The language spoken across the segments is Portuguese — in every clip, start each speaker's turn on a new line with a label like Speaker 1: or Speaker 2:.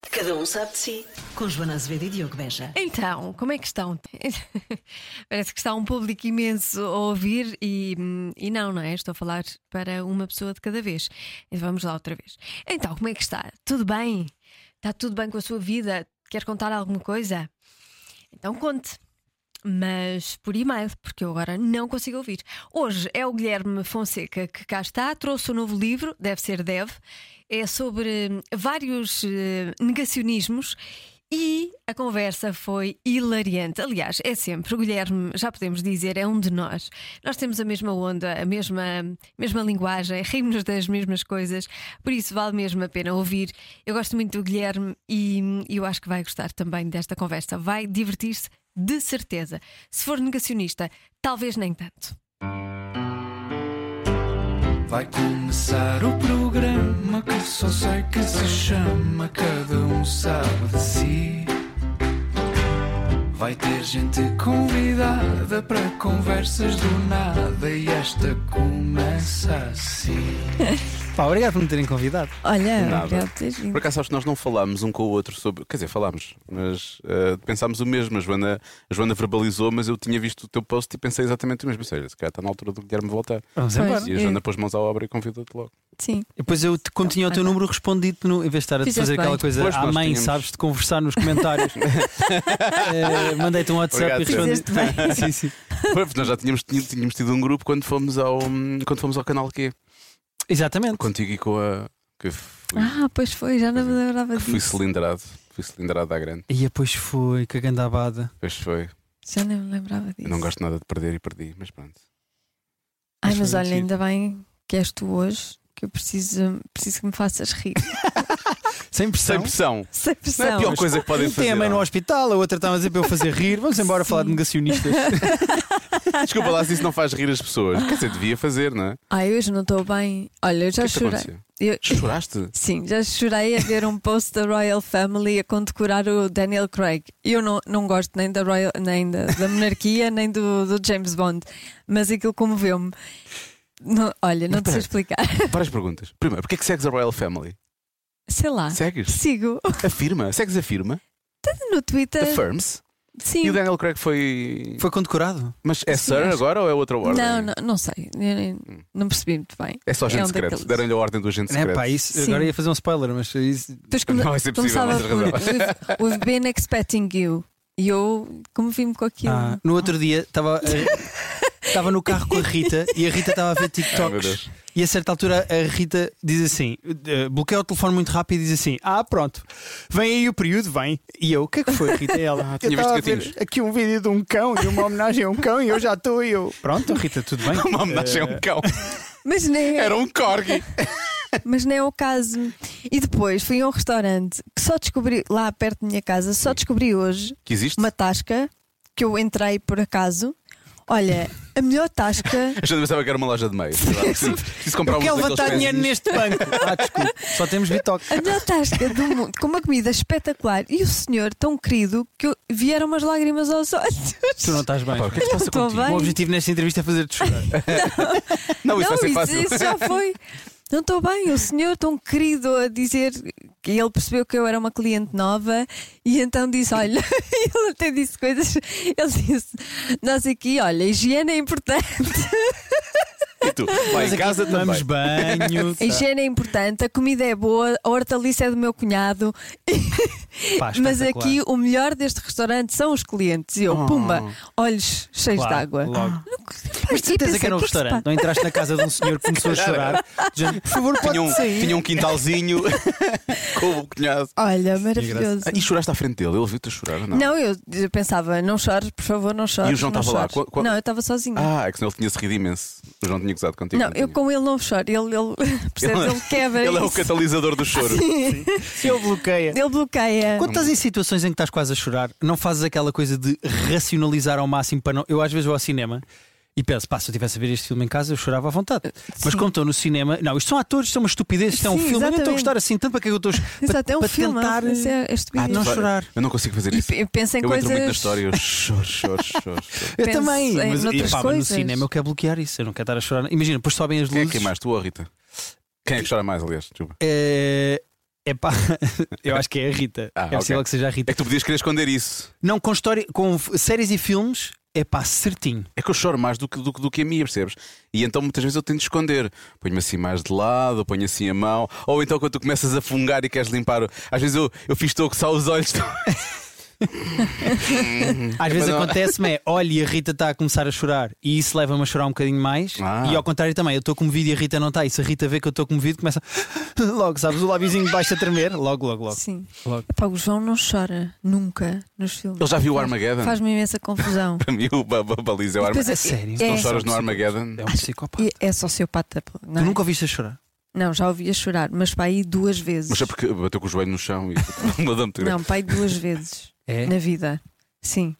Speaker 1: Cada um sabe de si.
Speaker 2: Com Joana Azevedo e Diogo Beja.
Speaker 3: Então, como é que estão? Parece que está um público imenso a ouvir e, e não, não é? Estou a falar para uma pessoa de cada vez. E vamos lá outra vez. Então, como é que está? Tudo bem? Está tudo bem com a sua vida? Quer contar alguma coisa? Então conte. Mas por e-mail, porque eu agora não consigo ouvir. Hoje é o Guilherme Fonseca que cá está, trouxe o um novo livro, deve ser Deve, é sobre hum, vários eh, negacionismos e a conversa foi hilariante. Aliás, é sempre. O Guilherme, já podemos dizer, é um de nós. Nós temos a mesma onda, a mesma, mesma linguagem, rimos das mesmas coisas, por isso vale mesmo a pena ouvir. Eu gosto muito do Guilherme e hum, eu acho que vai gostar também desta conversa. Vai divertir-se de certeza. Se for negacionista, talvez nem tanto.
Speaker 4: Vai começar o programa que só sei que se chama Cada um sabe de si. Vai ter gente convidada para conversas do nada e esta começa assim.
Speaker 5: Pá, obrigado por me terem convidado.
Speaker 3: Olha,
Speaker 6: Nada. obrigado Por acaso, sabes que nós não falámos um com o outro sobre. Quer dizer, falámos, mas eh, pensámos o mesmo. A Joana, a Joana verbalizou, mas eu tinha visto o teu post e pensei exatamente o mesmo. Ou seja, se calhar está na altura do Guilherme voltar.
Speaker 5: Vamos
Speaker 3: Pois.
Speaker 5: embora.
Speaker 6: E a Joana pôs mãos à obra e convidou-te logo.
Speaker 3: Sim.
Speaker 5: E Depois eu, te, como tinha o teu número, respondi-te no, em vez de estar a te
Speaker 3: Fizeste
Speaker 5: fazer aquela
Speaker 3: bem.
Speaker 5: coisa
Speaker 6: Pois,
Speaker 5: à
Speaker 6: nós
Speaker 5: mãe,
Speaker 6: tínhamos-
Speaker 5: sabes, de conversar nos comentários. Eh, Mandei-te um WhatsApp
Speaker 6: Obrigado,
Speaker 5: e respondi.
Speaker 3: Fizeste bem.
Speaker 5: Sim, sim.
Speaker 6: Pois, nós já tínhamos, tinha- tínhamos tido um grupo quando fomos ao, quando fomos ao canal Q.
Speaker 5: Exatamente.
Speaker 6: Contigo e com a. Que fui,
Speaker 3: Ah, pois foi, já não me lembrava
Speaker 6: que fui
Speaker 3: disso.
Speaker 6: cilindrado. Fui cilindrado à grande.
Speaker 5: E depois foi, cagando à bada.
Speaker 6: Pois foi.
Speaker 3: Já não me lembrava disso.
Speaker 6: Eu não gosto nada de perder e perdi, mas pronto.
Speaker 3: Ai,
Speaker 6: Mas
Speaker 3: mas
Speaker 6: foi
Speaker 3: olha,
Speaker 6: giro.
Speaker 3: ainda bem que és tu hoje, que eu preciso, preciso que me faças rir.
Speaker 5: Sem pressão.
Speaker 6: Sem pressão.
Speaker 3: Sem
Speaker 6: Não é a
Speaker 3: pressão.
Speaker 6: pior coisa que podem
Speaker 5: Um tem
Speaker 6: fazer.
Speaker 5: a mãe no
Speaker 6: não. é?
Speaker 5: hospital, a outra estava a dizer para eu fazer rir. Vamos embora
Speaker 3: Sim.
Speaker 5: falar de negacionistas.
Speaker 6: Desculpa lá se isso não faz rir as pessoas. Quer dizer, devia fazer, não é?
Speaker 3: Ai, hoje não estou bem. Olha, eu já
Speaker 6: o que é que te
Speaker 3: chorei.
Speaker 6: aconteceu?
Speaker 3: Eu-
Speaker 6: Choraste?
Speaker 3: Sim, já chorei a ver um post da Royal Family a condecorar o Daniel Craig. Eu não, não gosto nem da Royal, nem da, da monarquia, nem do, do James Bond, mas aquilo comoveu-me. Não- olha, não te sei explicar.
Speaker 6: Várias perguntas. Primeiro, porquê é que segues a Royal Family?
Speaker 3: Sei lá.
Speaker 6: Segues?
Speaker 3: Sigo
Speaker 6: Afirma? Segues afirma?
Speaker 3: no Twitter.
Speaker 6: Affirms?
Speaker 3: Sim.
Speaker 6: E o Daniel Craig foi.
Speaker 5: Foi condecorado.
Speaker 6: Mas é
Speaker 3: Sim,
Speaker 6: Sir
Speaker 3: acho-
Speaker 6: agora ou é outra ordem?
Speaker 3: Não, não, não sei. Eu nem- Não percebi muito bem.
Speaker 6: É
Speaker 3: É
Speaker 6: só agente
Speaker 3: um
Speaker 6: secreto.
Speaker 3: daqueles.
Speaker 6: Deram-lhe a ordem do agente
Speaker 5: É,
Speaker 6: secreto.
Speaker 5: pá, isso,
Speaker 3: Sim.
Speaker 5: agora ia fazer um spoiler, mas isso,
Speaker 3: Depois come-
Speaker 6: Não, isso é possível,
Speaker 3: começava
Speaker 6: mas
Speaker 3: por
Speaker 6: tens razão.
Speaker 3: we've, we've been expecting you. E eu comovi-me com aquilo.
Speaker 5: Ah, no outro dia estava eh, estava no carro com a Rita e a Rita estava a ver
Speaker 6: Ai, meu
Speaker 5: TikToks
Speaker 6: Deus.
Speaker 5: e a certa altura a Rita diz assim eh, bloqueia o telefone muito rápido e diz assim ah pronto vem aí o período vem e eu o que é que foi Rita E ela
Speaker 6: Ah, tinha
Speaker 5: "Eu estava
Speaker 6: visto
Speaker 5: a ver
Speaker 6: gatinhos."
Speaker 5: aqui um vídeo de um cão e uma homenagem a um cão e eu já estou e eu pronto Rita tudo bem
Speaker 6: Uma homenagem
Speaker 5: É.
Speaker 6: a um cão.
Speaker 3: Mas nem,
Speaker 6: Era um corgi.
Speaker 3: mas nem é o caso. E depois fui a um restaurante que só descobri, lá perto da minha casa, só descobri hoje
Speaker 6: Que existe?
Speaker 3: uma tasca que eu entrei por acaso. Olha, a melhor tasca.
Speaker 6: A gente pensava que era uma loja de meias. sei lá, Preciso, preciso comprar
Speaker 5: eu
Speaker 6: uns
Speaker 5: quero
Speaker 6: daqueles
Speaker 5: levantar é dinheiro
Speaker 6: pezinhos.
Speaker 5: neste banco ah desculpe só temos bitoque
Speaker 3: A melhor tasca do mundo, com uma comida espetacular e o senhor tão querido que eu- vieram umas lágrimas aos olhos.
Speaker 5: tu não estás bem
Speaker 6: Pá, o que é que se
Speaker 3: Eu
Speaker 6: passa
Speaker 3: estou
Speaker 6: contigo?
Speaker 5: o
Speaker 3: bem.
Speaker 5: objetivo nesta entrevista é fazer-te chorar
Speaker 6: Não, isso
Speaker 3: não,
Speaker 6: vai ser
Speaker 3: isso,
Speaker 6: fácil.
Speaker 3: isso já foi. Não estou bem. O senhor tão querido a dizer que ele percebeu que eu era uma cliente nova e então disse: Olha, ele até disse coisas. Ele disse: Nós aqui, olha, a higiene é importante.
Speaker 6: E tu? Lá
Speaker 5: Nós
Speaker 6: em
Speaker 5: aqui
Speaker 6: casa
Speaker 5: tomamos
Speaker 6: também.
Speaker 5: banho
Speaker 3: A higiene é importante, a comida é boa, a hortaliça é do meu cunhado.
Speaker 5: Pá,
Speaker 3: é, Mas
Speaker 5: Ah, espetacular.
Speaker 3: aqui o melhor deste restaurante são os clientes. E eu, pumba, olhos cheios
Speaker 5: Claro,
Speaker 3: de água.
Speaker 5: logo.
Speaker 3: Mas
Speaker 5: Certeza
Speaker 3: é
Speaker 5: que era um restaurante. Não entraste na casa de um senhor que começou a chorar. dizendo, Por favor, pode
Speaker 6: Tinha um,
Speaker 5: sair.
Speaker 6: tinha um quintalzinho com o cunhado.
Speaker 3: Olha, maravilhoso.
Speaker 6: Ah, E choraste à frente dele? Ele viu-te a chorar ou não?
Speaker 3: Não, eu, eu pensava, não chores, por favor, não chores.
Speaker 6: E o João
Speaker 3: não
Speaker 6: estava lá?
Speaker 3: chores.
Speaker 6: Qua- qua-
Speaker 3: Não, eu estava sozinha.
Speaker 6: Ah, é que senão ele tinha se rido imenso. O João tinha gozado contigo.
Speaker 3: não, eu
Speaker 6: tinha?
Speaker 3: com ele não choro. Ele, ele percebes, ele quebra.
Speaker 6: Ele é o
Speaker 3: isso.
Speaker 6: catalisador do choro.
Speaker 5: Se eu bloqueia.
Speaker 3: Ele bloqueia.
Speaker 5: Quando estás em situações em que estás quase a chorar, não fazes aquela coisa de racionalizar ao máximo para não. Eu às vezes vou ao cinema e penso, pá, se eu estivesse a ver este filme em casa, eu chorava à vontade. Mas como estou no cinema, não, isto são atores, isto é uma estupidez, isto é um
Speaker 3: Eh, Sim,
Speaker 5: filme, eu não estou a
Speaker 3: exatamente.
Speaker 5: gostar assim tanto para que é que eu estou a-
Speaker 3: Exato,
Speaker 5: para,
Speaker 3: é um
Speaker 5: para
Speaker 3: filme.
Speaker 5: tentar
Speaker 3: isso é, é estúpido.
Speaker 5: ah, não
Speaker 6: Vai-
Speaker 5: chorar.
Speaker 6: Eu não consigo fazer
Speaker 3: E
Speaker 6: isso.
Speaker 3: pe- pensa em
Speaker 6: eu
Speaker 3: coisas.
Speaker 6: entro muito na história, eu choro, choro, choro. choro.
Speaker 5: Eu
Speaker 3: Penso
Speaker 5: também,
Speaker 3: em-
Speaker 5: mas, e,
Speaker 3: noutras
Speaker 5: pá, mas no
Speaker 3: coisas.
Speaker 5: cinema eu quero bloquear isso, eu não quero estar a chorar. Imagina, depois sobem as
Speaker 6: Quem é
Speaker 5: luzes.
Speaker 6: que é mais? Tu ou a Rita? Quem é que chora mais, aliás? Desculpa.
Speaker 5: Eh, É pá, eu acho que é a Rita.
Speaker 6: Ah,
Speaker 5: é
Speaker 6: ok.
Speaker 5: possível que seja a
Speaker 6: É
Speaker 5: Rita.
Speaker 6: que tu podias querer esconder isso.
Speaker 5: Não, com, história, com f- séries e filmes, é pá, certinho.
Speaker 6: É que eu choro mais do que, do, que- do que a minha, percebes? E então muitas vezes eu tento esconder. Ponho-me assim mais de lado, ponho assim a mão. Ou então quando tu começas a fungar e queres limpar. o- Às vezes eu, eu fiz estou a coçar os olhos.
Speaker 5: Às vezes
Speaker 6: não-
Speaker 5: acontece-me é, olha, e a Rita está a começar a chorar e isso leva-me a chorar um bocadinho mais.
Speaker 6: Ah.
Speaker 5: E ao contrário também, eu estou comovido e a Rita não está. E se a Rita vê que eu estou comovido, começa logo, sabes, o lábiozinho baixa a tremer. Logo, logo, logo.
Speaker 3: Sim.
Speaker 5: Logo.
Speaker 3: Epá, o João não chora nunca nos filmes.
Speaker 6: Ele já viu o Armageddon?
Speaker 3: Faz-me imensa confusão.
Speaker 6: Para mim o ba- ba- baliza é o Armageddon.
Speaker 3: Depois
Speaker 5: é sério?
Speaker 3: É,
Speaker 6: Não choras no Armageddon?
Speaker 5: É um psicopata.
Speaker 3: e é sociopata. Não,
Speaker 5: Tu
Speaker 3: é?
Speaker 5: nunca ouviste a chorar?
Speaker 3: não, já ouvi a chorar, mas para aí duas vezes.
Speaker 6: Mas é porque bateu com o joelho no chão e mudou muito grande.
Speaker 3: Não, pai, duas vezes
Speaker 5: É?
Speaker 3: na vida. Sim,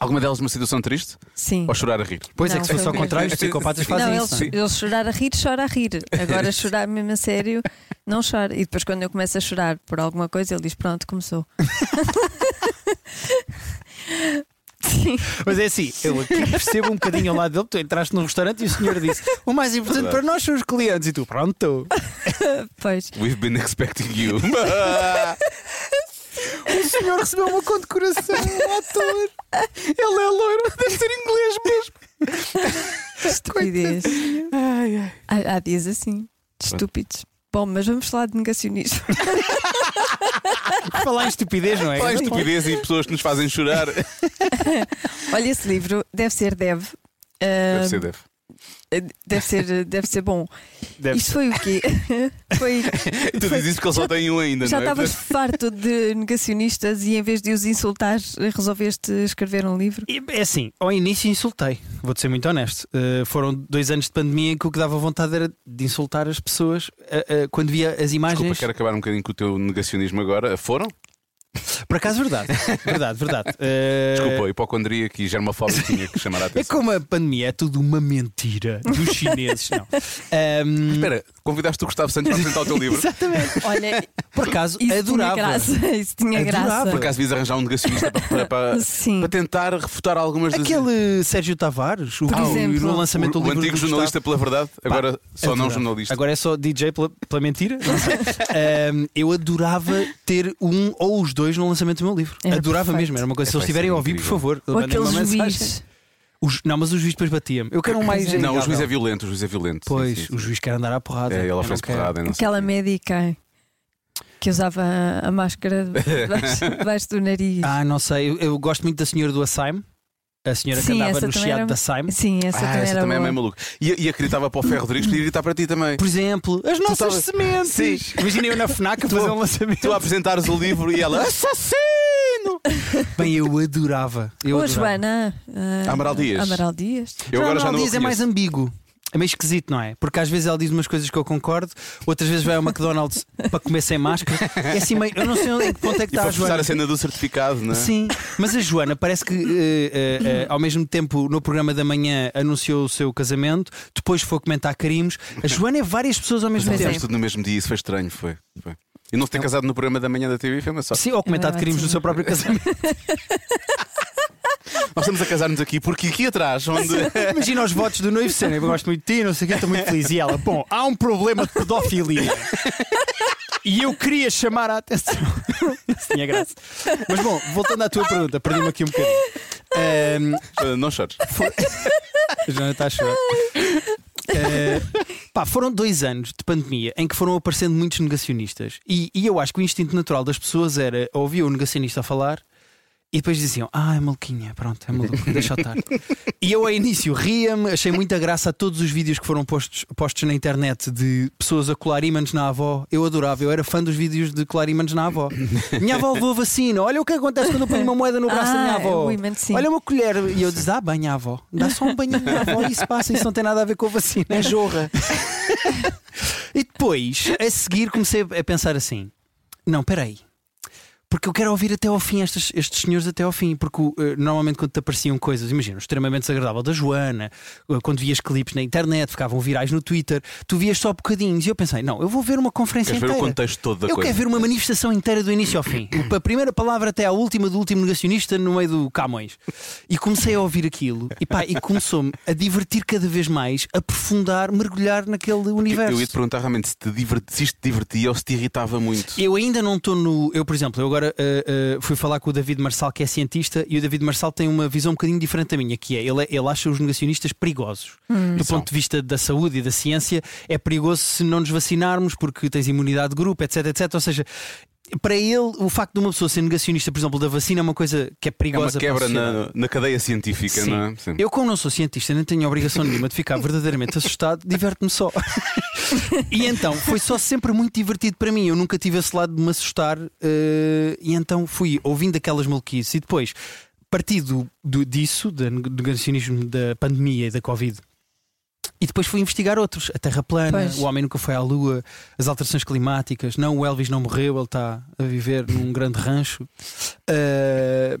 Speaker 6: Alguma delas numa situação triste?
Speaker 3: sim.
Speaker 6: Ou chorar a rir?
Speaker 5: Pois é,
Speaker 3: Não,
Speaker 5: que se fosse
Speaker 3: foi
Speaker 5: ao
Speaker 3: mesmo.
Speaker 5: contrário, os psicopatas fazem
Speaker 3: não,
Speaker 5: isso. é?
Speaker 3: ele, ele chorar a rir, chora a rir. Agora chorar mesmo a sério, não chora. E depois, quando eu começo a chorar por alguma coisa, ele diz: Pronto, começou. Sim.
Speaker 5: Mas é assim, eu aqui percebo um bocadinho ao lado dele, tu entraste num restaurante e o senhor disse: O mais importante para nós são os clientes, e tu, pronto.
Speaker 3: Pois.
Speaker 6: We've been expecting you.
Speaker 5: O senhor recebeu uma condecoração, um ator. Ele é loiro, deve ser inglês mesmo.
Speaker 3: Estupidez. Há, há dias assim, estúpidos. Bom, mas vamos falar de negacionismo.
Speaker 5: Falar em estupidez, não é?
Speaker 6: Fala em estupidez e pessoas que nos fazem chorar.
Speaker 3: Olha, esse livro deve ser, deve.
Speaker 6: Deve
Speaker 3: Ah,
Speaker 6: ser, deve.
Speaker 3: deve ser, eh, deve ser bom.
Speaker 5: Deve
Speaker 3: Isto foi o quê? foi,
Speaker 6: Tu dizes isso porque ele só tem um ainda,
Speaker 3: já
Speaker 6: não é?
Speaker 3: estavas farto de negacionistas e em vez de os insultar, resolveste escrever um livro?
Speaker 5: E, É assim, ao início insultei, vou-te ser muito honesto. Uh, foram dois anos de pandemia em que o que dava vontade era de insultar as pessoas uh, uh, quando via as
Speaker 6: Desculpa,
Speaker 5: imagens.
Speaker 6: quero acabar um bocadinho com o teu negacionismo agora. Foram?
Speaker 5: Por acaso, verdade, verdade, verdade. Uh,
Speaker 6: Desculpa, a hipocondria aqui, germofóbica tinha que chamar a
Speaker 5: É
Speaker 6: atenção.
Speaker 5: como a pandemia é tudo uma mentira dos chineses, não. Um,
Speaker 6: Espera, convidaste o Gustavo Santos para apresentar o teu livro.
Speaker 5: Exatamente.
Speaker 3: Olha,
Speaker 5: Por acaso,
Speaker 3: isso
Speaker 6: é
Speaker 5: adorava.
Speaker 3: tinha graça. Isso tinha
Speaker 5: Adorava.
Speaker 3: graça.
Speaker 6: Por acaso devias arranjar um negacionista para, para,
Speaker 5: Ah,
Speaker 6: para-
Speaker 3: Sim.
Speaker 6: para tentar refutar algumas das.
Speaker 5: Aquele Sérgio Tavares, o,
Speaker 3: Por
Speaker 5: o-
Speaker 3: exemplo.
Speaker 5: no lançamento
Speaker 6: o,
Speaker 5: do
Speaker 6: o
Speaker 5: livro
Speaker 6: antigo
Speaker 5: do
Speaker 6: jornalista pela verdade, agora só não
Speaker 5: Adorava.
Speaker 6: jornalista.
Speaker 5: Agora é só DJ pela, pela mentira. não sei. Ahm, eu adorava ter um ou os dois no lançamento do meu livro.
Speaker 3: Era
Speaker 5: adorava
Speaker 3: perfeito.
Speaker 5: mesmo. Era uma coisa.
Speaker 6: É,
Speaker 5: se eles
Speaker 6: vai
Speaker 5: estiverem
Speaker 6: ser
Speaker 5: a ouvir, por
Speaker 6: incrível.
Speaker 5: favor,
Speaker 3: Ou
Speaker 5: mandem uma
Speaker 3: aquele
Speaker 5: mensagem.
Speaker 3: juiz.
Speaker 5: Os- não, mas o juiz depois batia-me. Eu quero um mais.
Speaker 6: não, o juiz é
Speaker 5: amigável.
Speaker 6: violento, o juiz é violento. Sim,
Speaker 5: Pois,
Speaker 6: sim, sim.
Speaker 5: o juiz quer andar à porrada.
Speaker 6: É, ele
Speaker 5: Eu não
Speaker 6: oferece
Speaker 5: quero.
Speaker 6: porrada. eu não sei.
Speaker 3: Aquela médica que usava a máscara debaixo, debaixo do nariz.
Speaker 5: Ah, não sei. Eu, eu gosto muito da senhora do Assaim. A senhora que
Speaker 3: Sim,
Speaker 5: andava
Speaker 3: essa
Speaker 5: no
Speaker 3: também
Speaker 5: chiado
Speaker 3: era-
Speaker 5: da Assaim.
Speaker 3: Sim, essa
Speaker 6: Ah,
Speaker 3: também
Speaker 6: essa
Speaker 3: era
Speaker 6: também é
Speaker 3: boa.
Speaker 6: meio maluca. E, e acreditava para o Ferro Rodrigues, podia gritar para ti também.
Speaker 5: Por exemplo, as nossas
Speaker 6: tava-
Speaker 5: sementes.
Speaker 6: Sim.
Speaker 5: Imagina eu na FNAC a fazer um lançamento.
Speaker 6: Tu a apresentares o livro e ela. "Ah, Assassino!
Speaker 5: Bem, eu adorava. Eu
Speaker 3: Ou a
Speaker 5: adorava.
Speaker 3: Joana ah,
Speaker 6: Amaral Dias.
Speaker 3: Amaral Dias.
Speaker 6: Eu agora já não a
Speaker 5: diz é mais
Speaker 6: conheço.
Speaker 5: ambíguo. É meio esquisito, não é? Porque às vezes ela diz umas coisas que eu concordo, outras vezes vai ao McDonald's para comer sem máscara. É assim meio. Eu não sei em que ponto é que
Speaker 6: E
Speaker 5: está
Speaker 6: para
Speaker 5: a
Speaker 6: forçar
Speaker 5: Joana.
Speaker 6: a cena do certificado, não é?
Speaker 5: Sim, mas a Joana parece que eh, eh, eh, ao mesmo tempo no programa da manhã anunciou o seu casamento, depois foi comentar carimbos. A Joana é várias pessoas ao mesmo
Speaker 3: Pois é.
Speaker 5: tempo.
Speaker 6: Fizemos tudo no mesmo dia, isso foi estranho, foi. foi. E não se ter casado no programa da manhã da TV foi uma sorte.
Speaker 5: Sim, ou comentar
Speaker 3: É
Speaker 5: carimbos do
Speaker 3: ótimo.
Speaker 5: seu próprio casamento.
Speaker 6: Nós estamos a casar-nos aqui porque aqui atrás, onde.
Speaker 5: Imagina os votos do noivo cena. Eu gosto muito de ti, não sei o que, estou muito feliz. E ela, bom, há um problema de pedofilia. E eu queria chamar a atenção. Isso tinha graça. Mas bom, voltando à tua pergunta, perdi-me aqui um bocadinho. Ahm,
Speaker 6: Ah, não chores.
Speaker 5: A Joana está a chorar. Eh, pá, foram dois anos de pandemia em que foram aparecendo muitos negacionistas. E, e eu acho que o instinto natural das pessoas era ouvir o negacionista a falar e depois diziam: Ah, é maluquinha, pronto, é maluco, deixa estar. e eu, ao início, ria-me, achei muita graça a todos os vídeos que foram postos, postos na internet de pessoas a colar ímãs na avó. Eu adorava, eu era fã dos vídeos de colar ímãs na avó. Minha avó levou vacina, olha o que acontece quando eu ponho uma moeda no braço da minha
Speaker 3: Ah,
Speaker 5: avó.
Speaker 3: o ímã de sim.
Speaker 5: Olha uma colher. E eu dizia: Ah, banha, avó, dá só um banho à avó e isso passa, isso não tem nada a ver com a vacina. É jorra. e depois, a seguir, comecei a pensar assim: Não, peraí. Porque que eu quero ouvir até ao fim estes, estes senhores até ao fim, porque eh, normalmente quando te apareciam coisas, imagina, o extremamente desagradável da Joana, eh, quando vias clipes na internet, ficavam virais no Twitter, tu vias só bocadinhos e eu pensei, não, eu vou ver uma conferência
Speaker 6: Queres ver o
Speaker 5: inteira.
Speaker 6: contexto todo da
Speaker 5: eu
Speaker 6: coisa.
Speaker 5: quero ver uma manifestação inteira do início ao fim. O- A primeira palavra até à última do último negacionista no meio do Camões. E comecei a ouvir aquilo e pá, e começou-me a divertir cada vez mais, a aprofundar, mergulhar naquele universo.
Speaker 6: Eu ia te perguntar realmente se, te diverti, se isto te divertia ou se te irritava muito.
Speaker 5: Eu ainda não estou no. Eu, por exemplo, eu agora ah, ah, fui falar com o David Marçal, que é cientista, e o David Marçal tem uma visão um bocadinho diferente da minha, que é ele, ele acha os negacionistas perigosos. Do
Speaker 6: São.
Speaker 5: ponto de vista da saúde e da ciência, é perigoso se não nos vacinarmos porque tens imunidade de grupo, etc, etc. Ou seja. Para ele, o facto de uma pessoa ser negacionista, por exemplo, da vacina é uma coisa que é
Speaker 6: É uma
Speaker 5: perigosa para a
Speaker 6: quebra
Speaker 5: sociedade.
Speaker 6: na, na cadeia científica,
Speaker 5: Sim.
Speaker 6: não é? Sim.
Speaker 5: Eu, como não sou cientista, nem tenho obrigação nenhuma de ficar verdadeiramente assustado, diverto-me só. e então foi só sempre muito divertido para mim. Eu nunca tive esse lado de me assustar, eh, e então fui ouvindo aquelas maluquices e depois. Parti do, do- disso, do negacionismo da pandemia e da Covid, e depois fui investigar outros. A Terra plana,
Speaker 7: Pois.
Speaker 5: o homem nunca foi à Lua, as alterações climáticas. Não, o Elvis não morreu, ele está a viver num grande rancho. Ah,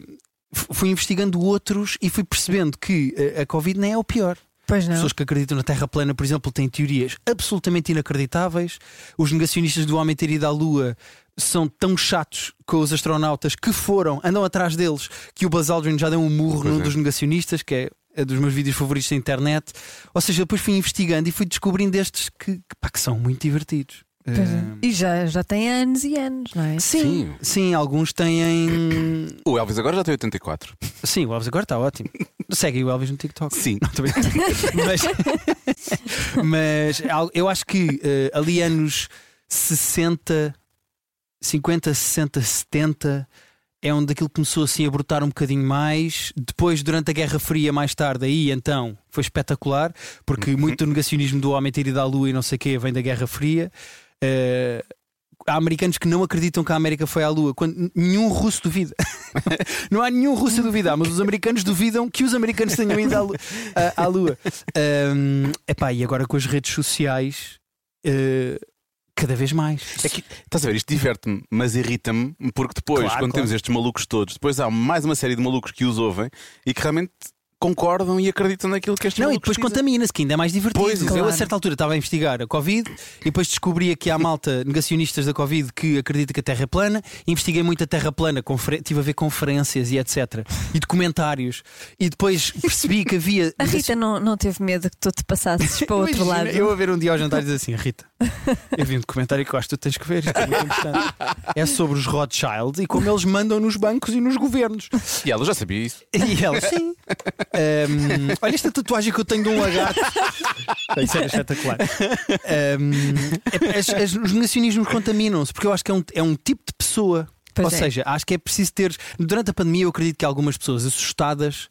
Speaker 5: f- fui investigando outros e fui percebendo que ah, a Covid nem é o pior.
Speaker 7: Pois não.
Speaker 5: Pessoas que acreditam na Terra plana, por exemplo, têm teorias absolutamente inacreditáveis. Os negacionistas do homem ter ido à Lua são tão chatos com os astronautas que foram, andam atrás deles, que o Buzz Aldrin já deu um murro
Speaker 6: Pois
Speaker 5: num
Speaker 6: é.
Speaker 5: dos negacionistas, que é é dos meus vídeos favoritos da internet. Ou seja, depois fui investigando e fui descobrindo estes que, que, pá, que são muito divertidos.
Speaker 7: Pois é.
Speaker 5: Eh,
Speaker 7: E já, já tem anos e anos, não é?
Speaker 5: Sim, sim, alguns têm.
Speaker 6: O Elvis agora já tem 84.
Speaker 5: Sim, o Elvis agora está ótimo. Segue o Elvis no TikTok.
Speaker 6: Sim.
Speaker 5: Não, tô bem. mas, mas al- eu acho que eh, ali anos 60, 50, 60, 70 é onde aquilo começou assim a brotar um bocadinho mais. Depois, durante a Guerra Fria, mais tarde, aí então foi espetacular, porque muito do negacionismo do homem ter ido à lua e não sei o quê vem da Guerra Fria. Eh, há americanos que não acreditam que a América foi à lua, quando n- nenhum russo duvida. Não há nenhum russo a duvidar, mas os americanos duvidam que os americanos tenham ido à lua. à- à lua. Ahm, epá, e agora com as redes sociais, eh, cada vez mais.
Speaker 6: É que, estás a ver, isto diverte-me, mas irrita-me, porque depois,
Speaker 5: Claro,
Speaker 6: quando
Speaker 5: claro.
Speaker 6: temos estes malucos todos, depois há mais uma série de malucos que os ouvem e que realmente concordam e acreditam naquilo que estes
Speaker 5: Não, e
Speaker 6: malucos
Speaker 5: depois
Speaker 6: dizem.
Speaker 5: contamina-se, que ainda é mais divertido.
Speaker 6: Pois,
Speaker 5: Eu, a
Speaker 7: claro.
Speaker 5: certa altura, estava a investigar a Covid e depois descobria que há malta negacionistas da Covid que acredita que a Terra é plana. Investiguei muito a Terra plana, conferen- tive a ver conferências e etc. e documentários. E depois percebi que havia.
Speaker 7: A Rita não, não teve medo que tu te passasses para o outro
Speaker 5: Imagina,
Speaker 7: lado.
Speaker 5: Eu a ver um dia ao jantar e dizer assim, Rita, eu vi um documentário que eu acho que tu tens que ver, isto é muito importante. É sobre os Rothschild e como eles mandam nos bancos e nos governos.
Speaker 6: E ela já sabia isso.
Speaker 5: E ele, sim. Ahm, olha esta tatuagem que eu tenho de um lagarto. Isso era espetacular. Ahm, as- as- os negacionismos contaminam-se, porque eu acho que é um, é um tipo de pessoa.
Speaker 7: Pois
Speaker 5: Ou
Speaker 7: é.
Speaker 5: seja, acho que é preciso ter. Durante a pandemia, eu acredito que algumas pessoas assustadas,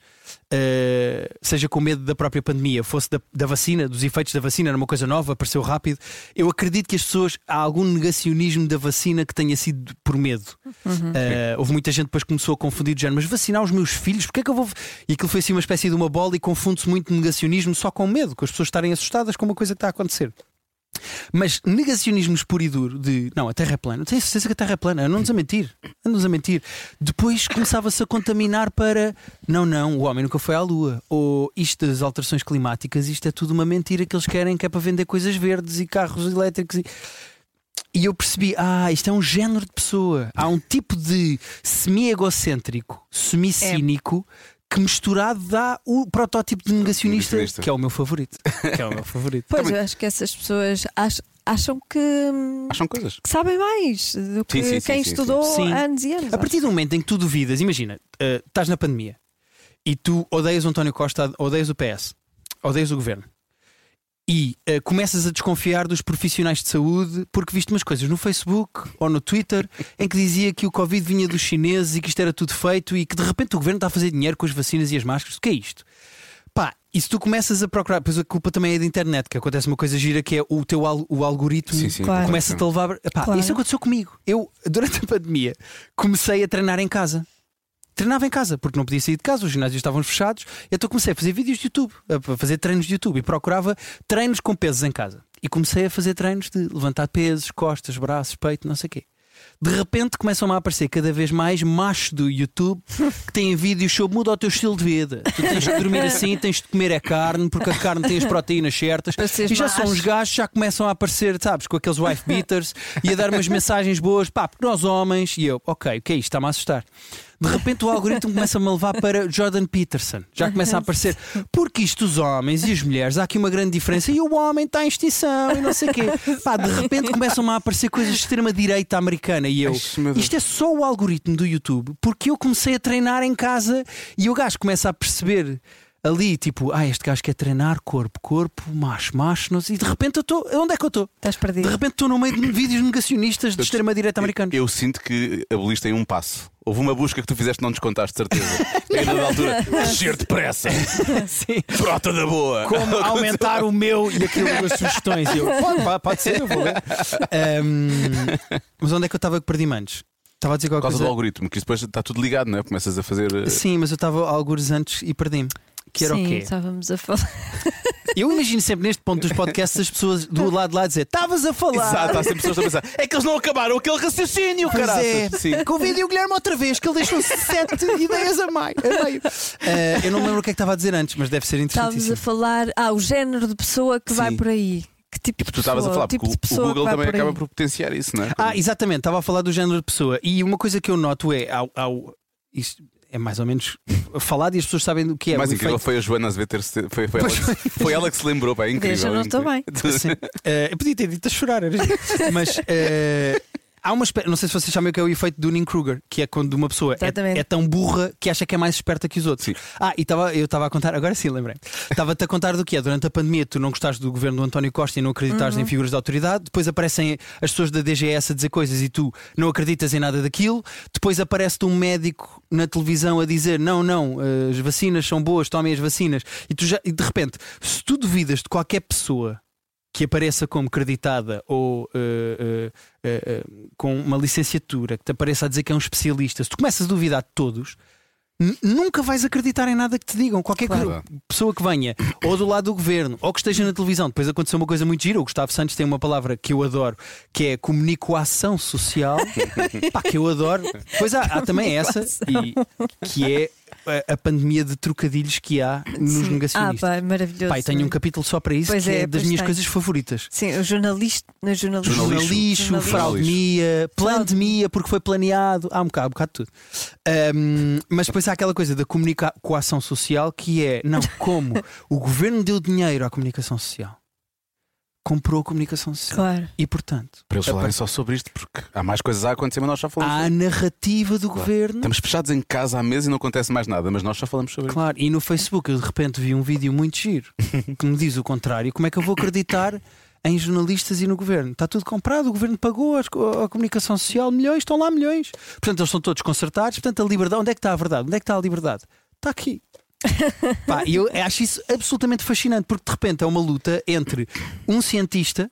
Speaker 5: eh, seja com medo da própria pandemia, fosse da, da vacina, dos efeitos da vacina, era uma coisa nova, apareceu rápido. Eu acredito que as pessoas. Há algum negacionismo da vacina que tenha sido por medo.
Speaker 7: Uhum.
Speaker 5: Eh, houve muita gente que depois começou a confundir de género, mas vacinar os meus filhos, porque é que eu vou. E aquilo foi assim uma espécie de uma bola e confunde-se muito negacionismo só com medo, com as pessoas estarem assustadas com uma coisa que está a acontecer. Mas negacionismos puro e duro de não, a Terra é plana, eu tenho certeza que a Terra é plana, andam-nos a mentir, andam-nos a mentir. Depois começava-se a contaminar para não, não, o homem nunca foi à Lua, ou isto das alterações climáticas, isto é tudo uma mentira que eles querem, que é para vender coisas verdes e carros elétricos. E, e eu percebi, ah, isto é um género de pessoa, há um tipo de semi-egocêntrico, semi-cínico. Que misturado dá o protótipo de negacionista,
Speaker 6: Negacionista.
Speaker 5: que é o meu favorito. Que é o meu favorito.
Speaker 7: Pois,
Speaker 6: Também-
Speaker 7: eu acho que essas pessoas ach- acham que, hum,
Speaker 6: Acham coisas.
Speaker 7: que sabem mais do que
Speaker 6: Sim, sim, sim,
Speaker 7: quem
Speaker 6: sim, sim.
Speaker 7: estudou
Speaker 5: Sim.
Speaker 7: anos e anos.
Speaker 5: A partir do momento em que tu duvidas, imagina, eh, estás na pandemia e tu odeias o António Costa, odeias o PS, odeias o governo e eh, começas a desconfiar dos profissionais de saúde porque viste umas coisas no Facebook ou no Twitter em que dizia que o Covid vinha dos chineses e que isto era tudo feito e que de repente o governo está a fazer dinheiro com as vacinas e as máscaras. O que é isto? Pá, e se tu começas a procurar, pois a culpa também é da internet, que acontece uma coisa gira que é o teu al- o algoritmo
Speaker 6: Sim, sim,
Speaker 7: Claro.
Speaker 6: claro.
Speaker 5: começa-te a levar. Epá,
Speaker 7: Claro.
Speaker 5: Isso aconteceu comigo. Eu, durante a pandemia, comecei a treinar em casa. Treinava em casa, porque não podia sair de casa, os ginásios estavam fechados. Então comecei a fazer vídeos de YouTube, a fazer treinos de YouTube e procurava treinos com pesos em casa. E comecei a fazer treinos de levantar pesos, costas, braços, peito, não sei o quê. de repente começam a aparecer cada vez mais machos do YouTube que têm vídeos sobre muda o teu estilo de vida. Tu tens de dormir assim, tens de comer a carne, porque a carne tem as proteínas certas.
Speaker 7: Para seres
Speaker 5: E já são
Speaker 7: macho.
Speaker 5: os gajos que já começam a aparecer, sabes, com aqueles wife beaters e a dar umas mensagens boas, pá, porque nós homens, e eu, ok, o que é isto? Está-me a assustar. De repente o algoritmo começa-me a levar para Jordan Peterson. Já começa a aparecer. Porque isto, os homens e as mulheres, há aqui uma grande diferença. E o homem está em extinção e não sei o quê. Pá, de repente começam-me a aparecer coisas de extrema-direita americana. E eu,
Speaker 6: Ai, meu Deus.
Speaker 5: isto é só o algoritmo do YouTube, porque eu comecei a treinar em casa e o gajo começa a perceber ali, tipo, ah, este gajo quer treinar corpo, corpo, macho, macho, não sei. E de repente eu estou, onde é que eu estou?
Speaker 7: Estás
Speaker 5: De
Speaker 7: perdido.
Speaker 5: repente estou no meio de vídeos negacionistas de
Speaker 6: Eu-
Speaker 5: extrema-direita americana.
Speaker 6: Eu, eu sinto que aboliste em um passo. Houve uma busca que tu fizeste, não descontaste, de certeza. E a dada altura, crescer depressa,
Speaker 5: Sim.
Speaker 6: frota da boa.
Speaker 5: como aumentar o meu e aquilo das sugestões. E eu, pode, pá, pode ser, eu vou ler. Ahm, mas onde é que eu estava que perdi manos? Estava a dizer
Speaker 6: Por
Speaker 5: qualquer
Speaker 6: causa do
Speaker 5: coisa.
Speaker 6: algoritmo, que isso depois está tudo ligado, não é? Começas a fazer. eh,
Speaker 5: Sim, mas eu estava alguns antes e perdi-me. Que era
Speaker 7: Sim,
Speaker 5: o quê?
Speaker 7: estávamos a falar.
Speaker 5: Eu imagino sempre neste ponto dos podcasts as pessoas do lado de lá dizer: Estavas a falar.
Speaker 6: Exato, há sempre pessoas a pensar. É que eles não acabaram aquele raciocínio,
Speaker 5: Pois
Speaker 6: caraças.
Speaker 5: é.
Speaker 6: Sim.
Speaker 5: Convidem o Guilherme outra vez, que ele deixou sete ideias a mais. A meio. Ah, eu não me lembro o que é que estava a dizer antes, mas deve ser
Speaker 7: Estávamos
Speaker 5: interessantíssimo.
Speaker 7: a falar. Ah, o género de pessoa que vai
Speaker 5: Sim.
Speaker 7: por aí. Que tipo de
Speaker 6: Tu
Speaker 7: pessoa?
Speaker 6: estavas a falar,
Speaker 7: o tipo
Speaker 6: porque
Speaker 7: de
Speaker 6: o- o
Speaker 7: pessoa que
Speaker 6: Google
Speaker 7: vai
Speaker 6: também
Speaker 7: por aí.
Speaker 6: acaba por potenciar isso, não é?
Speaker 5: Ah, exatamente, estava a falar do género de pessoa. E uma coisa que eu noto é. Ao, ao, isto é mais ou menos falado e as pessoas sabem do que é.
Speaker 6: mais
Speaker 5: o
Speaker 6: incrível
Speaker 5: efeito.
Speaker 6: foi a Joana Azevedo ter se- foi, foi, ela, que se- foi ela que se lembrou, pá, é incrível.
Speaker 7: Deixa, não
Speaker 6: é
Speaker 7: estou
Speaker 6: incrível.
Speaker 5: Sim. Eh, eu podia ter dito a chorar, era giro. mas. eh, Há uma espé- não sei se vocês sabem o que é o efeito do Kruger, que é quando uma pessoa é,
Speaker 7: Exatamente.
Speaker 5: é tão burra que acha que é mais esperta que os outros.
Speaker 6: Sim.
Speaker 5: Ah, e tava, eu estava a contar, agora sim, lembrei. Estava-te a contar do que é. Durante a pandemia, tu não gostaste do governo do António Costa e não acreditares em figuras de autoridade. Depois aparecem as pessoas da DGS a dizer coisas e tu não acreditas em nada daquilo. Depois aparece-te um médico na televisão a dizer: não, não, eh, as vacinas são boas, tomem as vacinas. E, tu já, e de repente, se tu duvidas de qualquer pessoa que apareça como creditada ou eh, eh, eh, eh, com uma licenciatura, que te apareça a dizer que é um especialista, se tu começas a duvidar de todos, n- nunca vais acreditar em nada que te digam. Qualquer
Speaker 6: Claro.
Speaker 5: coisa- pessoa que venha, ou do lado do governo, ou que esteja na televisão. Depois aconteceu uma coisa muito gira. O Gustavo Santos tem uma palavra que eu adoro, que é comunicação social. Pá, que eu adoro. Pois há, há também essa, e, que é a, a pandemia de trocadilhos que há nos
Speaker 7: Ah,
Speaker 5: negacionistas.
Speaker 7: pá, maravilhoso.
Speaker 5: Pai, tenho um capítulo só para isso,
Speaker 7: Pois
Speaker 5: que é,
Speaker 7: é,
Speaker 5: das
Speaker 7: pois
Speaker 5: minhas
Speaker 7: tem.
Speaker 5: coisas favoritas.
Speaker 7: Sim, o jornalista. No jornalista.
Speaker 6: Jornalista.
Speaker 5: Jornalixo,
Speaker 7: Jornalixo.
Speaker 5: fraudemia, pandemia, porque foi planeado. Há um bocado, há um bocado de tudo. Ahm, mas depois há aquela coisa da comunicação social que é, não, como o governo deu dinheiro à comunicação social, comprou a comunicação social.
Speaker 7: Claro.
Speaker 5: E portanto,
Speaker 6: Para eles falarem só sobre isto, porque há mais coisas a acontecer, mas nós já falamos.
Speaker 5: há a narrativa do governo.
Speaker 6: Estamos fechados em casa à mesa e não acontece mais nada, mas nós já falamos sobre isto.
Speaker 5: Claro, e no Facebook eu de repente vi um vídeo muito giro que me diz o contrário. Como é que eu vou acreditar em jornalistas e no governo? Está tudo comprado, o governo pagou as co- a comunicação social milhões, estão lá milhões. Portanto, eles são todos consertados. Portanto, a liberdade, onde é que está a verdade? Onde é que está a liberdade? Está aqui. Pá, e eu acho isso absolutamente fascinante porque de repente é uma luta entre um cientista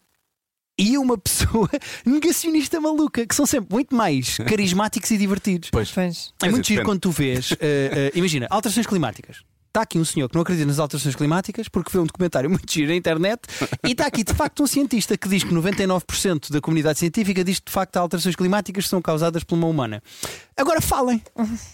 Speaker 5: e uma pessoa negacionista maluca que são sempre muito mais carismáticos e divertidos.
Speaker 6: Pois.
Speaker 7: Pois.
Speaker 5: É
Speaker 6: Quer
Speaker 5: muito
Speaker 6: dizer,
Speaker 5: giro
Speaker 6: depende.
Speaker 5: quando tu vês, eh, eh, imagina, alterações climáticas. Está aqui um senhor que não acredita nas alterações climáticas porque vê um documentário muito giro na internet e está aqui de facto um cientista que diz que 99% da comunidade científica diz que de facto há alterações climáticas que são causadas pela mão humana. Agora falem.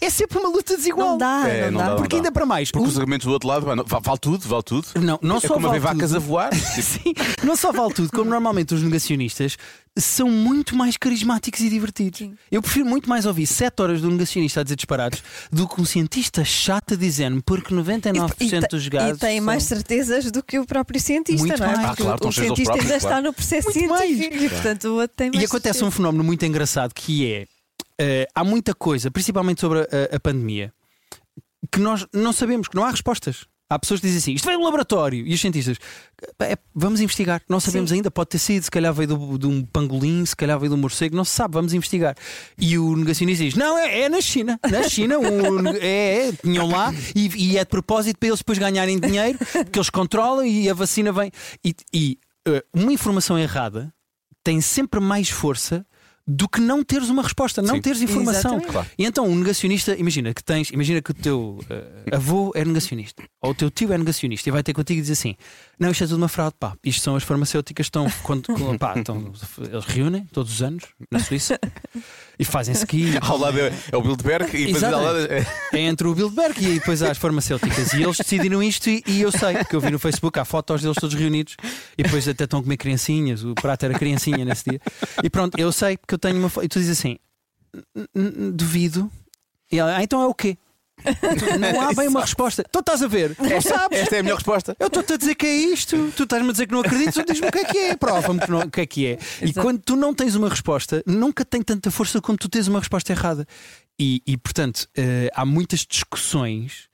Speaker 5: É sempre uma luta desigual.
Speaker 7: Não dá,
Speaker 6: É,
Speaker 7: não,
Speaker 6: não
Speaker 7: dá.
Speaker 6: dá.
Speaker 5: Porque ainda para mais. um
Speaker 6: Porque
Speaker 5: o-
Speaker 6: os argumentos do outro lado, pá, não- va- vale tudo, vale tudo.
Speaker 5: Não, não
Speaker 6: é
Speaker 5: só
Speaker 6: como
Speaker 5: vale
Speaker 6: haver vacas
Speaker 5: tudo.
Speaker 6: a voar. Tipo,
Speaker 5: Sim, não só vale tudo, como normalmente os negacionistas são muito mais carismáticos e divertidos. Eu prefiro muito mais ouvir 7 horas de um negacionista a dizer disparados do que um cientista chato a dizer-me porque 99%
Speaker 7: E te-
Speaker 5: dos gases.
Speaker 7: E tem
Speaker 5: são-
Speaker 7: mais certezas do que o próprio cientista,
Speaker 5: Muito
Speaker 7: não é?
Speaker 5: mais.
Speaker 7: Porque
Speaker 6: Ah, claro,
Speaker 7: o
Speaker 6: estão cheios aos
Speaker 7: cientista
Speaker 6: próprios,
Speaker 7: já está
Speaker 6: claro.
Speaker 7: no processo
Speaker 5: Muito mais.
Speaker 7: científico e, portanto, o outro tem mais.
Speaker 5: E acontece um
Speaker 7: certezas.
Speaker 5: fenómeno muito engraçado que é eh, há muita coisa, principalmente sobre a, a pandemia, que nós não sabemos, que não há respostas. Há pessoas que dizem assim, isto veio do laboratório, e os cientistas, "É, vamos investigar, não sabemos ainda, pode ter sido, se calhar veio do- de um pangolim, se calhar veio de um morcego, não se sabe, vamos investigar. E o negacionista diz, não, é, é na China, na China, o- é, é, tinham lá, e, e é de propósito para eles depois ganharem dinheiro, porque eles controlam e a vacina vem. E, e, eh, uma informação errada tem sempre mais força do que não teres uma resposta, não
Speaker 6: Sim.
Speaker 5: teres informação.
Speaker 7: Exatamente.
Speaker 6: Claro.
Speaker 5: E então um negacionista, imagina que tens, imagina que o teu eh, avô é negacionista, ou o teu tio é negacionista e vai ter contigo e diz assim: Não, isto é tudo uma fraude, pá, isto são as farmacêuticas estão, quando, com- pá, estão eles reúnem todos os anos na Suíça e fazem ski.
Speaker 6: Ao lado é, é o Bildberg e depois
Speaker 5: Exato.
Speaker 6: ao lado é,
Speaker 5: É entre o Bilderberg e depois há as farmacêuticas. E eles decidiram isto e, e eu sei, porque eu vi no Facebook, há fotos deles todos reunidos e depois até estão a comer criancinhas. O prato era criancinha nesse dia. E pronto, eu sei porque eu tenho uma foto. E tu dizes assim: "N- n- n- duvido. E ela, ah, então é o quê? Tu, Não há bem uma resposta. Tu estás a ver? Não sabes?
Speaker 6: Esta é a melhor resposta.
Speaker 5: Eu estou-te a dizer que é isto, tu estás-me a dizer que não acreditas, tu diz-me o que é que é, prova-me que não- o que é que é. E quando tu não tens uma resposta, nunca tem tanta força como tu tens uma resposta errada. E, e, portanto, eh, há muitas discussões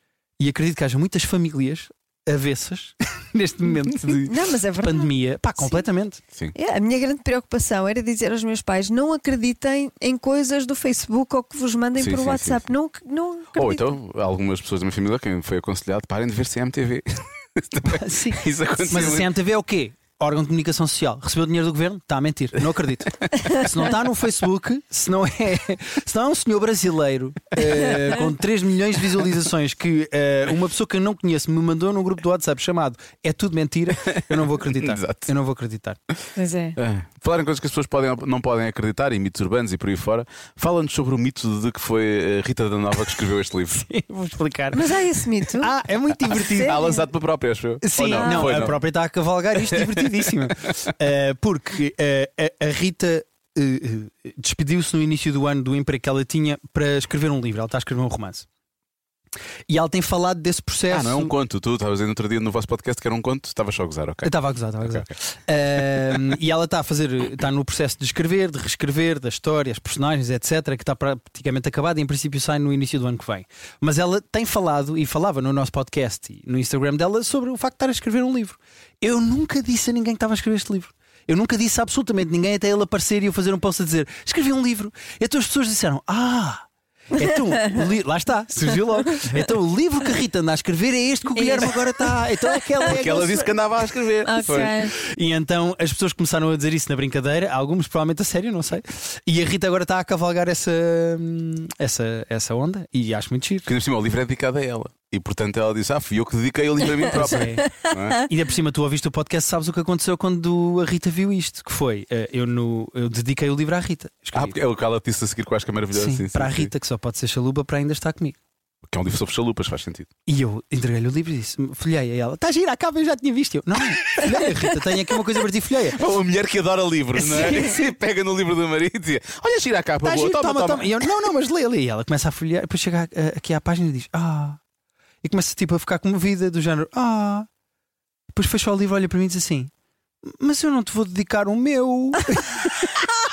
Speaker 5: e acredito que haja muitas famílias avessas neste momento de
Speaker 3: Não, mas é verdade.
Speaker 5: pandemia. Pá, completamente.
Speaker 6: Sim.
Speaker 3: É, a minha grande preocupação era dizer aos meus pais: não acreditem em coisas do Facebook ou que vos mandem
Speaker 6: Sim,
Speaker 3: por
Speaker 6: sim,
Speaker 3: WhatsApp.
Speaker 6: sim, sim.
Speaker 3: Não, ac- não acreditem.
Speaker 6: Ou então, algumas pessoas da minha família, quem foi aconselhado, parem de ver CMTV.
Speaker 5: Sim.
Speaker 6: Isso aconteceu.
Speaker 5: Mas a
Speaker 6: muito.
Speaker 5: CMTV é o quê? Órgão de comunicação social. Recebeu dinheiro do governo? Está a mentir. Não acredito. se não está no Facebook, se não é, se não é um senhor brasileiro eh, com 3 milhões de visualizações que eh, uma pessoa que eu não conheço me mandou num grupo do WhatsApp chamado É Tudo Mentira, eu não vou acreditar.
Speaker 6: Exato.
Speaker 5: Eu não vou acreditar.
Speaker 7: Pois é.
Speaker 6: Ah, Falar em coisas que as pessoas podem- não podem acreditar, e mitos urbanos e por aí fora. Fala-nos sobre o mito de que foi a Rita da Nova que escreveu este livro.
Speaker 5: Vou explicar.
Speaker 3: Mas há esse mito.
Speaker 5: Ah, é muito divertido.
Speaker 6: Há lançado para a própria, acho eu. Ou
Speaker 5: Sim,
Speaker 6: não, foi,
Speaker 5: a
Speaker 6: não.
Speaker 5: própria está a cavalgar isto divertidíssimo. Eh, porque eh, a, a Rita eh, eh, despediu-se no início do ano do emprego que ela tinha para escrever um livro. Ela está a escrever um romance. E ela tem falado desse processo.
Speaker 6: Ah, não é um conto. Tu estavas dizendo outro dia no vosso podcast que era um conto, estavas só a gozar,
Speaker 5: Eu
Speaker 6: ok?
Speaker 5: estava a gozar, estava a gozar.
Speaker 6: Ok,
Speaker 5: Ahm, e ela está a fazer, está no processo de escrever, de reescrever, das histórias, personagens, etc., que está praticamente acabada e em princípio sai no início do ano que vem. Mas ela tem falado e falava no nosso podcast e no Instagram dela sobre o facto de estar a escrever um livro. Eu nunca disse a ninguém que estava a escrever este livro. Eu nunca disse a absolutamente ninguém até ele aparecer e eu fazer um post a dizer escrevi um livro. Então as pessoas disseram: Ah! Então, o li- lá está, surgiu logo. Então, o livro que a Rita anda a escrever é este que o Guilherme agora está. Então, aquela é
Speaker 6: Porque ela
Speaker 5: aquele-
Speaker 6: disse que andava a escrever.
Speaker 3: Ah,
Speaker 6: Foi.
Speaker 5: e então as pessoas começaram a dizer isso na brincadeira, algumas provavelmente a sério, não sei. E a Rita agora está a cavalgar essa, hum, essa, essa onda e acho muito giro.
Speaker 6: Porque ainda por cima o livro é dedicado a ela. E portanto ela disse: Ah, fui eu que dediquei o livro a mim própria.
Speaker 5: É. E ainda por cima, tu ouviste o podcast, sabes o que aconteceu quando a Rita viu isto? Que foi, eh, eu, no, eu dediquei o livro à Rita.
Speaker 6: Ah,
Speaker 5: Escrevi.
Speaker 6: porque é o que ela disse a seguir que eu acho que é maravilhoso.
Speaker 5: Sim,
Speaker 6: Sim, sim,
Speaker 5: para a
Speaker 6: sim.
Speaker 5: Rita, que só pode ser chalupa para ainda estar comigo.
Speaker 6: Que é um livro sobre chalupas, faz sentido.
Speaker 5: E eu entreguei-lhe o livro e disse: folhei a ela, está gira, acaba, eu já tinha visto. Eu, não, folheia, Rita, tenho aqui uma coisa para ti, folheia.
Speaker 6: Ou a mulher que adora livros, não é? Sim, Pega no livro do marido e diz: Olha, gira a capa,
Speaker 5: Tá
Speaker 6: boa,
Speaker 5: giro,
Speaker 6: toma, toma.
Speaker 5: E eu, não, não, mas lê ali. E ela começa a folhear, depois chega a- aqui à página e diz, ah. E começa tipo a ficar comovida, do género, ah. Depois fecha o livro, olha para mim e diz assim, mas eu não te vou dedicar o meu.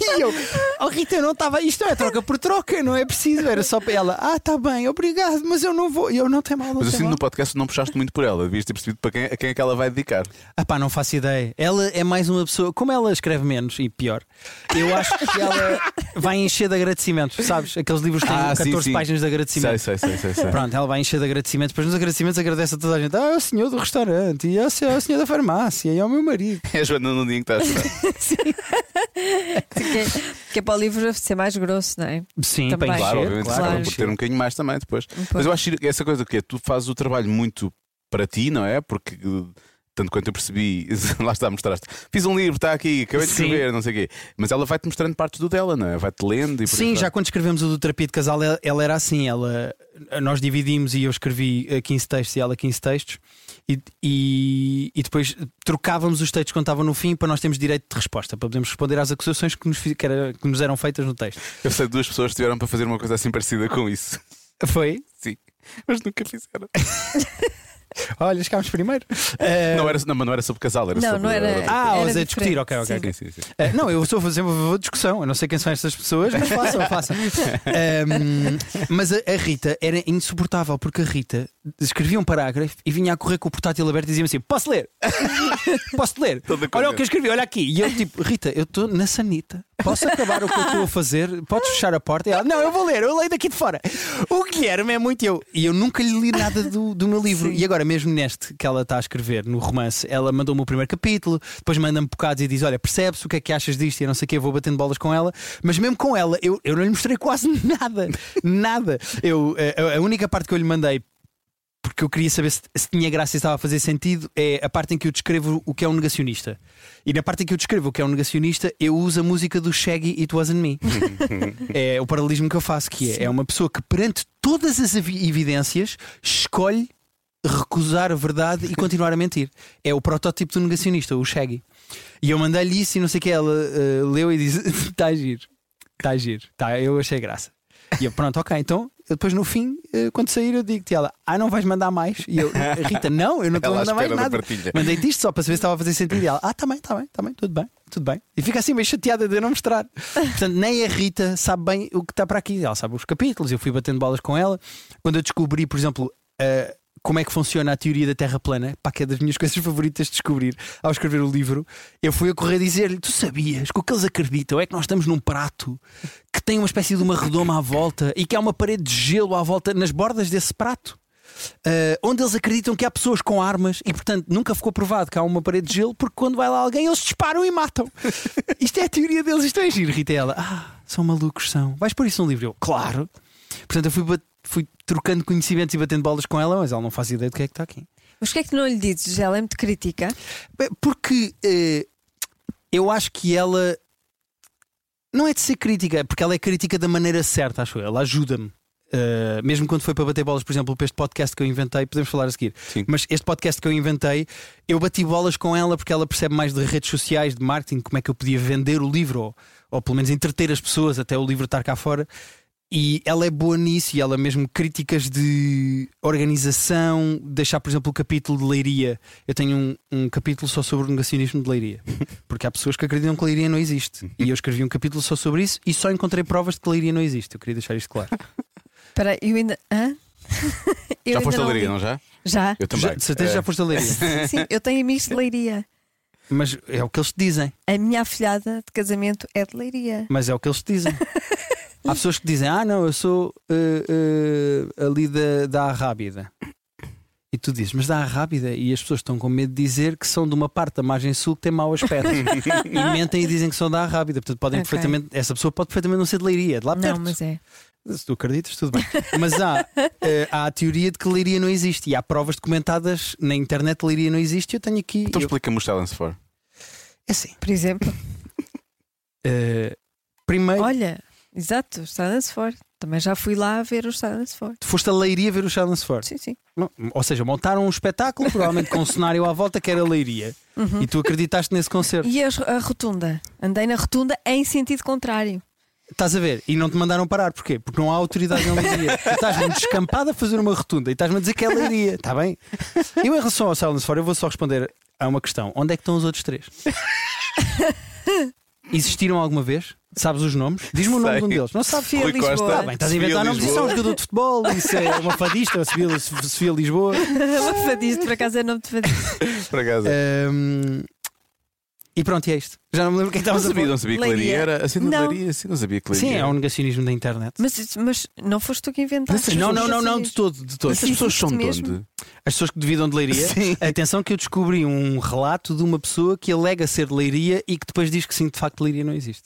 Speaker 5: E eu, oh Rita, eu não estava. Isto não é troca por troca, não é preciso. Era só para ela, ah, tá bem, obrigado, mas eu não vou. E Eu não tenho mal, não
Speaker 6: Mas
Speaker 5: tem
Speaker 6: assim
Speaker 5: mal.
Speaker 6: no podcast não puxaste muito por ela, devias ter percebido para quem, a quem é que ela vai dedicar.
Speaker 5: Ah pá, não faço ideia. Ela é mais uma pessoa. Como ela escreve menos e pior, eu acho que ela vai encher de agradecimentos, sabes? Aqueles livros que têm
Speaker 6: Ah, sim,
Speaker 5: 14
Speaker 6: sim.
Speaker 5: páginas de
Speaker 6: Sei,
Speaker 5: agradecimentos.
Speaker 6: sei, sei, sei. sei.
Speaker 5: Pronto, ela vai encher de agradecimentos. Depois nos agradecimentos agradece a toda a gente. Ah, é o senhor do restaurante, e é o se- é o senhor da farmácia, e é o meu marido.
Speaker 6: É a Joana Nundinho que está a chorar.
Speaker 3: Que, é- que é para o livro ser mais grosso, não é?
Speaker 5: Sim,
Speaker 3: Também.
Speaker 5: para encher.
Speaker 6: Claro, obviamente,
Speaker 5: claro.
Speaker 6: acaba por ter um bocadinho mais também depois. Mas
Speaker 3: Pois.
Speaker 6: eu acho que essa coisa que é, tu fazes o trabalho muito para ti, não é? Porque eh, tanto quanto eu percebi, lá está, mostraste. Fiz um livro, está aqui, acabei de
Speaker 5: Sim.
Speaker 6: escrever, não sei o quê. Mas ela vai-te mostrando partes do dela, não é? Vai-te lendo e por aí
Speaker 5: Sim,
Speaker 6: fora.
Speaker 5: já quando escrevemos o do Terapia de Casal, ela, ela era assim. Ela, nós dividimos e eu escrevi eh, 15 textos e ela 15 textos. E, e, e depois trocávamos os textos quando estavam no fim para nós termos direito de resposta, para podermos responder às acusações que nos, fi- que era- que nos eram feitas no texto.
Speaker 6: Eu sei de duas pessoas que tiveram para fazer uma coisa assim parecida com isso.
Speaker 5: Foi?
Speaker 6: Sim. Mas nunca fizeram.
Speaker 3: Eh,
Speaker 5: Olha, chegámos primeiro. Eh,
Speaker 6: Não, era, não, mas não era sobre casal, era
Speaker 3: Não,
Speaker 6: sobre.
Speaker 3: não era-
Speaker 5: Ah,
Speaker 3: Era
Speaker 5: os a
Speaker 3: diferente,
Speaker 5: discutir, ok, ok.
Speaker 3: sim.
Speaker 5: ok.
Speaker 6: Sim, sim, sim.
Speaker 5: Eh, não, eu sou sempre a favor de discussão. Eu não sei quem são estas pessoas, mas façam, façam. Ehm, mas a, a Rita era insuportável porque a Rita escrevia um parágrafo e vinha a correr com o portátil aberto e dizia-me assim: Posso ler? Posso ler?
Speaker 6: Toda
Speaker 5: Olha o
Speaker 6: contente.
Speaker 5: que eu escrevi, olha aqui. E eu tipo: Rita, eu estou na sanita. posso acabar o que eu estou a fazer? Podes fechar a porta? E ela, não, eu vou ler, eu leio daqui de fora. O Guilherme é muito eu. E eu nunca lhe li nada do, do meu livro. E agora, mesmo neste que ela está a escrever, no romance, ela mandou-me o primeiro capítulo, depois manda-me bocados e diz: Olha, percebes o que é que achas disto? E eu não sei o que, eu vou batendo bolas com ela. Mas mesmo com ela, eu, eu não lhe mostrei quase nada. Nada. Eu, eh, a- a única parte que eu lhe mandei porque eu queria saber se, se tinha graça e se estava a fazer sentido, é a parte em que eu descrevo o que é um negacionista. E na parte em que eu descrevo o que é um negacionista, eu uso a música do Shaggy It Wasn't Me. é o paralelismo que eu faço, que é, é uma pessoa que, perante todas as evi- evidências, escolhe recusar a verdade e continuar a mentir. É o protótipo do negacionista, o Shaggy. E eu mandei-lhe isso e não sei o que ela eh, leu e disse: está a giro, está a giro, tá, eu achei graça. E eu, pronto, ok, então eu depois no fim, eh, quando sair, eu digo-te ela, ah, não vais mandar mais. E eu, Rita, não, eu não estou a
Speaker 6: Ela à
Speaker 5: mandar mais
Speaker 6: espera da
Speaker 5: nada.
Speaker 6: partilha.
Speaker 5: Mandei-te isto é só para saber se estava a fazer sentido. E ela, ah, tá bem, tá bem, tá bem, tudo bem, tudo bem. E fica assim meio chateada de eu não mostrar. Portanto, nem a Rita sabe bem o que está para aqui. Ela sabe os capítulos, eu fui batendo bolas com ela. Quando eu descobri, por exemplo, eh, como é que funciona a teoria da Terra plana, pá, que é das minhas coisas favoritas de descobrir ao escrever o livro, eu fui a correr dizer-lhe: Tu sabias que o que eles acreditam é que nós estamos num prato que tem uma espécie de uma redoma à volta e que há uma parede de gelo à volta nas bordas desse prato? Uh, onde eles acreditam que há pessoas com armas e, portanto, nunca ficou provado que há uma parede de gelo, porque quando vai lá alguém eles disparam e matam. isto é a teoria deles, isto é giro, Rita. E Ela, ah, são malucos, são. Vais pôr isso num livro? Eu, claro. Portanto, eu fui, bat- fui trocando conhecimentos e batendo bolas com ela, mas ela não faz ideia do que é que está aqui.
Speaker 3: Mas o que é que tu não lhe dizes? Ela é muito crítica.
Speaker 5: Bem, Porque eh, eu acho que ela não é de ser crítica, porque ela é crítica da maneira certa, acho eu. Ela ajuda-me. Eh, mesmo quando foi para bater bolas, por exemplo, para este podcast que eu inventei, podemos falar a seguir.
Speaker 6: Sim.
Speaker 5: Mas este podcast que eu inventei, eu bati bolas com ela porque ela percebe mais de redes sociais, de marketing, como é que eu podia vender o livro, ou, ou pelo menos entreter as pessoas até o livro estar cá fora. E ela é boa nisso, e ela mesmo críticas de organização, deixar, por exemplo, o capítulo de Leiria. Eu tenho um, um capítulo só sobre o negacionismo de Leiria, porque há pessoas que acreditam que Leiria não existe. E eu escrevi um capítulo só sobre isso e só encontrei provas de que Leiria não existe. Eu queria deixar isto claro.
Speaker 3: Espera, eu ainda. Hã? Eu
Speaker 6: Já
Speaker 3: ainda
Speaker 6: foste a
Speaker 3: não
Speaker 6: leiria,
Speaker 3: li.
Speaker 6: não já?
Speaker 3: Já.
Speaker 6: Eu também.
Speaker 5: Já, de certeza
Speaker 6: Eh,
Speaker 5: já foste a Leiria.
Speaker 3: Sim, eu tenho amigos de leiria.
Speaker 5: Mas é o que eles te dizem.
Speaker 3: A minha afilhada de casamento é de leiria.
Speaker 5: Mas é o que eles te dizem. Há pessoas que dizem: Ah, não, eu sou eh, eh, ali da, da Arrábida. E tu dizes, mas da Arrábida. E as pessoas estão com medo de dizer que são de uma parte da margem sul que tem mau aspecto. e mentem e dizem que são da Arrábida. Portanto, podem
Speaker 3: Ok.
Speaker 5: perfeitamente. Essa pessoa pode perfeitamente não ser de Leiria,
Speaker 6: Ah,
Speaker 5: de lá perto.
Speaker 3: Não, mas é.
Speaker 5: Se tu acreditas, tudo bem. Mas há, eh, há a teoria de que Leiria não existe. E há provas documentadas na internet de Leiria não existe. Eu tenho aqui.
Speaker 6: Então
Speaker 5: eu-
Speaker 6: explica-me o Silence for.
Speaker 5: É assim.
Speaker 3: Por exemplo,
Speaker 5: eh, primeiro,
Speaker 3: olha, exato, os Silence Ford. Também já fui lá ver os Silence Ford.
Speaker 5: tu foste a Leiria ver o Challenge Ford.
Speaker 3: Sim, sim.
Speaker 5: Não, Ou seja, montaram um espetáculo, provavelmente com um cenário à volta que era Leiria.
Speaker 6: Uhum.
Speaker 5: E tu acreditaste nesse concerto.
Speaker 3: E a, a rotunda? Andei na rotunda em sentido contrário.
Speaker 5: Estás a ver? E não te mandaram parar. Porquê? Porque não há autoridade na Leiria. tu estás muito descampada a fazer uma rotunda e estás-me a dizer que é Leiria. Está bem? Eu, em relação ao Silence Fora, eu vou só responder a uma questão: onde é que estão os outros três? Existiram alguma vez? Sabes os nomes? Diz-me o nome
Speaker 6: Sei.
Speaker 5: de um deles. Não sabes?
Speaker 3: Fui a
Speaker 6: Rui
Speaker 3: Lisboa.
Speaker 6: Costa.
Speaker 5: Está bem, estás a
Speaker 6: Sofia
Speaker 5: inventar nomes. Isso é um
Speaker 6: Lisboa.
Speaker 5: jogador de futebol, isso é uma fadista, a Sofia- Sofia Lisboa.
Speaker 3: Uma fadista, por acaso é nome de fadista.
Speaker 6: Por acaso.
Speaker 5: É, Ahm, e pronto, e é isto. Já não me lembro quem
Speaker 6: Não
Speaker 5: estávamos a
Speaker 6: sabia,
Speaker 5: falar.
Speaker 6: não sabia que
Speaker 3: Leiria.
Speaker 6: leiria era. Assim não,
Speaker 3: Não.
Speaker 6: leiria, assim não sabia que leiria.
Speaker 5: Sim, é um negacionismo da internet.
Speaker 3: Mas, mas não foste tu que inventaste.
Speaker 5: Não, não, não, não, de todo, de todo.
Speaker 3: Isso
Speaker 6: Essas pessoas
Speaker 3: existe
Speaker 6: são de
Speaker 3: mesmo?
Speaker 6: onde?
Speaker 5: As pessoas que duvidam de leiria, atenção que eu descobri um relato de uma pessoa que alega ser de leiria e que depois diz que sim, de facto, leiria não existe.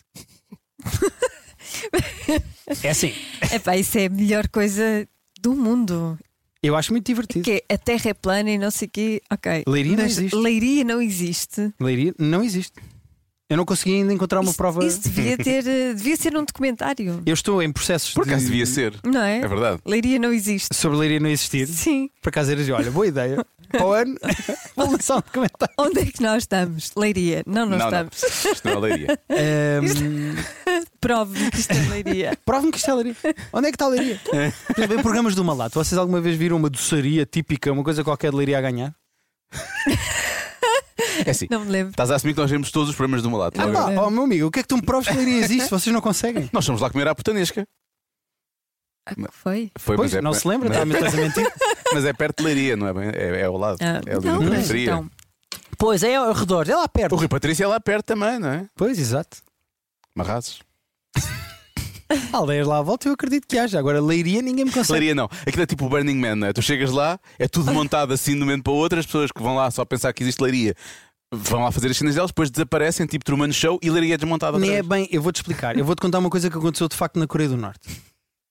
Speaker 5: é assim,
Speaker 3: Epá, isso é a melhor coisa do mundo.
Speaker 5: eu acho muito divertido.
Speaker 3: Que é a terra é plana e não sei o quê. Ok.
Speaker 5: Leiria não
Speaker 3: Mas
Speaker 5: existe.
Speaker 3: Leiria não existe.
Speaker 5: Leiria não existe. Eu não consegui ainda encontrar uma
Speaker 3: isso,
Speaker 5: prova.
Speaker 3: isso devia, ter, eh, devia ser um documentário,
Speaker 5: Eu estou em processos
Speaker 6: Por acaso
Speaker 5: de-
Speaker 6: devia ser.
Speaker 3: não é?
Speaker 6: É verdade.
Speaker 3: Leiria não existe.
Speaker 5: sobre leiria não existir.
Speaker 3: Sim.
Speaker 5: Por acaso eras, olha, boa ideia. Para o ano, vou lançar um documentário.
Speaker 3: Onde é que nós estamos? Leiria. Não, não,
Speaker 6: não, não.
Speaker 3: estamos.
Speaker 6: Isto não é leiria.
Speaker 5: Ahm,
Speaker 3: Prove-me que isto é leiria.
Speaker 5: Prove-me que isto é leiria. Onde é que está a leiria? Por exemplo, em programas do Malato, vocês alguma vez viram uma doçaria típica, uma coisa qualquer de leiria a ganhar?
Speaker 6: É assim.
Speaker 3: Não me lembro.
Speaker 6: Estás a assumir que nós vemos todos os problemas de uma lata.
Speaker 5: Ah,
Speaker 6: não é?
Speaker 5: pá, oh meu amigo, o que é que tu me proves que leiria existe? Vocês não conseguem.
Speaker 6: Nós fomos lá comer à portanesca.
Speaker 3: Ah, que foi?
Speaker 6: Foi,
Speaker 5: Pois,
Speaker 6: mas é,
Speaker 5: não se lembra, tá?
Speaker 6: mas,
Speaker 5: está a estás a mentir.
Speaker 6: mas é perto de leiria, não é? bem? É, é ao lado.
Speaker 3: Ah,
Speaker 6: é ali
Speaker 3: não,
Speaker 6: na
Speaker 3: mas
Speaker 6: periferia.
Speaker 3: então,
Speaker 5: Pois, é ao redor, é lá
Speaker 6: O
Speaker 5: perto.
Speaker 6: Rui Patrício é lá perto também, não é?
Speaker 5: Pois, exato.
Speaker 6: Marrazes?
Speaker 5: Ah, Aldeias lá à volta, eu acredito que haja. Agora, Leiria, ninguém me consegue.
Speaker 6: Leiria não. Aquilo é tipo o Burning Man, não é? Tu chegas lá, é tudo montado assim de um momento para o outro, as pessoas que vão lá só pensar que existe Leiria vão lá fazer as cenas delas, depois desaparecem, tipo Truman Show, e Leiria é desmontada outra
Speaker 5: Nem é
Speaker 6: vez.
Speaker 5: bem, eu vou-te explicar. Eu vou-te contar uma coisa que aconteceu de facto na Coreia do Norte.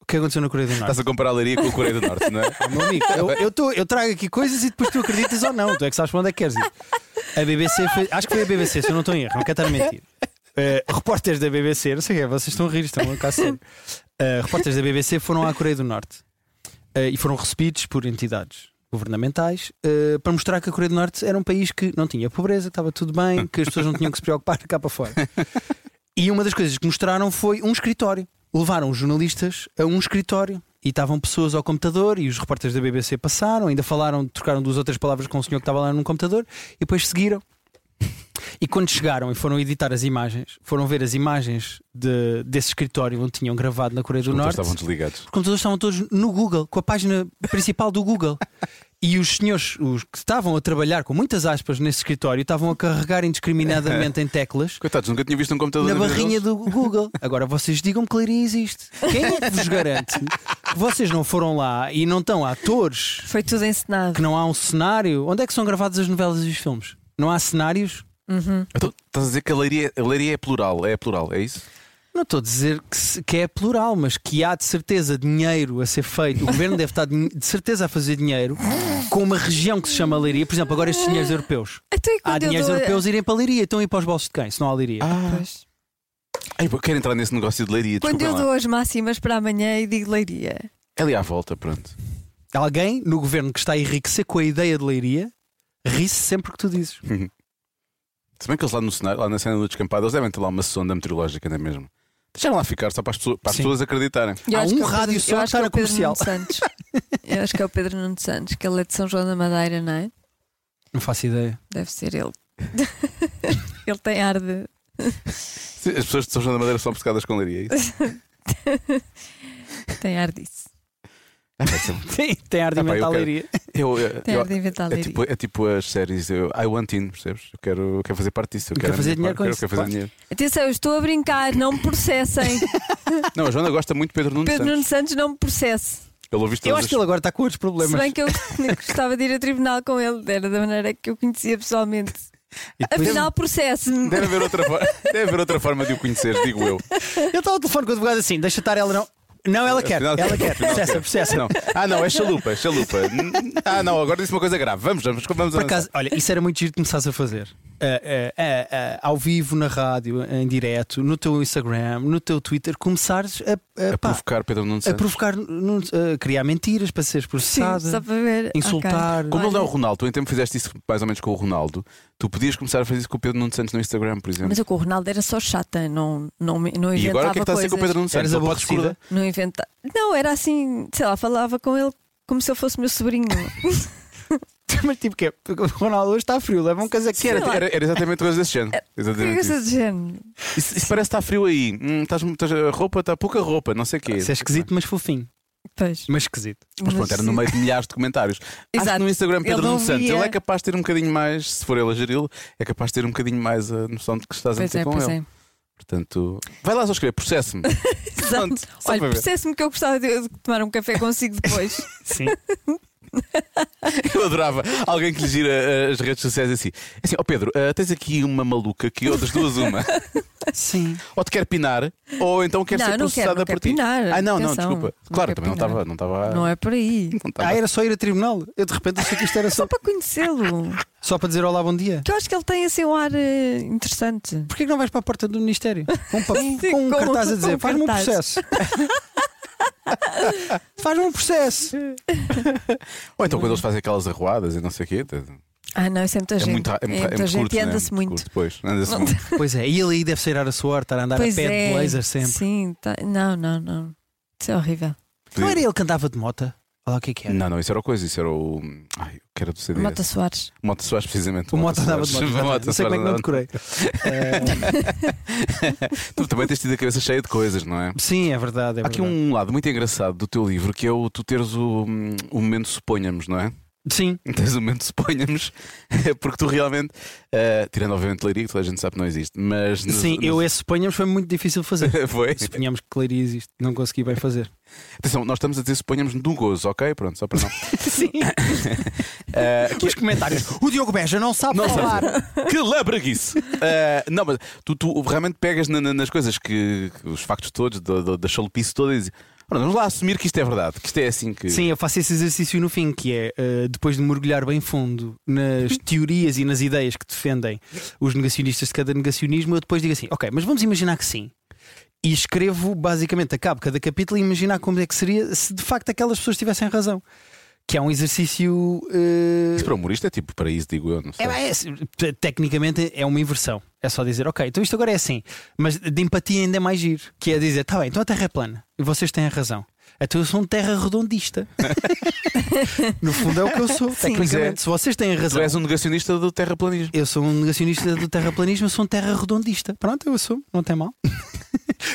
Speaker 5: O que aconteceu na Coreia do
Speaker 6: Estás
Speaker 5: Norte?
Speaker 6: a comparar a Leiria com a Coreia do Norte, não é?
Speaker 5: Meu amigo, eu, eu, tô- eu trago aqui coisas e depois tu acreditas ou não. Tu é que sabes para onde é que queres ir. A BBC fez- acho que foi a BBC, se eu não estou em erro, não quero estar a mentir. Eh, repórteres da BBC, não sei o que é, vocês estão a rir, estão a caso sério. Eh, repórteres da BBC foram à Coreia do Norte eh, e foram recebidos por entidades governamentais eh, para mostrar que a Coreia do Norte era um país que não tinha pobreza, que estava tudo bem, que as pessoas não tinham que se preocupar cá para fora. E uma das coisas que mostraram foi um escritório. Levaram os jornalistas a um escritório e estavam pessoas ao computador e os repórteres da BBC passaram, ainda falaram, trocaram duas outras palavras com o senhor que estava lá num computador e depois seguiram. E quando chegaram e foram editar as imagens, foram ver as imagens de- desse escritório onde tinham gravado na Coreia do
Speaker 6: Os
Speaker 5: Norte.
Speaker 6: estavam desligados.
Speaker 5: Os computadores estavam todos no Google, com a página principal do Google. E os senhores, os que estavam a trabalhar com muitas aspas nesse escritório, estavam a carregar indiscriminadamente em teclas
Speaker 6: Coitados, nunca tinha visto um computador
Speaker 5: na
Speaker 6: vida
Speaker 5: barrinha
Speaker 6: deles.
Speaker 5: do Google. Agora vocês digam-me que Leiria existe. Quem é que vos garante que vocês não foram lá e não estão atores,
Speaker 3: Foi tudo encenado.
Speaker 5: que não há um cenário? Onde é que são gravadas as novelas e os filmes? Não há cenários?
Speaker 3: Uhum.
Speaker 6: Então, estás a dizer que a Leiria, a Leiria é plural, é plural, é isso?
Speaker 5: Não estou a dizer que, se- que é plural, mas que há de certeza dinheiro a ser feito. O governo deve estar de, de certeza a fazer dinheiro com uma região que se chama Leiria. Por exemplo, agora estes dinheiros europeus.
Speaker 3: Então, e
Speaker 5: Há
Speaker 3: quando eu
Speaker 5: dinheiros
Speaker 3: dou-
Speaker 5: europeus irem para Leiria, então ir para os bolsos de quem? Se não há Leiria.
Speaker 3: Pois.
Speaker 6: Ah, Ai, eu quero entrar nesse negócio de Leiria,
Speaker 3: Quando eu
Speaker 6: desculpem
Speaker 3: dou
Speaker 6: lá.
Speaker 3: as máximas para amanhã e digo leiria.
Speaker 6: É ali à volta, pronto.
Speaker 5: Alguém no governo que está a enriquecer com a ideia de Leiria ri-se sempre que tu dizes.
Speaker 6: Se bem que eles lá no cenário, lá na cena do descampado, eles devem ter lá uma sonda meteorológica, não é mesmo? Deixaram lá ficar só para as pessoas, para as
Speaker 5: Sim.
Speaker 6: pessoas acreditarem.
Speaker 3: Eu
Speaker 5: Há
Speaker 3: acho
Speaker 5: um
Speaker 3: que é o
Speaker 5: rádio
Speaker 3: Pedro-
Speaker 5: só
Speaker 3: eu acho
Speaker 5: que
Speaker 3: que
Speaker 5: está
Speaker 3: é
Speaker 5: na
Speaker 3: o Pedro
Speaker 5: comercial.
Speaker 3: Nuno Santos. Eu acho que é o Pedro Nuno Santos, que ele é de São João da Madeira, não é?
Speaker 5: Não faço ideia.
Speaker 3: Deve ser ele. ele tem ar de.
Speaker 6: Sim, As pessoas de São João da Madeira são pescadas com leiria, é isso?
Speaker 3: Tem ar disso.
Speaker 6: Ah, vai ser-
Speaker 5: Tem, tem ar de
Speaker 6: Ah, pá, eu
Speaker 5: inventar
Speaker 6: quero-
Speaker 5: Leiria.
Speaker 6: eu, eu-
Speaker 3: Tem
Speaker 6: eu-
Speaker 3: ar de inventar
Speaker 6: é,
Speaker 3: leiria.
Speaker 6: tipo, é tipo as séries eu, I Want In, percebes? Eu quero, eu quero fazer parte disso. Eu
Speaker 5: Eu
Speaker 6: quero,
Speaker 5: quero
Speaker 6: a
Speaker 5: fazer
Speaker 6: minha parte,
Speaker 5: dinheiro com
Speaker 6: eu
Speaker 5: isso,
Speaker 6: quero fazer
Speaker 5: claro.
Speaker 6: dinheiro.
Speaker 3: Atenção, eu estou a brincar, não me processem.
Speaker 6: Não, a Joana gosta muito de Pedro Nuno
Speaker 3: Pedro Nuno
Speaker 6: Santos.
Speaker 3: Santos não me processe.
Speaker 6: Ele ouviu isto
Speaker 5: Eu
Speaker 6: todas
Speaker 5: acho
Speaker 6: as-
Speaker 5: que ele agora está com outros
Speaker 3: Se
Speaker 5: problemas.
Speaker 3: bem que eu gostava de ir a tribunal com ele, era da maneira que eu conhecia pessoalmente.
Speaker 5: E depois-
Speaker 3: Afinal, processe-me.
Speaker 6: Deve haver, outra forma, deve haver outra forma de o conhecer, digo eu.
Speaker 5: Ele está ao telefone com o advogado assim, deixa estar ela não. Não, ela quer,
Speaker 6: Afinal,
Speaker 5: ela quer.
Speaker 6: afinal,
Speaker 5: Processa, processa.
Speaker 6: Não. Ah, não, é chalupa, é chalupa. Hum, Ah, não, agora disse uma coisa grave. Vamos, vamos, vamos
Speaker 5: Por
Speaker 6: avançar.
Speaker 5: acaso, olha, isso era muito giro que começasse a fazer. Ah, ah, ah, ah, ao vivo, na rádio, em direto, no teu Instagram, no teu Twitter, começares a, a,
Speaker 6: A
Speaker 5: pá,
Speaker 6: provocar Pedro Nuno
Speaker 5: a
Speaker 6: Santos.
Speaker 5: provocar, num- a criar mentiras para seres
Speaker 3: Sim,
Speaker 5: processada,
Speaker 3: só para ver.
Speaker 5: insultar.
Speaker 3: Ok.
Speaker 6: Como ele não é o Ronaldo, tu em tempo fizeste isso mais ou menos com o Ronaldo, tu podias começar a fazer isso com o Pedro Nuno Santos no Instagram, por exemplo.
Speaker 3: Mas eu com o Ronaldo era só chata, não, não, me- não inventava
Speaker 6: e agora o que é que está a ser com o
Speaker 3: coisas.
Speaker 6: Pedro Nuno Santos?
Speaker 5: Eras
Speaker 6: Ele pode
Speaker 5: aborrecida.
Speaker 3: Não inventa. Não, era assim, sei lá, falava com ele como se eu fosse meu sobrinho.
Speaker 5: Mas tipo, que é, porque o Ronaldo hoje está frio, leva um casaco.
Speaker 6: Sim, era, era- era exatamente coisa desse género.
Speaker 3: que é
Speaker 6: Exatamente isso.
Speaker 3: coisa de género.
Speaker 6: Isso, isso parece que está frio aí. Hum, estás, estás- a roupa está pouca roupa, não sei o quê.
Speaker 5: Isso é esquisito, mas fofinho.
Speaker 3: Pois.
Speaker 5: Mas esquisito.
Speaker 6: Mas pronto, era no meio de milhares de comentários. Acho que
Speaker 3: Exato.
Speaker 6: no Instagram Pedro
Speaker 3: Ele não
Speaker 6: Nuno Santos,
Speaker 3: via.
Speaker 6: ele é capaz de ter um bocadinho mais, se for ele a geri-lo, é capaz de ter um bocadinho mais a noção de que estás a
Speaker 3: Pois
Speaker 6: meter
Speaker 3: é,
Speaker 6: com
Speaker 3: pois
Speaker 6: ele.
Speaker 3: é.
Speaker 6: Portanto, vai lá só escrever, processo-me.
Speaker 3: Exato.
Speaker 6: Pronto, só
Speaker 3: Olha,
Speaker 6: para ver.
Speaker 3: processo-me que eu gostava de de tomar um café consigo depois.
Speaker 5: Sim.
Speaker 6: Eu adorava alguém que lhe gira eh, as redes sociais assim. Assim, ó Pedro, eh, tens aqui uma maluca que outras duas uma.
Speaker 5: Sim.
Speaker 6: ou te quer pinar, ou então quer
Speaker 3: Não,
Speaker 6: ser
Speaker 3: eu não quero,
Speaker 6: processada
Speaker 3: não
Speaker 6: por
Speaker 3: quero
Speaker 6: ti.
Speaker 3: pinar,
Speaker 6: Ah, não,
Speaker 3: atenção.
Speaker 6: não, desculpa.
Speaker 3: Não
Speaker 6: claro,
Speaker 3: quero
Speaker 6: também
Speaker 3: pinar.
Speaker 6: não estava. Não estava.
Speaker 3: não é por aí.
Speaker 6: não estava-
Speaker 5: Ah, era só ir a tribunal. Eu de repente achei que isto era só,
Speaker 3: Só para conhecê-lo.
Speaker 5: só para dizer olá, bom dia.
Speaker 3: Que eu acho que ele tem assim um ar eh, interessante.
Speaker 5: Porquê que não vais para a porta do Ministério? Com um, pa-
Speaker 3: Sim,
Speaker 5: com um
Speaker 3: com-
Speaker 5: cartaz a
Speaker 3: com
Speaker 5: dizer:
Speaker 3: um
Speaker 5: faz-me um
Speaker 3: cartaz."
Speaker 5: processo. faz-me um processo.
Speaker 6: Ou
Speaker 5: é?
Speaker 6: então quando eles fazem aquelas arruadas e não sei o quê. tá-
Speaker 3: Ah, não, isso é muita
Speaker 6: É
Speaker 3: gente.
Speaker 6: muito, é, muito- é muito
Speaker 3: gente
Speaker 6: curto,
Speaker 3: e
Speaker 6: né?
Speaker 3: anda-se
Speaker 6: É
Speaker 3: muito.
Speaker 6: curto, Pois, anda-se
Speaker 3: Não-
Speaker 6: muito.
Speaker 5: Pois é, e ele aí deve cheirar a suor, estar a andar
Speaker 3: Pois
Speaker 5: a pé
Speaker 3: é.
Speaker 5: de blazer sempre.
Speaker 3: Sim, tá- não, não, não. Isso é horrível.
Speaker 5: Não era ele que andava de mota? Olha lá o que é que era.
Speaker 6: Não, não, isso era o coisa, isso era o. Ai, que era do CD.
Speaker 3: Mota Soares.
Speaker 6: Moto Soares, precisamente.
Speaker 5: O mota andava de
Speaker 6: Soares.
Speaker 5: mota.
Speaker 6: Mota
Speaker 5: Não sei como é que não
Speaker 6: Soares
Speaker 5: decorei. Eh,
Speaker 6: andava- Tu também tens tido a cabeça cheia de coisas, não é?
Speaker 5: sim, é verdade. é
Speaker 6: Há aqui
Speaker 5: verdade.
Speaker 6: um lado muito engraçado do teu livro que é o tu teres o, o momento suponhamos, não é?
Speaker 5: Sim.
Speaker 6: Tens um momento, suponhamos, é porque tu realmente, eh, tirando obviamente leiria, que toda a gente sabe que não existe, mas. nos-
Speaker 5: Sim, eu
Speaker 6: nos-
Speaker 5: esse suponhamos foi muito difícil de fazer.
Speaker 6: Foi.
Speaker 5: Suponhamos que leiria existe, não consegui bem fazer.
Speaker 6: Atenção, nós estamos a dizer suponhamos do gozo, ok? Pronto, só para não.
Speaker 5: Sim.
Speaker 6: Eh,
Speaker 5: Os comentários. O Diogo Beja não sabe
Speaker 6: Não
Speaker 5: falar.
Speaker 6: sabe. Que labraguice! Uh, não, mas tu, tu realmente pegas na- na- nas coisas que, que os factos todos, do, do, da chalupice toda e dizes, "Ora, vamos lá assumir que isto é verdade, que isto é assim que.
Speaker 5: Sim, eu faço esse exercício no fim, que é eh, depois de mergulhar bem fundo nas teorias e nas ideias que defendem os negacionistas de cada negacionismo, eu depois digo assim: ok, mas vamos imaginar que sim. E escrevo basicamente, acabo cada capítulo e imaginar como é que seria se de facto aquelas pessoas tivessem razão. Que é um exercício. eh,
Speaker 6: Isso para humorista é tipo paraíso, digo eu, não sei.
Speaker 5: é, é, te- tecnicamente é uma inversão. É só dizer, ok, então isto agora é assim. Mas de empatia ainda é mais giro. Que é dizer, tá bem, então a Terra é plana. E vocês têm a razão. Então eu sou um terra redondista. no fundo é o que eu sou, tecnicamente.
Speaker 6: Pois é.
Speaker 5: Se vocês têm a
Speaker 6: Tu
Speaker 5: razão.
Speaker 6: és um negacionista do terraplanismo.
Speaker 5: Eu sou um negacionista do terraplanismo, eu sou um terra redondista. Pronto, eu assumo, não tem mal.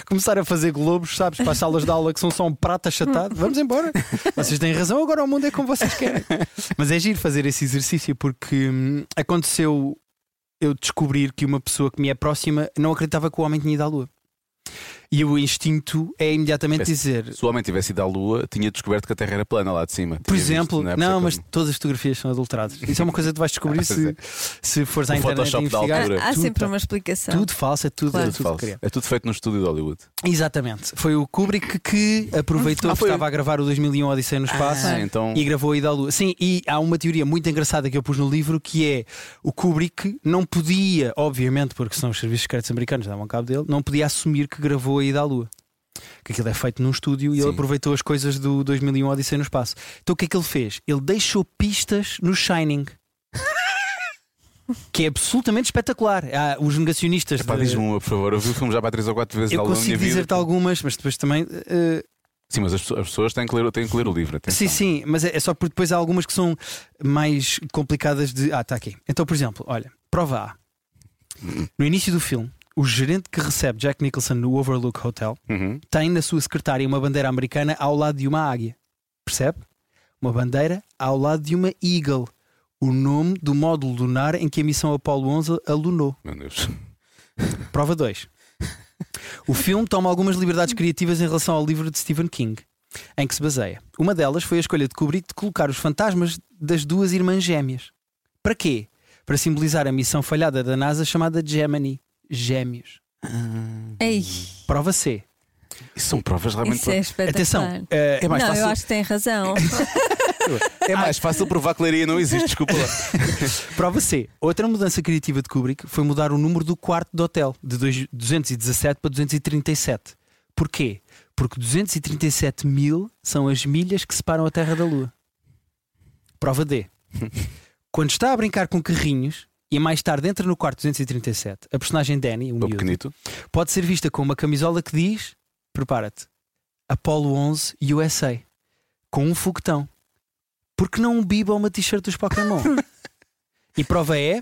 Speaker 5: Começar a fazer globos, sabes, para as salas de aula que são só um prato achatado. Vamos embora. Vocês têm razão, agora o mundo é como vocês querem. Mas é giro fazer esse exercício porque hum, aconteceu eu descobrir que uma pessoa que me é próxima não acreditava que o homem tinha ido à lua. E o instinto é imediatamente
Speaker 6: Parece-
Speaker 5: dizer.
Speaker 6: Se o homem tivesse ido à Lua, tinha descoberto que a Terra era plana lá de cima.
Speaker 5: Por
Speaker 6: Tinha visto,
Speaker 5: exemplo,
Speaker 6: não, é?
Speaker 5: não,
Speaker 6: Porque
Speaker 5: mas todas as fotografias são adulteradas. Isso é uma coisa que tu vais descobrir se, se fores à
Speaker 6: é. O
Speaker 5: internet e
Speaker 6: Photoshop da
Speaker 5: investigar.
Speaker 6: altura.
Speaker 3: Há
Speaker 5: Tudo
Speaker 3: sempre
Speaker 5: tá-
Speaker 3: uma explicação.
Speaker 5: Tudo falso, é tudo,
Speaker 6: é
Speaker 5: é
Speaker 6: tudo
Speaker 5: tudo
Speaker 6: falso.
Speaker 5: criado.
Speaker 6: É tudo feito no estúdio de Hollywood.
Speaker 5: Exatamente. Foi o Kubrick que aproveitou
Speaker 6: Ah,
Speaker 5: que
Speaker 6: foi.
Speaker 5: estava a gravar o 2001 Odisseia no Espaço
Speaker 6: Ah, então.
Speaker 5: e gravou a Ida à Lua. Sim, e há uma teoria muito engraçada que eu pus no livro que é o Kubrick não podia, obviamente, porque são os serviços secretos americanos, davam cabo dele, não podia assumir que gravou a Ida à Lua. Que aquilo é feito num estúdio e
Speaker 6: Sim.
Speaker 5: ele aproveitou as coisas do 2001 Odisseia no Espaço. Então o que é que ele fez? Ele deixou pistas no Shining. Que é absolutamente espetacular. Há os negacionistas
Speaker 6: Epá,
Speaker 5: de-
Speaker 6: diz-me uma, por favor. Eu vi o filme já para 3 ou 4 vezes
Speaker 5: eu
Speaker 6: ao longo da minha
Speaker 5: consigo
Speaker 6: vida.
Speaker 5: dizer-te algumas, mas depois também. eh,
Speaker 6: Sim, mas as, pessoas- as pessoas têm que ler, têm que ler o livro. atenção.
Speaker 5: sim, sim, mas é, é só porque depois há algumas que são mais complicadas de. Ah, está aqui. Então, por exemplo, olha, prova A. No início do filme, o gerente que recebe Jack Nicholson no Overlook Hotel
Speaker 6: Uhum.
Speaker 5: tem na sua secretária uma bandeira americana ao lado de uma águia. Percebe? Uma bandeira ao lado de uma Eagle. O nome do módulo lunar em que a missão Apollo 11 alunou.
Speaker 6: Meu Deus.
Speaker 5: Prova 2. O filme toma algumas liberdades criativas em relação ao livro de Stephen King, em que se baseia. Uma delas foi a escolha de Kubrick de colocar os fantasmas das duas irmãs gêmeas. Para quê? Para simbolizar a missão falhada da NASA chamada Gemini. Gêmeos.
Speaker 3: Ei,
Speaker 5: Prova C.
Speaker 6: Isso são provas realmente.
Speaker 3: isso é espetacular.
Speaker 5: Atenção. eh,
Speaker 6: É mais
Speaker 3: não,
Speaker 6: fácil.
Speaker 3: eu acho que tem razão.
Speaker 6: É mais fácil provar que leiria não existe, desculpa lá.
Speaker 5: Prova C. Outra mudança criativa de Kubrick foi mudar o número do quarto do hotel, de dois- 217 para 237. Porquê? Porque 237 mil são as milhas que separam a Terra da Lua. Prova D. Quando está a brincar com carrinhos e mais tarde entra no quarto 237, a personagem Danny, o
Speaker 6: O
Speaker 5: miúdo,
Speaker 6: pequenito.
Speaker 5: pode ser vista com uma camisola que diz: prepara-te, Apollo 11 USA, com um foguetão. Porque não um biba ou uma t-shirt dos Pokémon? e prova é.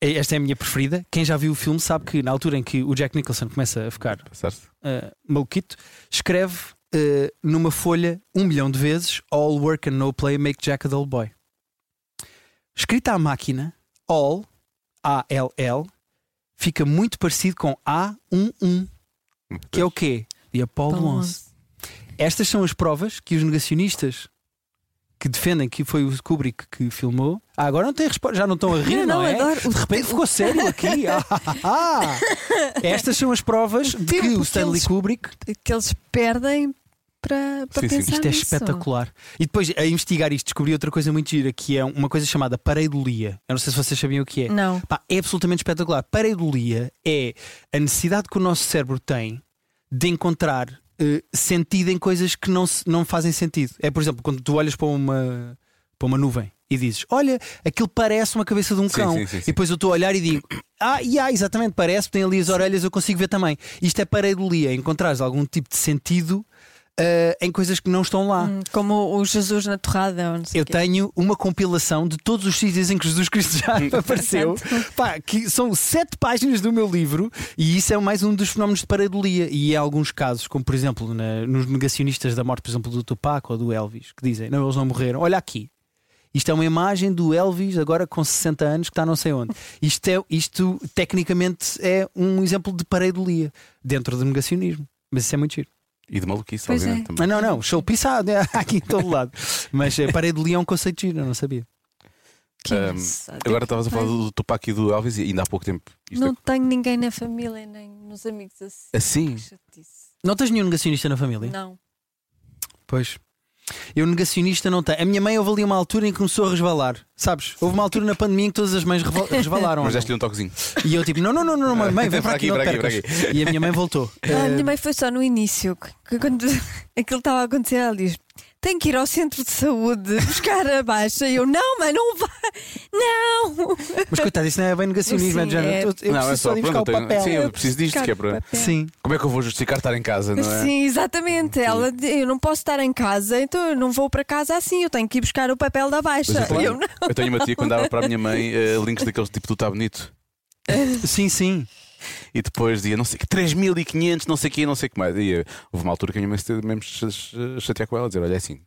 Speaker 5: Esta é a minha preferida. Quem já viu o filme sabe que na altura em que o Jack Nicholson começa a ficar
Speaker 6: Passaste?
Speaker 5: uh, maluquito, escreve uh, numa folha um milhão de vezes All work and no play make Jack a dull boy. Escrita à máquina, All, A-L-L, fica muito parecido com A11, que é o quê? De Apollo
Speaker 3: Apollo
Speaker 5: 11. Estas são as provas que os negacionistas que defendem que foi o Kubrick que filmou. Ah, agora não têm resposta, já não estão a rir, não,
Speaker 3: Não,
Speaker 5: é?
Speaker 3: adoro.
Speaker 5: De repente ficou sério aqui. Ah, ah, ah. Estas são as provas de que
Speaker 3: tempo
Speaker 5: o
Speaker 3: que
Speaker 5: Stanley
Speaker 3: eles
Speaker 5: Kubrick
Speaker 3: que eles perdem para, para
Speaker 6: Sim, sim.
Speaker 3: pensar
Speaker 5: isto é
Speaker 3: nisso.
Speaker 5: espetacular. E depois, a investigar isto, descobri outra coisa muito gira, que é uma coisa chamada pareidolia. Eu não sei se vocês sabiam o que é.
Speaker 3: Não.
Speaker 5: Pá, é absolutamente espetacular. Pareidolia é a necessidade que o nosso cérebro tem de encontrar eh, sentido em coisas que não, se- não fazem sentido. É, por exemplo, quando tu olhas para uma, para uma nuvem e dizes: Olha, aquilo parece uma cabeça de um
Speaker 6: Sim,
Speaker 5: cão.
Speaker 6: sim, sim, sim.
Speaker 5: E depois eu estou a olhar e digo: Ah, e há, exatamente, parece, tem ali as orelhas, eu consigo ver também. Isto é pareidolia, encontrares algum tipo de sentido eh, em coisas que não estão lá.
Speaker 3: Hum, Como o Jesus na torrada, ou não sei
Speaker 5: Eu
Speaker 3: o quê.
Speaker 5: tenho uma compilação de todos os sítios em que Jesus Cristo já apareceu. Pá, que são sete páginas do meu livro e isso é mais um dos fenómenos de pareidolia. E em alguns casos, como por exemplo na- nos negacionistas da morte, por exemplo, do Tupac ou do Elvis, que dizem, não, eles não morreram. Olha aqui, Isto é uma imagem do Elvis, agora com 60 anos, que está não sei onde. Isto, é, isto tecnicamente é um exemplo de pareidolia dentro do negacionismo. Mas isso é muito giro.
Speaker 6: E de maluquice,
Speaker 3: Pois
Speaker 6: obviamente.
Speaker 3: é.
Speaker 5: Ah,
Speaker 6: Também.
Speaker 5: não, não, showpiece há há aqui em todo lado. Mas eh, pareidolia é um conceito giro, eu não sabia.
Speaker 3: Que
Speaker 6: Ahm,
Speaker 3: engraçado.
Speaker 6: Agora estavas a falar do, do Tupac e do Elvis e ainda há pouco tempo. Isto
Speaker 3: Não tenho ninguém na família nem nos amigos assim.
Speaker 6: é... Assim?
Speaker 3: Que chatice.
Speaker 5: Não tens nenhum negacionista na família?
Speaker 3: Não.
Speaker 5: Pois. Eu negacionista não tenho. A minha mãe houve ali uma altura em que começou a resvalar. Sabes? Houve uma altura na pandemia em que todas as mães reval- resvalaram.
Speaker 6: Mas deste-lhe um toquezinho.
Speaker 5: E eu tipo, não, não, não, não, não, mãe, mãe, vem para aqui, não
Speaker 6: Para aqui,
Speaker 5: te
Speaker 6: para aqui,
Speaker 5: percas. E a minha mãe voltou.
Speaker 6: É.
Speaker 3: Ah, a
Speaker 5: Eh,
Speaker 3: minha mãe foi só no início. que- que Quando aquilo estava a acontecer, ela diz: Tenho que ir ao centro de saúde buscar a baixa. E eu: Não, mãe, não vá, não.
Speaker 5: Mas coitado, isso não é bem negacionismo, é de
Speaker 3: Sim,
Speaker 5: género.
Speaker 3: é-
Speaker 5: Eu, eu preciso só de ir buscar o
Speaker 6: pronto, eu tenho-
Speaker 5: papel.
Speaker 6: Sim, eu
Speaker 3: Eu
Speaker 6: preciso disto,
Speaker 3: buscar
Speaker 6: que é para.
Speaker 3: papel.
Speaker 5: Sim.
Speaker 6: Como é que eu vou justificar estar em casa, não é?
Speaker 3: Sim, exatamente. Ela, di- eu não posso estar em casa, então eu não vou para casa assim. Eu tenho que ir buscar o papel da
Speaker 6: Mas
Speaker 3: baixa.
Speaker 6: eu, tenho,
Speaker 3: Eu não.
Speaker 6: eu tenho uma tia que mandava para a minha mãe eh, links daqueles tipo do Tá Bonito.
Speaker 5: sim, sim.
Speaker 6: E depois dizia, não sei que, 3.500, não sei o quê, não sei o que mais. E eh, houve uma altura que a minha mãe se teve mesmo ch- ch- chatear com ela, dizer: olha, é assim,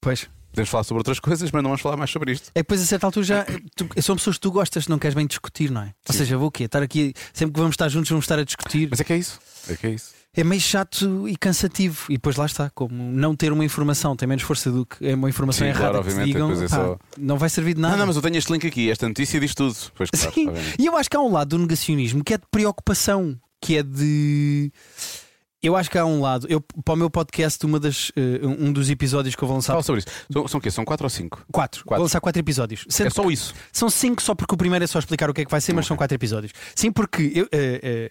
Speaker 5: Pois.
Speaker 6: podemos falar sobre outras coisas, mas não vamos falar mais sobre isto.
Speaker 5: É que depois a certa altura já. tu- são pessoas que tu gostas, não queres bem discutir, não é? Ou seja, vou o quê? Estar aqui, sempre que vamos estar juntos, vamos estar a discutir.
Speaker 6: Mas é que é isso. É que é isso.
Speaker 5: É meio chato e cansativo. E depois lá está, como não ter uma informação tem menos força do que é uma informação
Speaker 6: Sim,
Speaker 5: errada
Speaker 6: claro,
Speaker 5: que te
Speaker 6: obviamente,
Speaker 5: digam.
Speaker 6: a coisa é
Speaker 5: pá,
Speaker 6: só-
Speaker 5: Não vai servir de
Speaker 6: Não,
Speaker 5: nada.
Speaker 6: não, mas eu tenho este link aqui, esta notícia diz tudo. Pois claro,
Speaker 5: Sim.
Speaker 6: obviamente.
Speaker 5: E eu acho que há um lado do negacionismo que é de preocupação, que é de. Eu acho que há um lado. Eu, para o meu podcast, uma das, eh, um dos episódios que eu vou lançar.
Speaker 6: Fala sobre isso. São, são o quê? São 4 ou 5? Quatro.
Speaker 5: Quatro. Vou lançar quatro episódios. Sendo
Speaker 6: É só isso.
Speaker 5: São cinco, só porque o primeiro é só explicar o que é que vai ser, mas são quatro episódios. Sim, porque eu, eh, eh,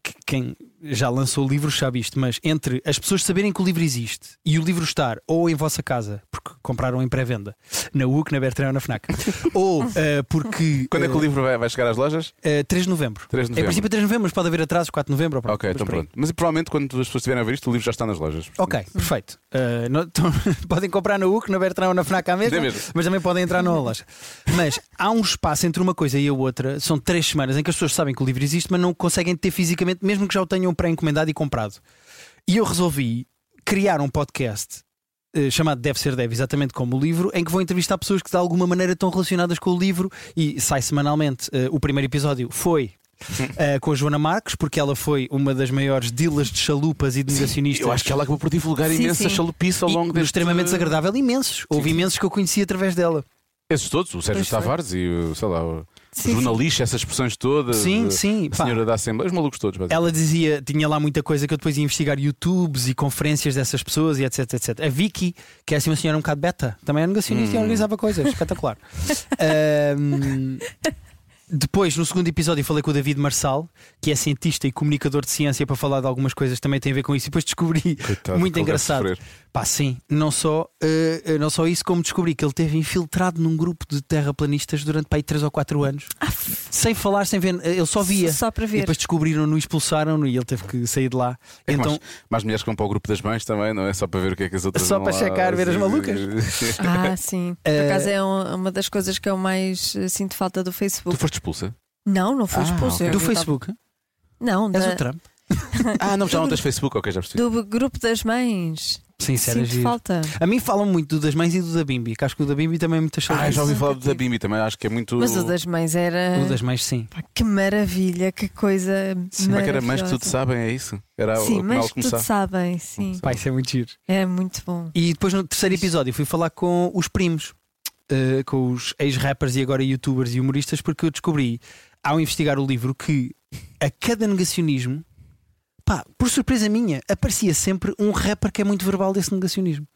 Speaker 5: que- quem já lançou livros sabe isto, mas entre as pessoas saberem que o livro existe e o livro estar ou em vossa casa, porque compraram em pré-venda, na UC, na Bertrand ou na Fnac, ou eh, porque.
Speaker 6: Quando é que o
Speaker 5: eh,
Speaker 6: livro vai, vai chegar às lojas?
Speaker 5: eh, 3 de novembro.
Speaker 6: 3 de
Speaker 5: Em
Speaker 6: novembro.
Speaker 5: princípio, 3 de novembro, mas pode haver atrasos, 4 de novembro. Ou pronto,
Speaker 6: Ok,
Speaker 5: mas
Speaker 6: então
Speaker 5: por aí.
Speaker 6: pronto. Mas provavelmente quando as pessoas estiverem a ver isto, o livro já está nas lojas.
Speaker 5: Ok, perfeito. Eh, não- então, podem comprar na UC, na Bertrand ou na FNAC à mesma,
Speaker 6: É mesmo.
Speaker 5: mas também podem entrar na loja. Mas há um espaço entre uma coisa e a outra, são três semanas em que as pessoas sabem que o livro existe, mas não o conseguem ter fisicamente, mesmo que já o tenham pré-encomendado e comprado. E eu resolvi criar um podcast eh, chamado Deve Ser Deve, exatamente como o livro, em que vou entrevistar pessoas que de alguma maneira estão relacionadas com o livro e sai semanalmente. Eh, o primeiro episódio foi. eh, com a Joana Marques, porque ela foi uma das maiores dealers de chalupas e de negacionistas
Speaker 6: Eu acho que ela acabou por divulgar
Speaker 3: Sim,
Speaker 6: imensa
Speaker 3: sim.
Speaker 6: chalupice ao
Speaker 5: e
Speaker 6: longo
Speaker 5: do
Speaker 6: deste...
Speaker 5: extremamente desagradável, imensos. Houve imensos que eu conheci através dela.
Speaker 6: Esses todos, o Sérgio
Speaker 3: Pois foi.
Speaker 6: Tavares e o, sei lá, o
Speaker 3: Sim,
Speaker 6: jornalista, essas expressões todas.
Speaker 5: Sim,
Speaker 6: eh,
Speaker 5: sim.
Speaker 6: A
Speaker 5: pá.
Speaker 6: senhora da Assembleia, os malucos todos. basicamente.
Speaker 5: Ela dizia, tinha lá muita coisa que eu depois ia investigar YouTubes e conferências dessas pessoas e etc, etc. A Vicky, que é assim uma senhora um bocado beta, também era negacionista
Speaker 6: Hum.
Speaker 5: e organizava coisas, espetacular. Ahm, depois, no segundo episódio, falei com o David Marçal, que é cientista e comunicador de ciência, para falar de algumas coisas que também têm a ver com isso. E depois descobri,
Speaker 6: Coitado,
Speaker 5: muito
Speaker 6: que ele deve
Speaker 5: engraçado,
Speaker 6: sofrer.
Speaker 5: Pá, sim, não só, eh, eh, não só isso, como descobri que ele teve infiltrado num grupo de terraplanistas durante pá, aí 3 ou 4 anos,
Speaker 6: Ah,
Speaker 5: sem falar, sem ver, eh, ele só via.
Speaker 3: Só para
Speaker 5: E
Speaker 3: ver.
Speaker 5: depois descobriram-no, e expulsaram-no e ele teve que sair de lá.
Speaker 6: É que
Speaker 5: então,
Speaker 6: mais, mais mulheres que vão para o grupo das mães também, não é? Só para ver o que é que as outras
Speaker 5: Só
Speaker 6: vão
Speaker 5: para
Speaker 6: lá-
Speaker 5: checar, ver as malucas.
Speaker 3: Ah, sim.
Speaker 6: Eh,
Speaker 3: Por acaso é um- uma das coisas que eu mais eh, sinto falta do
Speaker 6: tu
Speaker 3: Facebook.
Speaker 6: foste expulsa?
Speaker 3: Não, É, não fui
Speaker 6: Ah,
Speaker 3: expulso.
Speaker 6: ok.
Speaker 3: eu-
Speaker 5: do
Speaker 3: eu
Speaker 5: Facebook,
Speaker 3: tava- Não,
Speaker 5: és
Speaker 3: da-
Speaker 5: o Trump.
Speaker 6: Ah, não, já não tens Facebook? Ok, já percebi.
Speaker 3: do grupo das mães.
Speaker 5: Sincero,
Speaker 3: Sinto falta.
Speaker 5: A mim falam muito do das mães e do da Bimbi, que acho que o da Bimbi também é muito
Speaker 6: Ah,
Speaker 5: chato.
Speaker 6: já ouvi falar da Bimbi também, acho que é muito.
Speaker 3: Mas o das mães era.
Speaker 5: O das mães, sim.
Speaker 3: Pá, que maravilha, que coisa.
Speaker 6: Como é que era? Mães que tudo
Speaker 3: maravilhosa.
Speaker 6: sabem, é isso? Era o-
Speaker 3: Sim,
Speaker 6: o canal
Speaker 3: mas
Speaker 6: de
Speaker 3: tudo
Speaker 6: começar.
Speaker 3: sabem, sim.
Speaker 5: Pá, isso é muito giro.
Speaker 3: É muito bom.
Speaker 5: E depois no terceiro episódio fui falar com os primos, eh, com os ex-rappers e agora youtubers e humoristas, porque eu descobri, ao investigar o livro, que a cada negacionismo, pá, por surpresa minha, aparecia sempre um rapper que é muito verbal desse negacionismo.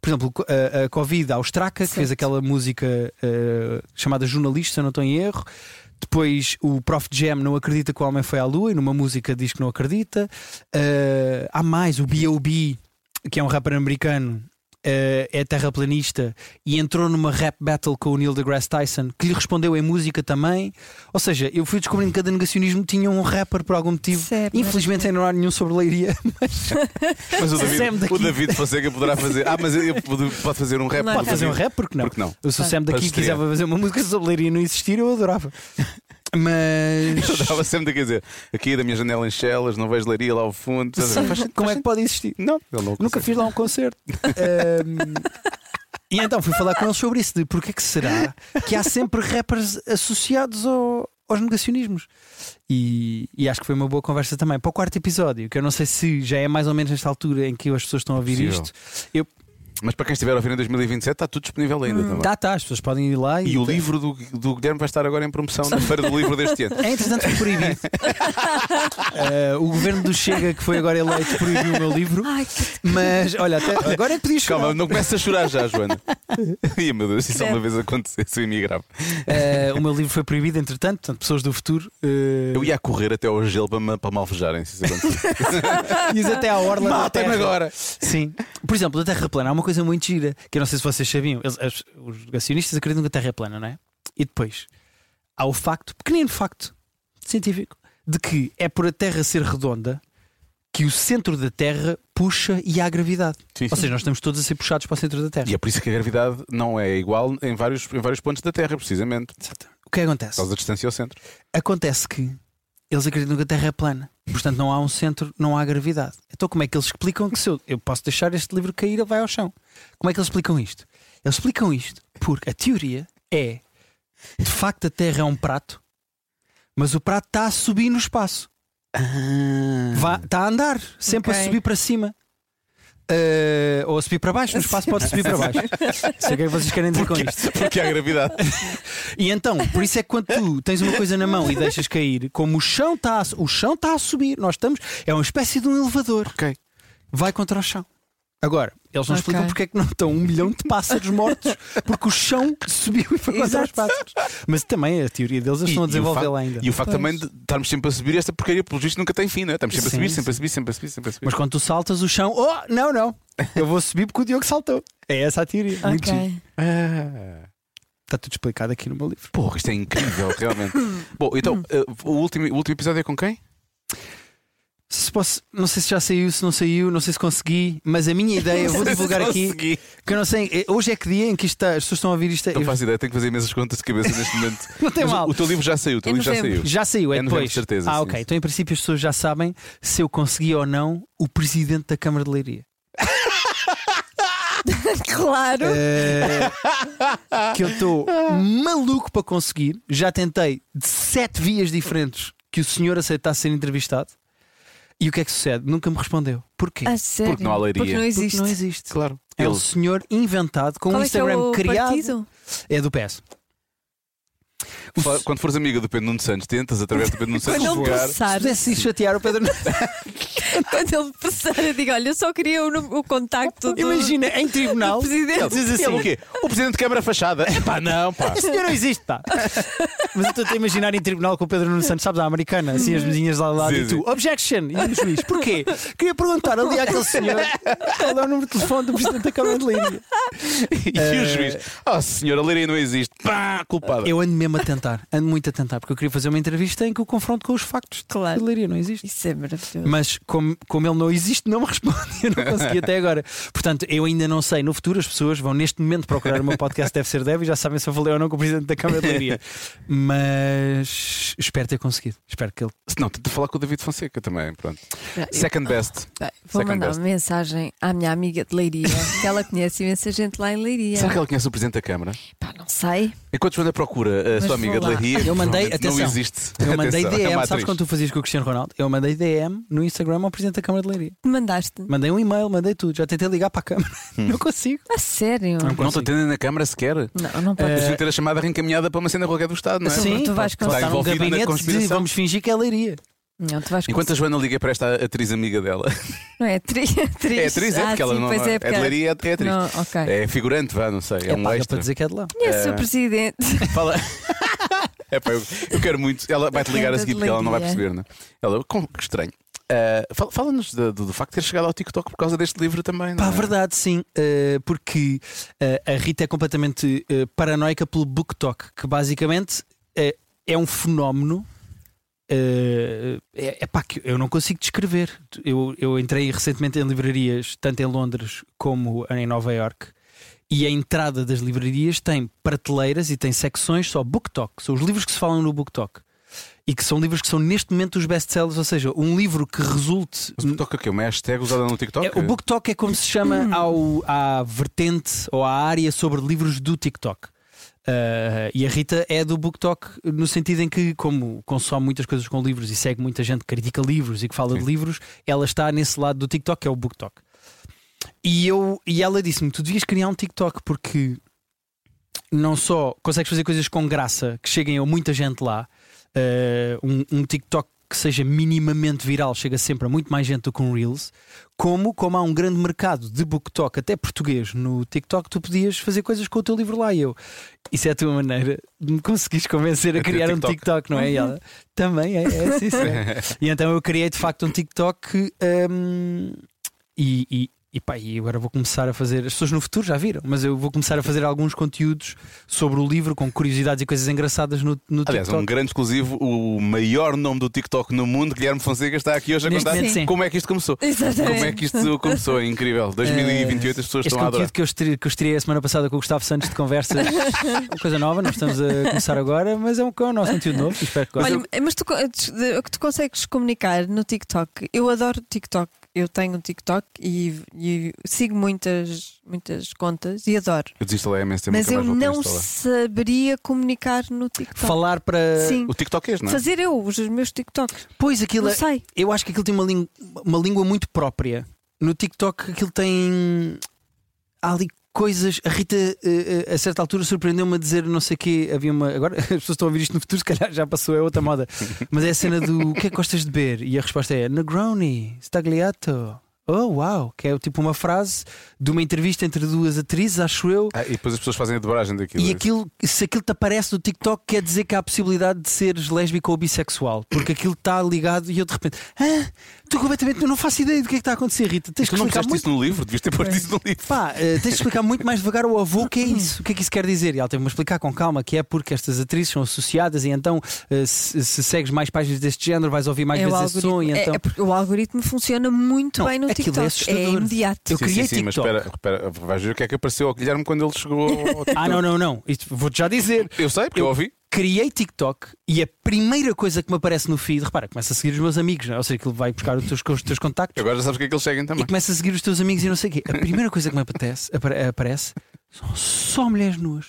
Speaker 5: Por exemplo, co- a, a Covid, a Austraca, que fez
Speaker 3: Certo.
Speaker 5: aquela música eh, chamada Jornalista, se eu não estou em erro. Depois o Prof Jam não acredita que o homem foi à lua e numa música diz que não acredita. Eh, há mais, o B.O.B., que é um rapper americano, eh, é terraplanista e entrou numa rap battle com o Neil deGrasse Tyson, que lhe respondeu em música também. Ou seja, eu fui descobrindo que cada negacionismo tinha um rapper por algum motivo.
Speaker 3: Isso é
Speaker 5: Infelizmente ainda não há nenhum sobre leiria.
Speaker 6: Mas o
Speaker 5: Sam
Speaker 6: David,
Speaker 5: daqui.
Speaker 6: o David Fonseca poderá fazer. Ah, mas eu pode pode fazer um rap.
Speaker 3: Não,
Speaker 6: do
Speaker 3: pode
Speaker 5: Fazer um
Speaker 6: David.
Speaker 5: rap, porque não?
Speaker 6: Porque não?
Speaker 5: Eu, se o Sam
Speaker 6: Para
Speaker 5: daqui
Speaker 6: estrear.
Speaker 5: quiser fazer uma música sobre leiria e não existir, eu adorava. Mas.
Speaker 6: Eu estava sempre a dizer, aqui da minha janela em chelas, não vejo leiria lá ao fundo. Estás a ver? Faz-
Speaker 5: Como é que pode existir?
Speaker 6: Não, ele não
Speaker 5: Nunca
Speaker 6: consegue.
Speaker 5: fiz lá um concerto. Ahm, E então fui falar com eles sobre isso, de porque é que será que há sempre rappers associados ao- aos negacionismos. E, e acho que foi uma boa conversa também. Para o quarto episódio, que eu não sei se já é mais ou menos nesta altura em que as pessoas estão a ouvir
Speaker 6: Possível.
Speaker 5: isto. Eu,
Speaker 6: Mas para quem estiver a ouvir em 2027, está tudo disponível ainda também.
Speaker 5: tá, tá, as pessoas podem ir lá e.
Speaker 6: E o livro do, do Guilherme vai estar agora em promoção na Feira do Livro deste ano.
Speaker 5: É entretanto foi proibido. Eh, o governo do Chega, que foi agora eleito, proibiu o meu livro.
Speaker 7: Ai, que
Speaker 5: Mas olha, até agora é que podias
Speaker 6: Calma,
Speaker 5: chorar.
Speaker 6: não começa a chorar já, Joana. Ih, meu Deus, isso uma vez acontecesse, eu imigrava.
Speaker 5: Eh, o meu livro foi proibido, entretanto, portanto, pessoas do futuro. eh,
Speaker 6: Eu ia a correr até ao gelo para me, para me alvejarem, se isso acontecer.
Speaker 5: Ias até à orla da
Speaker 6: Matem-me
Speaker 5: Terra.
Speaker 6: agora!
Speaker 5: Sim. Por exemplo, da Terra plana há uma coisa muito gira que eu não sei se vocês sabiam. Eles- as- os negacionistas acreditam que a Terra é plana, não é? E depois há o facto, pequenino facto científico, de que é por a Terra ser redonda que o centro da Terra puxa e há gravidade.
Speaker 6: Sim,
Speaker 5: Ou
Speaker 6: sim.
Speaker 5: seja, nós estamos todos a ser puxados para o centro da Terra.
Speaker 6: E é por isso que a gravidade não é igual em vários, em vários pontos da Terra, precisamente. Por
Speaker 5: Exato. O que é que acontece?
Speaker 6: causa da distância ao centro.
Speaker 5: Acontece que eles acreditam que a Terra é plana. Portanto, não há um centro, não há gravidade. Então, como é que eles explicam que se eu, eu posso deixar este livro cair, ele vai ao chão? Como é que eles explicam isto? Eles explicam isto porque a teoria é de facto a Terra é um prato, mas o prato está a subir no espaço.
Speaker 6: Ah.
Speaker 5: Vá- Está a andar, sempre a
Speaker 3: Ok.
Speaker 5: subir para cima. Eh, ou a subir para baixo, no espaço pode subir para baixo. Sei o que é que vocês querem dizer com isto.
Speaker 6: Porque há é gravidade.
Speaker 5: E então, por isso é que quando tu tens uma coisa na mão e deixas cair, como o chão está a, o chão está a subir, nós estamos, é uma espécie de um elevador.
Speaker 6: Ok.
Speaker 5: Vai contra o chão. Agora, eles não
Speaker 3: Ok.
Speaker 5: explicam porque é que não estão um milhão de pássaros mortos, porque o chão subiu e foi contra os
Speaker 3: Exato.
Speaker 5: pássaros. Mas também a teoria deles eles estão a
Speaker 6: o
Speaker 5: desenvolvê-la
Speaker 6: facto-
Speaker 5: ainda.
Speaker 6: E o facto também de estarmos sempre a subir, esta porcaria, pelo visto, nunca tem fim, não é? Estamos sempre a
Speaker 5: Sim,
Speaker 6: subir,
Speaker 5: sim.
Speaker 6: sempre a subir, sempre a subir, sempre a subir.
Speaker 5: Mas quando tu saltas o chão, oh, não, não, eu vou subir porque o Diogo saltou. É essa a teoria. Muito giro.
Speaker 3: Ok.
Speaker 6: Ah.
Speaker 5: Está tudo explicado aqui no meu livro.
Speaker 6: Porra, isto é incrível, realmente. Bom, então, eh, o, último, o último episódio é com quem?
Speaker 5: Se posso, não sei se já saiu, se não saiu, não sei se consegui, mas a minha ideia, vou divulgar aqui.
Speaker 6: Consegui.
Speaker 5: Que eu não sei, eh, hoje é que dia em que isto está, as pessoas estão a ouvir isto? é,
Speaker 6: Não faço ideia, tenho que fazer imensas contas de cabeça neste momento.
Speaker 5: Não tem
Speaker 6: Mas o-
Speaker 5: mal.
Speaker 6: O teu livro já saiu, o teu
Speaker 3: É
Speaker 6: livro já
Speaker 3: novembro.
Speaker 6: saiu.
Speaker 5: Já saiu, é,
Speaker 6: É novembro,
Speaker 5: depois.
Speaker 6: de certeza,
Speaker 5: ah,
Speaker 6: sim,
Speaker 5: ok.
Speaker 6: sim.
Speaker 5: Então, em princípio, as pessoas já sabem se eu consegui ou não o presidente da Câmara de Leiria.
Speaker 3: Claro.
Speaker 5: Eh, que eu estou maluco para conseguir. Já tentei de sete vias diferentes que o senhor aceitasse ser entrevistado. E o que é que sucede? Nunca me respondeu. Porquê?
Speaker 3: A sério.
Speaker 6: É. porque não há leiria.
Speaker 3: Porque não
Speaker 5: Porque
Speaker 3: existe.
Speaker 5: não existe.
Speaker 6: Claro.
Speaker 5: É um
Speaker 6: Ele,
Speaker 5: senhor inventado com
Speaker 3: Qual
Speaker 5: um
Speaker 3: é que é
Speaker 5: Instagram
Speaker 3: o
Speaker 5: criado.
Speaker 3: partido?
Speaker 5: É do PS. O
Speaker 6: fa- quando fores amiga do Pedro Nuno Santos, tentas através do Pedro Nuno Santos
Speaker 3: Quando ele
Speaker 6: divulgar.
Speaker 5: Se
Speaker 3: passar,
Speaker 5: pudesse chatear o Pedro.
Speaker 3: quando ele passar, eu digo: olha, eu só queria o, nome- o contacto do.
Speaker 5: Imagina, em tribunal,
Speaker 3: O presidente.
Speaker 5: ele diz assim:
Speaker 6: Ele o quê? O presidente de Câmara Fachada. Epá, não, pá.
Speaker 5: Esse senhor não existe, pá. Mas eu estou a imaginar em tribunal com o Pedro Nuno Santos, sabes, à americana, assim as mesinhas lá ao lado
Speaker 6: Sim,
Speaker 5: e tu, objection, e o juiz, porquê? Queria perguntar ali àquele senhor qual é o número de telefone do presidente da Câmara de Leiria.
Speaker 6: E o juiz. Oh, senhora, a leiria não existe. Pá, culpada.
Speaker 5: Eh, Eu ando mesmo a tentar, ando muito a tentar, porque eu queria fazer uma entrevista em que o confronto com os factos.
Speaker 3: Claro.
Speaker 5: De Leiria não existe.
Speaker 3: Isso é maravilhoso.
Speaker 5: Mas como, como ele não existe, não me responde. Eu não consegui até agora. Portanto, eu ainda não sei. No futuro, as pessoas vão neste momento procurar o meu podcast Deve Ser Deve e já sabem se eu falei ou não com o Presidente da Câmara de Leiria. Mas espero ter conseguido. Espero que ele.
Speaker 6: Não, tenta falar com o David Fonseca também, pronto. Second best.
Speaker 3: Bem, vou
Speaker 6: Second
Speaker 3: mandar
Speaker 6: best.
Speaker 3: uma mensagem à minha amiga de Leiria, que ela conhece imensa gente lá em Leiria.
Speaker 6: Será que ele conhece o Presidente da Câmara?
Speaker 3: Pá, não sei.
Speaker 6: Enquanto Joana procura a
Speaker 3: Mas vou
Speaker 6: sua amiga de
Speaker 3: lá.
Speaker 6: Leiria,
Speaker 5: Eu mandei-
Speaker 6: provavelmente não
Speaker 5: atenção.
Speaker 6: existe.
Speaker 5: Eu mandei
Speaker 6: Atenção, é
Speaker 5: DM,
Speaker 6: uma
Speaker 5: sabes
Speaker 6: atriz.
Speaker 5: quando tu fazias com o Cristiano Ronaldo? Eu mandei DM no Instagram ao Presidente da Câmara de Leiria.
Speaker 3: Mandaste?
Speaker 5: Mandei um e-mail, mandei tudo. Já tentei ligar para a Câmara.
Speaker 6: Hum.
Speaker 5: Não consigo.
Speaker 3: A sério?
Speaker 6: Não Eh, estou atendendo na Câmara sequer.
Speaker 3: Não, não pode.
Speaker 6: Eles
Speaker 3: ser.
Speaker 6: deviam ter a chamada reencaminhada para uma cena qualquer do Estado, não é?
Speaker 3: É. Sim. tu vais
Speaker 5: pode
Speaker 3: contar.
Speaker 5: estar um
Speaker 6: Envolvida na
Speaker 5: gabinete de
Speaker 6: conspiração.
Speaker 5: vamos fingir que é Leiria.
Speaker 3: Não, tu vais
Speaker 6: Enquanto a Joana liga é para esta atriz amiga dela,
Speaker 3: conseguir. Não é atriz? atriz.
Speaker 6: é atriz, é
Speaker 3: Ah,
Speaker 6: porque ela
Speaker 3: sim,
Speaker 6: não
Speaker 3: pois é,
Speaker 6: é de
Speaker 3: porque ela-
Speaker 6: leiria, é é atriz.
Speaker 3: Não, ok.
Speaker 6: É figurante, vá, não sei, é,
Speaker 5: É,
Speaker 6: um
Speaker 5: paga
Speaker 6: extra.
Speaker 5: para dizer que é de lá.
Speaker 3: Conhece
Speaker 6: É.
Speaker 3: o presidente.
Speaker 6: Fala. é pá, eu, eu quero muito. Ela vai te ligar a seguir porque ela não vai perceber, não é? Ela, com, que estranho. Ah, fala- Fala-nos do, do- do facto de ter chegado ao TikTok por causa deste livro também, não
Speaker 5: Pá,
Speaker 6: é?
Speaker 5: verdade, sim, eh, porque eh, a Rita é completamente eh, paranoica pelo BookTok, que basicamente eh, é um fenómeno. eh, é, é pá, que eu não consigo descrever. Eu, eu entrei recentemente em livrarias, tanto em Londres como em Nova York, e a entrada das livrarias tem prateleiras e tem secções só BookTok, são os livros que se falam no BookTok. e que são livros que são neste momento os best-sellers, ou seja, um livro que resulte.
Speaker 6: Mas o TikTok é o quê? Uma hashtag usada no TikTok?
Speaker 5: É, o BookTok é como se chama ao, à vertente ou à área sobre livros do TikTok. Ah, e a Rita é do BookTok no sentido em que, como consome muitas coisas com livros e segue muita gente que critica livros e que fala de livros, ela está nesse lado do TikTok, que é o BookTok. E, eu, e ela disse-me: Tu devias criar um TikTok porque não só consegues fazer coisas com graça que cheguem a muita gente lá, eh, um, um TikTok que seja minimamente viral chega sempre a muito mais gente do que um Reels, como, como há um grande mercado de BookTok, até português, no TikTok, tu podias fazer coisas com o teu livro lá. E eu, isso é a tua maneira de me conseguires convencer a
Speaker 6: ter
Speaker 5: criar um
Speaker 6: TikTok.
Speaker 5: TikTok, não é? E ela, também é, é sim, sim. E então eu criei de facto um TikTok hum, e, e, e pá, e agora vou começar a fazer. As pessoas no futuro já viram, mas eu vou começar a fazer alguns conteúdos sobre o livro com curiosidades e coisas engraçadas no, no
Speaker 6: Aliás,
Speaker 5: TikTok.
Speaker 6: um grande exclusivo, o maior nome do TikTok no mundo, Guilherme Fonseca, está aqui hoje a
Speaker 5: Neste
Speaker 6: contar
Speaker 5: momento, sim.
Speaker 6: como é que isto começou.
Speaker 3: Exatamente.
Speaker 6: Como é que isto começou? É incrível. 2028 as pessoas
Speaker 5: Este
Speaker 6: estão a adorar.
Speaker 5: conteúdo que eu, estirei, que eu estreiei a semana passada com o Gustavo Santos de Conversas, uma coisa nova, nós estamos a começar agora, mas é um, é um nosso conteúdo novo. e Espero que gostem.
Speaker 3: Olha, então, mas tu, co- o que tu consegues comunicar no TikTok? Eu adoro TikTok. Eu tenho um TikTok e, e sigo muitas, muitas contas e adoro.
Speaker 6: Eu desinstalei há imenso tempo,
Speaker 3: mas
Speaker 6: nunca
Speaker 3: eu
Speaker 6: mais voltei a
Speaker 3: não
Speaker 6: instalar.
Speaker 3: saberia comunicar no TikTok.
Speaker 5: Falar para.
Speaker 3: Sim.
Speaker 6: eh, O TikTok não é?
Speaker 3: Fazer eu os meus TikToks.
Speaker 5: Pois aquilo
Speaker 3: Não
Speaker 5: é-
Speaker 3: sei.
Speaker 5: Eu acho que aquilo tem uma, lin- uma língua muito própria. No TikTok aquilo tem. Há ali coisas. A Rita, eh, eh, a certa altura, surpreendeu-me a dizer não sei o quê. Havia uma. Agora as pessoas estão a ouvir isto no futuro, se calhar já passou, é outra moda. Mas é a cena do o que é que gostas de beber? E a resposta é Negroni, Stagliato. Oh, uau! Que é tipo uma frase de uma entrevista entre duas atrizes, acho eu.
Speaker 6: Ah, e depois as pessoas fazem a dobragem daquilo.
Speaker 5: E aquilo, se aquilo te aparece no TikTok, quer dizer que há a possibilidade de seres lésbica ou bissexual, porque aquilo está ligado e eu de repente, ah, tu completamente, eu não faço ideia do que é que está a acontecer, Rita. Tens
Speaker 6: Tu
Speaker 5: que
Speaker 6: não
Speaker 5: explicar
Speaker 6: puseste
Speaker 5: muito.
Speaker 6: isso no livro? Devias ter posto isso no livro.
Speaker 5: Pá, eh, tens de explicar muito mais devagar ao avô o que é isso, o que é que isso quer dizer. E ela teve-me a explicar com calma que é porque estas atrizes são associadas e então eh, se, se segues mais páginas deste género vais ouvir mais
Speaker 3: é o
Speaker 5: vezes esse som. E
Speaker 3: algoritmo. É-
Speaker 5: então...
Speaker 3: é porque o algoritmo funciona muito
Speaker 5: Não,
Speaker 3: bem no
Speaker 5: aquilo é
Speaker 3: TikTok.
Speaker 5: assustador.
Speaker 3: imediato.
Speaker 5: Eu
Speaker 6: sim,
Speaker 5: criei
Speaker 6: sim, sim, mas
Speaker 5: TikTok.
Speaker 6: espera, espera, vais ver o que é que apareceu ao Guilherme quando ele chegou ao TikTok.
Speaker 5: Ah, não, não, não, isto vou-te já dizer.
Speaker 6: Eu sei, porque eu, ouvi.
Speaker 5: criei TikTok e a primeira coisa que me aparece no feed, repara, começa a seguir os meus amigos, não é? ou seja, aquilo vai buscar os teus, os teus contactos
Speaker 6: Agora já sabes o que é que eles seguem
Speaker 5: e
Speaker 6: também.
Speaker 5: começa a seguir os teus amigos e não sei o quê. A primeira coisa que me apetece, apare- aparece são só mulheres nuas.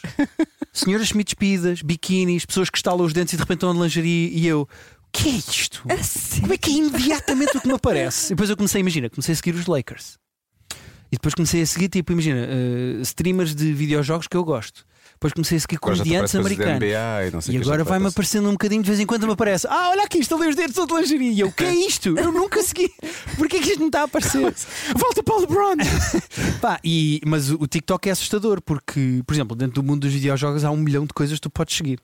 Speaker 5: Senhoras semidespidas, biquinis, pessoas que estalam os dentes e de repente estão de lingerie e eu. O que é isto? Como é que é imediatamente o que me aparece? E depois eu comecei, imagina, comecei a seguir os Lakers. E depois comecei a seguir, tipo, imagina, eh, streamers de videojogos que eu gosto. Depois comecei a seguir
Speaker 6: Agora já te
Speaker 5: comediantes
Speaker 6: aparece coisas da
Speaker 5: americanos.
Speaker 6: NBA e não sei
Speaker 5: E
Speaker 6: o que, já
Speaker 5: agora
Speaker 6: te
Speaker 5: vai-me
Speaker 6: aparece.
Speaker 5: aparecendo um bocadinho de vez em quando me aparece. Ah, olha aqui, estão ali os dedos todos de lingerie. E eu, o que é isto? Eu nunca segui. Porquê que isto me está a aparecer? Volta para o LeBron! Pá, e, mas o, o TikTok é assustador porque, por exemplo, dentro do mundo dos videojogos há um milhão de coisas que tu podes seguir.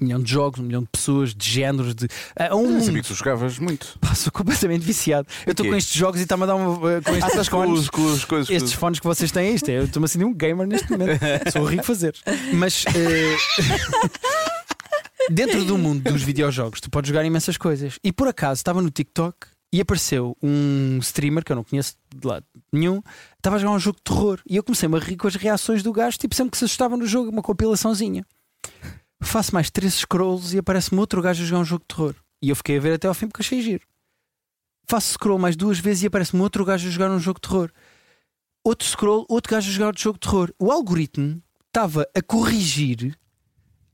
Speaker 5: Um milhão de jogos, um milhão de pessoas, de géneros, de. Há um
Speaker 6: Eu
Speaker 5: mundo.
Speaker 6: sabia que tu jogavas muito.
Speaker 5: Pá, sou completamente viciado. Eu estou
Speaker 6: quê?
Speaker 5: com estes jogos e está-me a dar uma. eh, Com estes fones.
Speaker 6: os, com os coisas.
Speaker 5: Estes fones que vocês têm, isto é, eu estou-me a sentir um gamer neste momento. Sou rico fazer. Mas eh, dentro do mundo dos videojogos, tu podes jogar imensas coisas. E por acaso estava no TikTok e apareceu um streamer que eu não conheço de lado nenhum, estava a jogar um jogo de terror. E eu comecei-me a rir com as reações do gajo, tipo sempre que se assustava no jogo, uma compilaçãozinha. Faço mais três scrolls e aparece-me outro gajo a jogar um jogo de terror. E eu fiquei a ver até ao fim porque achei giro. Faço scroll mais duas vezes e aparece-me outro gajo a jogar um jogo de terror outro scroll, outro gajo a jogar outro jogo de terror. O algoritmo estava a corrigir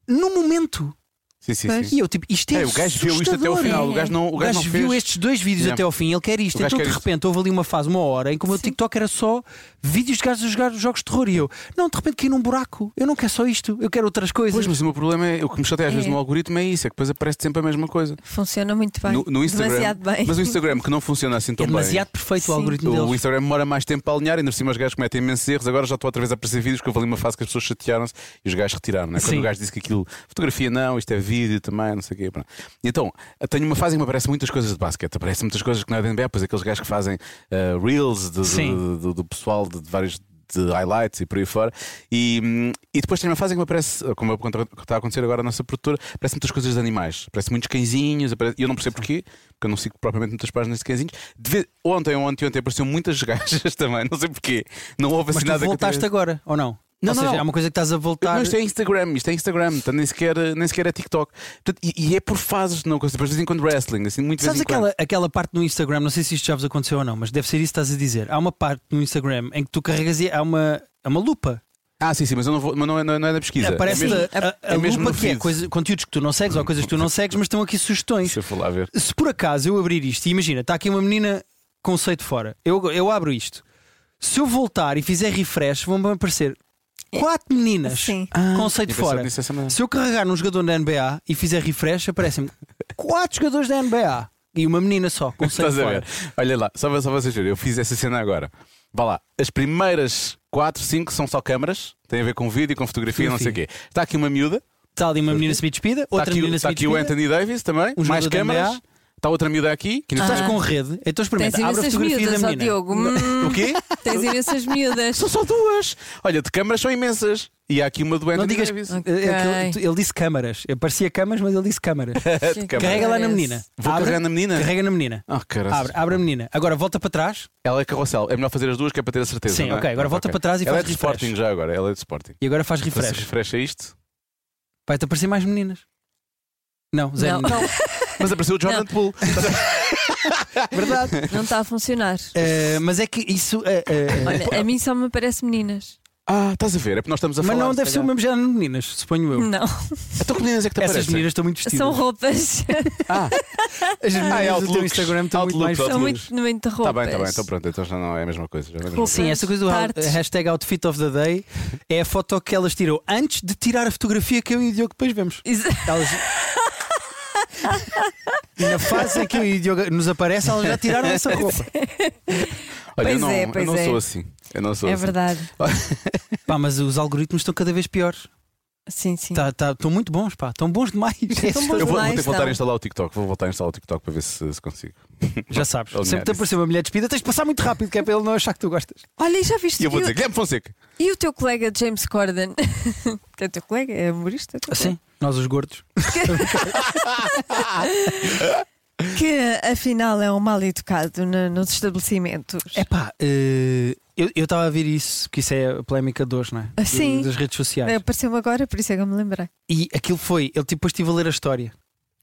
Speaker 5: no momento.
Speaker 6: Sim, sim, sim.
Speaker 5: E eu, tipo, isto é,
Speaker 6: É, o gajo viu isto até ao
Speaker 5: assustador.
Speaker 6: final. O gajo não, o
Speaker 5: O
Speaker 6: gajo
Speaker 5: gajo
Speaker 6: não
Speaker 5: viu
Speaker 6: fez.
Speaker 5: estes dois vídeos
Speaker 6: Yeah.
Speaker 5: até ao fim, ele quer isto.
Speaker 6: O gajo
Speaker 5: Então,
Speaker 6: quer
Speaker 5: de
Speaker 6: isto.
Speaker 5: repente, houve ali uma fase, uma hora, em que o meu TikTok era só vídeos de gajos a jogar jogos de terror. E eu, não, de repente caí num buraco. Eu não quero só isto, eu quero outras coisas.
Speaker 6: Pois, mas o meu problema é o que me chateia às vezes
Speaker 3: É.
Speaker 6: no algoritmo é isso, é que depois aparece sempre a mesma coisa.
Speaker 3: Funciona muito bem.
Speaker 6: No, no Instagram.
Speaker 3: Demasiado bem.
Speaker 6: Mas o Instagram que não funciona assim tão
Speaker 5: é demasiado perfeito
Speaker 3: Sim.
Speaker 5: o algoritmo
Speaker 6: bem.
Speaker 5: deles.
Speaker 6: O Instagram demora mais tempo a alinhar, ainda por cima os gajos cometem imensos erros. Agora já estou outra vez a aparecer vídeos que houve ali uma fase que as pessoas chatearam-se e os gajos retiraram. Não é? Quando
Speaker 5: Sim.
Speaker 6: o gajo disse que aquilo, fotografia não, isto é vídeo também, não sei o quê. pronto. E Então, tenho uma fase em que me aparecem muitas coisas de basquete, aparecem muitas coisas que não é de NBA, pois aqueles gajos que fazem ah, reels do, do-
Speaker 5: Sim.
Speaker 6: do, do- do pessoal de, de vários de highlights e por aí fora. E, hum, e depois tem uma fase em que me aparece, como é o que está a acontecer agora na nossa produtora, aparecem muitas coisas de animais. Aparecem muitos cãezinhos, aparece- e eu não percebo porquê, porque eu não sigo propriamente muitas páginas de cãezinhos. De vez- ontem, ontem, ontem apareceu muitas gajas também, não sei porquê. Não houve
Speaker 5: Mas
Speaker 6: assim
Speaker 5: tu
Speaker 6: nada que eu
Speaker 5: voltaste
Speaker 6: tenha-
Speaker 5: agora, ou não? Ou seja, é uma coisa que estás a voltar.
Speaker 6: Não, isto é Instagram, isto é Instagram, portanto, nem sequer, nem sequer é TikTok. Portanto, e, e é por fases, não consigo. Depois de vez em quando wrestling, assim, muito de vez
Speaker 5: Sabes
Speaker 6: em quando.
Speaker 5: aquela, aquela parte no Instagram, não sei se isto já vos aconteceu ou não, mas deve ser isso que estás a dizer. Há uma parte no Instagram em que tu carregas e há uma, há uma lupa.
Speaker 6: Ah, sim, sim, mas, eu não, vou, mas não, é, não é da pesquisa.
Speaker 5: Aparece
Speaker 6: é mesmo,
Speaker 5: a, a- a
Speaker 6: é mesmo
Speaker 5: lupa
Speaker 6: no
Speaker 5: que é
Speaker 6: feed.
Speaker 5: coisa- conteúdos que tu não segues ou coisas que tu não segues, mas estão aqui sugestões.
Speaker 6: Deixa eu falar a ver.
Speaker 5: Se por acaso eu abrir isto, e imagina, está aqui uma menina com conceito fora, eu, eu abro isto. Se eu voltar e fizer refresh, vão-me aparecer quatro meninas
Speaker 3: Sim.
Speaker 5: com conceito
Speaker 6: Ah, Eu pensava
Speaker 5: fora.
Speaker 6: nisso essa manhã.
Speaker 5: Se eu carregar num jogador da NBA e fizer refresh, aparecem-me quatro jogadores da NBA e uma menina só, com conceito
Speaker 6: Estás a
Speaker 5: fora.
Speaker 6: ver? Olha lá, só, para- só para vocês verem, eu fiz essa cena agora. Vá lá, as primeiras 4, 5 são só câmaras, têm a ver com vídeo, com fotografia, não sei o quê. Está aqui uma miúda,
Speaker 5: Está ali uma menina se despida,
Speaker 6: está
Speaker 5: outra
Speaker 6: aqui,
Speaker 5: menina
Speaker 6: está
Speaker 5: se
Speaker 6: aqui o
Speaker 5: despida.
Speaker 6: Anthony Davis também,
Speaker 5: Um
Speaker 6: mais
Speaker 5: jogador da NBA.
Speaker 6: câmaras, está outra miúda aqui, que
Speaker 5: Tu
Speaker 6: não é?
Speaker 5: estás com rede, então
Speaker 3: Tens
Speaker 5: experimenta, abre a
Speaker 3: imensas
Speaker 5: fotografia
Speaker 3: miúdas,
Speaker 5: da
Speaker 3: ó
Speaker 5: menina.
Speaker 3: Diogo. Hum,
Speaker 6: O quê?
Speaker 3: tens imensas miúdas.
Speaker 6: São só duas. Olha, de câmaras são imensas. E há aqui uma do Anthony
Speaker 5: Não digas.
Speaker 3: Hum,
Speaker 6: Davis.
Speaker 5: é que ele- tu- Ele disse câmaras. Eu parecia câmaras, mas ele disse câmaras.
Speaker 6: De
Speaker 5: Ah, Carrega
Speaker 6: câmaras.
Speaker 5: lá na
Speaker 3: Parece.
Speaker 5: menina.
Speaker 6: Vou
Speaker 5: Abre,
Speaker 6: carregar na menina?
Speaker 5: Carrega na menina.
Speaker 6: Ah, caralho.
Speaker 5: Abre, abre a menina. Agora volta para trás
Speaker 6: Ela é carrossel. É melhor fazer as duas que é para ter a certeza.
Speaker 5: Sim,
Speaker 6: não é?
Speaker 5: ok. Agora volta para trás e
Speaker 6: Ela
Speaker 5: faz
Speaker 6: é de
Speaker 5: refresh.
Speaker 6: Sporting já agora. Ela é de Sporting.
Speaker 5: e agora faz
Speaker 6: Refresh.
Speaker 5: refresh.
Speaker 6: refresh a isto.
Speaker 5: Vai-te aparecer mais meninas. Não, zero.
Speaker 3: Não,
Speaker 5: meninas.
Speaker 6: Mas apareceu o Jordan Poole.
Speaker 3: verdade. Não está a funcionar.
Speaker 5: Eh, mas é que isso. eh, eh,
Speaker 3: Olha, a mim só me aparecem meninas.
Speaker 6: Ah, estás a ver? É porque nós estamos a
Speaker 5: mas
Speaker 6: falar.
Speaker 5: não
Speaker 6: se
Speaker 5: deve ser o
Speaker 6: calhar.
Speaker 5: mesmo género de meninas, suponho eu.
Speaker 3: Não.
Speaker 6: Então que meninas é que te
Speaker 5: Essas
Speaker 6: aparecem?
Speaker 5: meninas estão muito vestidas.
Speaker 3: Hum. São roupas.
Speaker 6: Ah,
Speaker 5: As meninas
Speaker 6: Ah, é
Speaker 5: do teu
Speaker 6: outlooks.
Speaker 5: Instagram estão muito mais
Speaker 6: Outlooks,
Speaker 3: São
Speaker 6: Outliners.
Speaker 3: muito, muito
Speaker 5: Tá
Speaker 6: está
Speaker 3: roupas.
Speaker 6: bem, está bem. Então pronto. Então já não é a mesma coisa. Já não é a mesma
Speaker 3: Roupas.
Speaker 6: coisa.
Speaker 5: Sim, essa coisa do ha-
Speaker 3: Tartes.
Speaker 5: hashtag outfit of the day é a foto que elas tiram antes de tirar a fotografia que eu e o Diogo depois vemos.
Speaker 3: Isso-
Speaker 5: Elas... E na fase em que eu e o Diogo nos aparece, elas já tiraram essa roupa.
Speaker 6: Olha, eu
Speaker 3: Pois
Speaker 6: não,
Speaker 3: é,
Speaker 6: eu
Speaker 3: pois
Speaker 6: não
Speaker 3: é.
Speaker 6: sou assim. Eu não sou
Speaker 3: É
Speaker 6: assim.
Speaker 3: verdade.
Speaker 5: Pá, mas os algoritmos estão cada vez piores.
Speaker 3: Sim, sim.
Speaker 5: Tá, tá, estão muito bons, pá. Estão bons demais.
Speaker 3: Estão bons
Speaker 6: Eu vou, vou ter
Speaker 3: Mas
Speaker 6: que voltar
Speaker 3: não.
Speaker 6: a instalar o TikTok. Vou voltar a instalar o TikTok para ver se, se consigo.
Speaker 5: Já sabes.
Speaker 6: Olha,
Speaker 5: Sempre que te
Speaker 6: isso.
Speaker 5: aparecer uma mulher despida, tens de passar muito rápido, que é para ele não achar que tu gostas.
Speaker 3: Olha, e já viste
Speaker 6: E eu
Speaker 3: que
Speaker 6: vou
Speaker 3: o-
Speaker 6: dizer, Guilherme Fonseca.
Speaker 3: e o teu colega James Corden? que é teu colega? É humorista? teu
Speaker 5: Sim, nós os gordos.
Speaker 3: colega? Que afinal é um mal educado na- nos estabelecimentos.
Speaker 5: É pá, eh, eu eu estava a ver isso, que isso é a polémica de hoje, não é?
Speaker 3: Ah, sim.
Speaker 5: Das redes sociais.
Speaker 3: Apareceu-me agora, por isso é que eu me lembrei.
Speaker 5: E aquilo foi, ele tipo, depois estive a ler a história.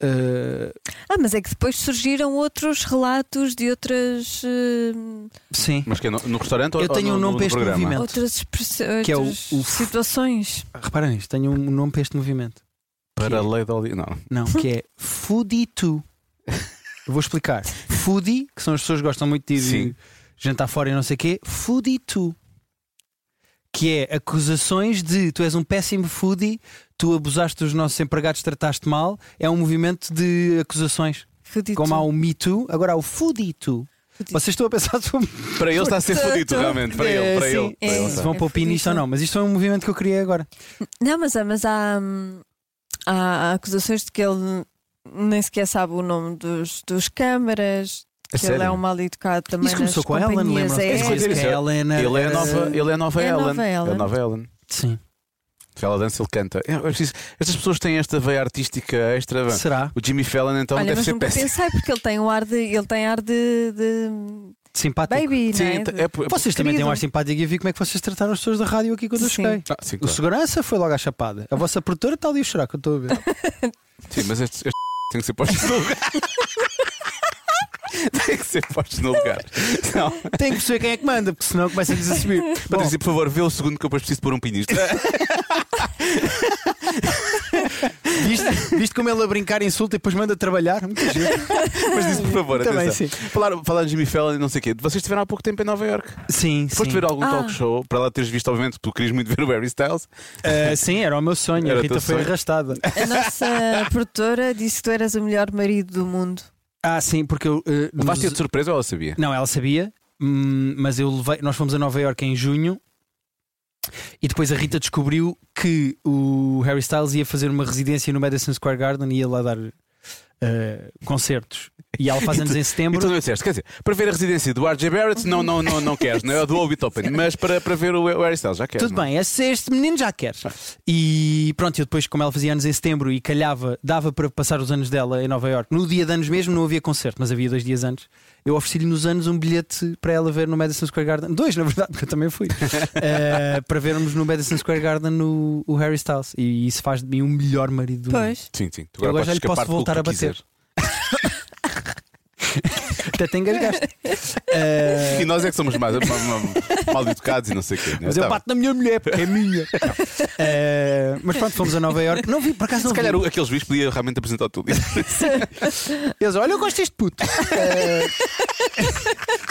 Speaker 5: Uh,
Speaker 3: Ah, mas é que depois surgiram outros relatos de outras, hum,
Speaker 5: sim.
Speaker 6: Mas que é no, no restaurante ou
Speaker 5: Eu tenho
Speaker 6: ou
Speaker 5: um
Speaker 6: no,
Speaker 5: nome
Speaker 6: no
Speaker 5: para este
Speaker 6: programa?
Speaker 5: movimento.
Speaker 3: outras, express-
Speaker 5: Que é o-
Speaker 3: outras
Speaker 5: o-
Speaker 3: situações.
Speaker 5: Repara nisto, tenho um nome para este movimento.
Speaker 6: Para a
Speaker 5: Que
Speaker 6: lei da Oli- Não.
Speaker 5: é- Não, que é Foodie Too. Eu vou explicar. Foodie, que são as pessoas que gostam muito de ir
Speaker 6: Sim.
Speaker 5: jantar fora e não sei o quê. Foodie Too. Que é acusações de tu és um péssimo foodie, tu abusaste dos nossos empregados, trataste mal. É um movimento de acusações.
Speaker 3: Fudido.
Speaker 5: Como há o Me Too, agora há o Foodie Too.
Speaker 3: Foodie.
Speaker 5: Vocês estão a pensar sobre
Speaker 6: Para ele está a ser fodido, realmente. Para ele, para
Speaker 5: É,
Speaker 6: ele.
Speaker 5: sim.
Speaker 6: para ele
Speaker 3: É.
Speaker 5: se
Speaker 6: está.
Speaker 5: vão para o
Speaker 3: fodido.
Speaker 5: pinista ou não, mas isto é um movimento que eu criei agora.
Speaker 3: Não, mas, há- mas há, hum, há, há acusações de que ele nem sequer sabe o nome dos, dos câmaras,
Speaker 6: A
Speaker 3: que ele é
Speaker 6: sério?
Speaker 3: um mal educado também.
Speaker 5: Isso começou
Speaker 3: nas
Speaker 5: com a Ellen,
Speaker 3: companhias
Speaker 5: lembram-se?
Speaker 3: aéreas.
Speaker 6: Isso coisa-
Speaker 5: Diz que a Ellen era-
Speaker 6: Ele é a nova, ele é a nova
Speaker 3: É a
Speaker 6: Ellen.
Speaker 3: nova Ellen.
Speaker 6: É a nova Ellen.
Speaker 5: Sim.
Speaker 6: Se ela dança, ele canta. É, é preciso- Estas pessoas têm esta veia artística extra. vá.
Speaker 5: Será?
Speaker 6: O Jimmy Fallon, então,
Speaker 3: Olha,
Speaker 6: deve
Speaker 3: mas
Speaker 6: ser
Speaker 3: nunca
Speaker 6: péssimo.
Speaker 3: pensei porque ele tem um ar de. Ele tem ar de. de
Speaker 5: Simpático.
Speaker 3: baby,
Speaker 6: Sim,
Speaker 3: não é?
Speaker 6: é, por- é, por-
Speaker 5: Vocês também
Speaker 3: Querido.
Speaker 5: têm um ar simpático e vi como é que vocês trataram as pessoas da rádio aqui quando eu
Speaker 3: Sim.
Speaker 5: cheguei.
Speaker 6: Ah, sim,
Speaker 5: O
Speaker 6: claro.
Speaker 5: segurança foi logo à chapada. A vossa produtora está ali a chorar, que eu estou a ver.
Speaker 6: Sim, mas este, este tem que ser postos no lugar. tem que ser postos no lugar. Não.
Speaker 5: Tem que perceber quem é que manda, porque senão começa-lhes a subir. Bom,
Speaker 6: Patrícia, por favor, vê o segundo que eu depois preciso pôr um pinista.
Speaker 5: viste, viste como ele a brincar insulta e depois manda trabalhar? Muito giro.
Speaker 6: Mas diz, por favor,
Speaker 5: Também
Speaker 6: atenção. Falar, falar de Jimmy Fallon e não sei o quê. Vocês estiveram há pouco tempo em Nova York.
Speaker 5: Sim,
Speaker 6: Foste
Speaker 5: sim.
Speaker 6: ver algum
Speaker 3: Ah.
Speaker 6: talk show, para lá teres visto, obviamente, tu querias muito ver o Harry Styles.
Speaker 5: Ah, sim, era o meu sonho.
Speaker 6: Era
Speaker 5: a
Speaker 6: o
Speaker 5: Rita
Speaker 6: teu
Speaker 5: foi
Speaker 6: sonho.
Speaker 5: arrastada.
Speaker 3: A nossa produtora disse que tu eras o melhor marido do mundo.
Speaker 5: Ah, sim, porque eu. eh,
Speaker 6: Levaste-a
Speaker 5: nos-
Speaker 6: de surpresa ou ela sabia?
Speaker 5: Não, ela sabia, hum, mas eu levei. Nós fomos a Nova Iorque em junho e depois a Rita descobriu que o Harry Styles ia fazer uma residência no Madison Square Garden e ia lá dar eh, concertos. E ela faz anos em
Speaker 6: E tu
Speaker 5: setembro.
Speaker 6: Então não é disseste, quer dizer, para ver a residência do RJ Barrett, não, não, não, não queres, não é o do Open, mas para, para ver o, o Harry Styles, já queres.
Speaker 5: Tudo
Speaker 6: não? é?
Speaker 5: bem, esse- este, menino já quer. E pronto, eu depois, como ela fazia anos em setembro e calhava, dava para passar os anos dela em Nova Iorque. No dia de anos mesmo não havia concerto, mas havia dois dias antes. eu ofereci-lhe nos anos um bilhete para ela ver no Madison Square Garden. Dois, na verdade, porque eu também fui. Eh, para vermos no Madison Square Garden o, o Harry Styles. E isso faz de mim o melhor marido do mundo.
Speaker 3: Pois.
Speaker 6: Sim, sim. Tu
Speaker 5: Eu
Speaker 6: agora
Speaker 5: agora já
Speaker 6: podes
Speaker 5: lhe posso
Speaker 6: escapar pelo que
Speaker 5: voltar
Speaker 6: tu
Speaker 5: a bater.
Speaker 6: quiseres.
Speaker 5: Até te engasgaste. Eh,
Speaker 6: E nós é que somos mais ma- ma- mal educados e não sei o quê. né?
Speaker 5: Mas eu
Speaker 6: Tá bem.
Speaker 5: bato na minha mulher, porque é minha. Não. Eh, mas pronto, fomos a Nova Iorque. Não vi, por acaso não
Speaker 6: Se calhar
Speaker 5: vi.
Speaker 6: o- aqueles bichos podia realmente apresentar tudo.
Speaker 5: Eles, olha, eu gosto deste puto. Eh,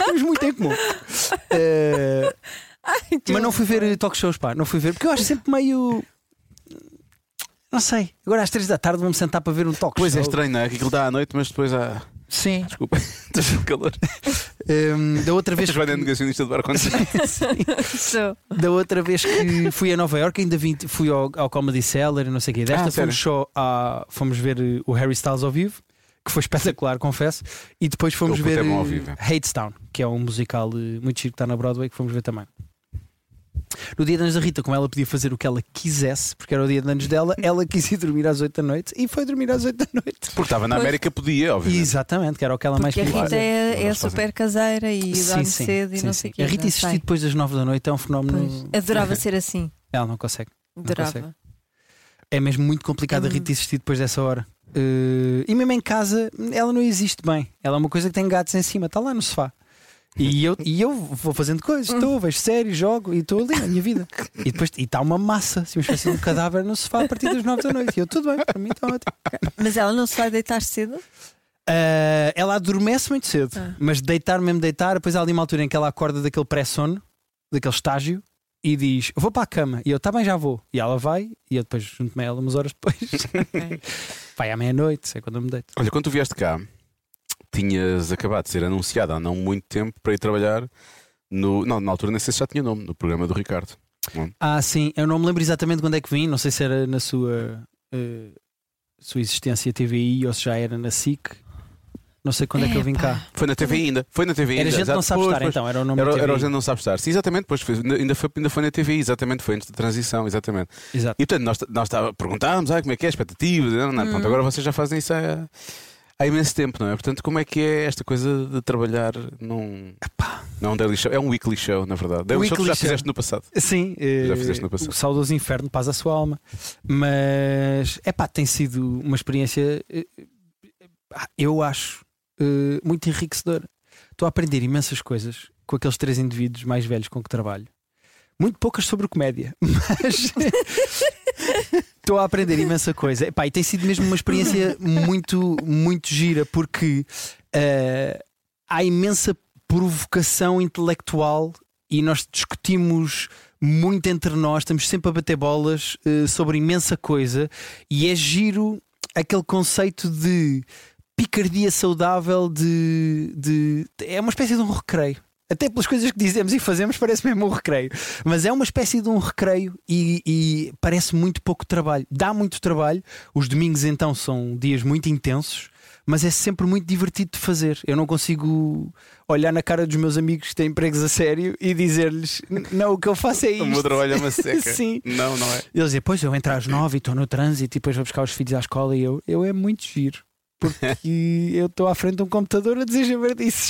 Speaker 5: Temos muito em comum. Eh, mas não fui ver eh, talk shows, pá. Não fui ver, porque eu acho sempre meio. Não sei. Agora às três da tarde vão-me sentar para ver um talk
Speaker 6: Pois é
Speaker 5: show.
Speaker 6: estranho, não é? Aquilo dá à noite, mas depois há.
Speaker 5: Sim.
Speaker 6: Desculpa, estás com calor.
Speaker 5: Eh, da outra vez.
Speaker 6: Estás bem negacionista do ar condicionado.
Speaker 7: Sou.
Speaker 5: Da outra vez que fui a Nova Iorque ainda vim- fui ao, ao Comedy Cellar e não sei o quê. Desta
Speaker 6: Ah, sério?
Speaker 5: fomos só a, fomos ver eh, o Harry Styles ao vivo, que foi espetacular, confesso. E depois fomos
Speaker 6: Ele puto
Speaker 5: ver
Speaker 6: é bom ao
Speaker 5: eh,
Speaker 6: vivo, é.
Speaker 5: Hadestown, que é um musical eh, muito giro que está na Broadway, que fomos ver também. No dia de anos da Rita, como ela podia fazer o que ela quisesse, porque era o dia de anos dela, ela quis ir dormir às 8 da noite e foi dormir às 8 da noite.
Speaker 6: Porque estava na América, podia, obviamente.
Speaker 5: Exatamente, que era o que ela mais
Speaker 3: Porque a
Speaker 5: queria.
Speaker 3: Rita é, é
Speaker 6: Elas fazem-
Speaker 3: super caseira e
Speaker 5: Sim,
Speaker 3: dorme
Speaker 5: sim,
Speaker 3: cedo e
Speaker 5: sim,
Speaker 3: não
Speaker 5: sim.
Speaker 3: sei o quê.
Speaker 5: A Rita
Speaker 3: já
Speaker 5: insistir
Speaker 3: sei.
Speaker 5: depois das 9 da noite é um fenómeno.
Speaker 3: Pois. Adorava ser assim.
Speaker 5: Ela não consegue.
Speaker 3: Adorava.
Speaker 5: É mesmo muito complicado a Rita existir depois dessa hora. Eh, e mesmo em casa, ela não existe bem. Ela é uma coisa que tem gatos em cima, está lá no sofá. E eu, e eu vou fazendo coisas, estou, vejo séries, jogo e estou ali na minha vida. E depois e está uma massa, assim, uma espécie de um cadáver no sofá a partir das 9 da noite. E eu, tudo bem, para mim tá está ótimo.
Speaker 3: Mas ela não se vai deitar cedo?
Speaker 5: Eh, ela adormece muito cedo,
Speaker 3: Ah.
Speaker 5: mas deitar, mesmo deitar, depois há ali uma altura em que ela acorda daquele pré-sono, daquele estágio, e diz: Vou para a cama. E eu, tá bem, já vou. E ela vai, e eu depois junto-me a ela umas horas depois. vai à meia-noite, é quando eu me deito.
Speaker 6: Olha, quando tu vieste cá, tinhas acabado de ser anunciada há não muito tempo para ir trabalhar no. Não, na altura nem sei se já tinha nome, no programa do Ricardo.
Speaker 5: Ah, sim, eu não me lembro exatamente quando é que vim, não sei se era na sua, eh, sua existência TVI ou se já era na SIC. Não sei quando é, que eu vim
Speaker 7: Epá.
Speaker 5: cá.
Speaker 6: Foi na TV ainda. Foi na TV ainda.
Speaker 5: Era gente
Speaker 6: exato.
Speaker 5: não sabe
Speaker 6: Pois,
Speaker 5: estar,
Speaker 6: pois.
Speaker 5: então, era o nome
Speaker 6: Era,
Speaker 5: da
Speaker 6: era o
Speaker 5: TVI.
Speaker 6: Gente Não Sabe Estar. Sim, exatamente, pois foi- ainda, foi, ainda foi na TV, exatamente, foi antes da transição, exatamente.
Speaker 5: Exato.
Speaker 6: E portanto, nós, nós tava- perguntávamos ah, como é que é, expectativas, não, não,
Speaker 5: Hum.
Speaker 6: pronto, agora vocês já fazem isso há, há imenso tempo, não é? Portanto, como é que é esta coisa de trabalhar num. Não, é um daily show, é um weekly show, na verdade. Daily show que tu
Speaker 5: Um Weekly
Speaker 6: já
Speaker 5: show.
Speaker 6: fizeste no passado.
Speaker 5: Sim,
Speaker 6: Já
Speaker 5: eh,
Speaker 6: fizeste no passado.
Speaker 5: o saudoso inferno, paz à sua alma. Mas é pá, tem sido uma experiência, eh, ah, eu acho, eh, muito enriquecedora. Estou a aprender imensas coisas com aqueles três indivíduos mais velhos com que trabalho. Muito poucas sobre comédia, mas estou a aprender imensa coisa. Epá, e tem sido mesmo uma experiência muito, muito gira, porque eh, há imensa provocação intelectual e nós discutimos muito entre nós, estamos sempre a bater bolas eh, sobre imensa coisa e é giro aquele conceito de picardia saudável de, de- é uma espécie de um recreio. Até pelas coisas que dizemos e fazemos parece mesmo um recreio, mas é uma espécie de um recreio e, e parece muito pouco trabalho. Dá muito trabalho. Os domingos então são dias muito intensos, mas é sempre muito divertido de fazer. Eu não consigo olhar na cara dos meus amigos que têm empregos a sério e dizer-lhes não o que eu faço é isto.
Speaker 6: O meu trabalho é uma seca.
Speaker 5: Sim.
Speaker 6: Não, não é.
Speaker 5: Eles dizem, pois eu entro às nove e estou no trânsito e depois vou buscar os filhos à escola e eu, eu é muito giro. Porque eu estou à frente de um computador a dizer jabardices.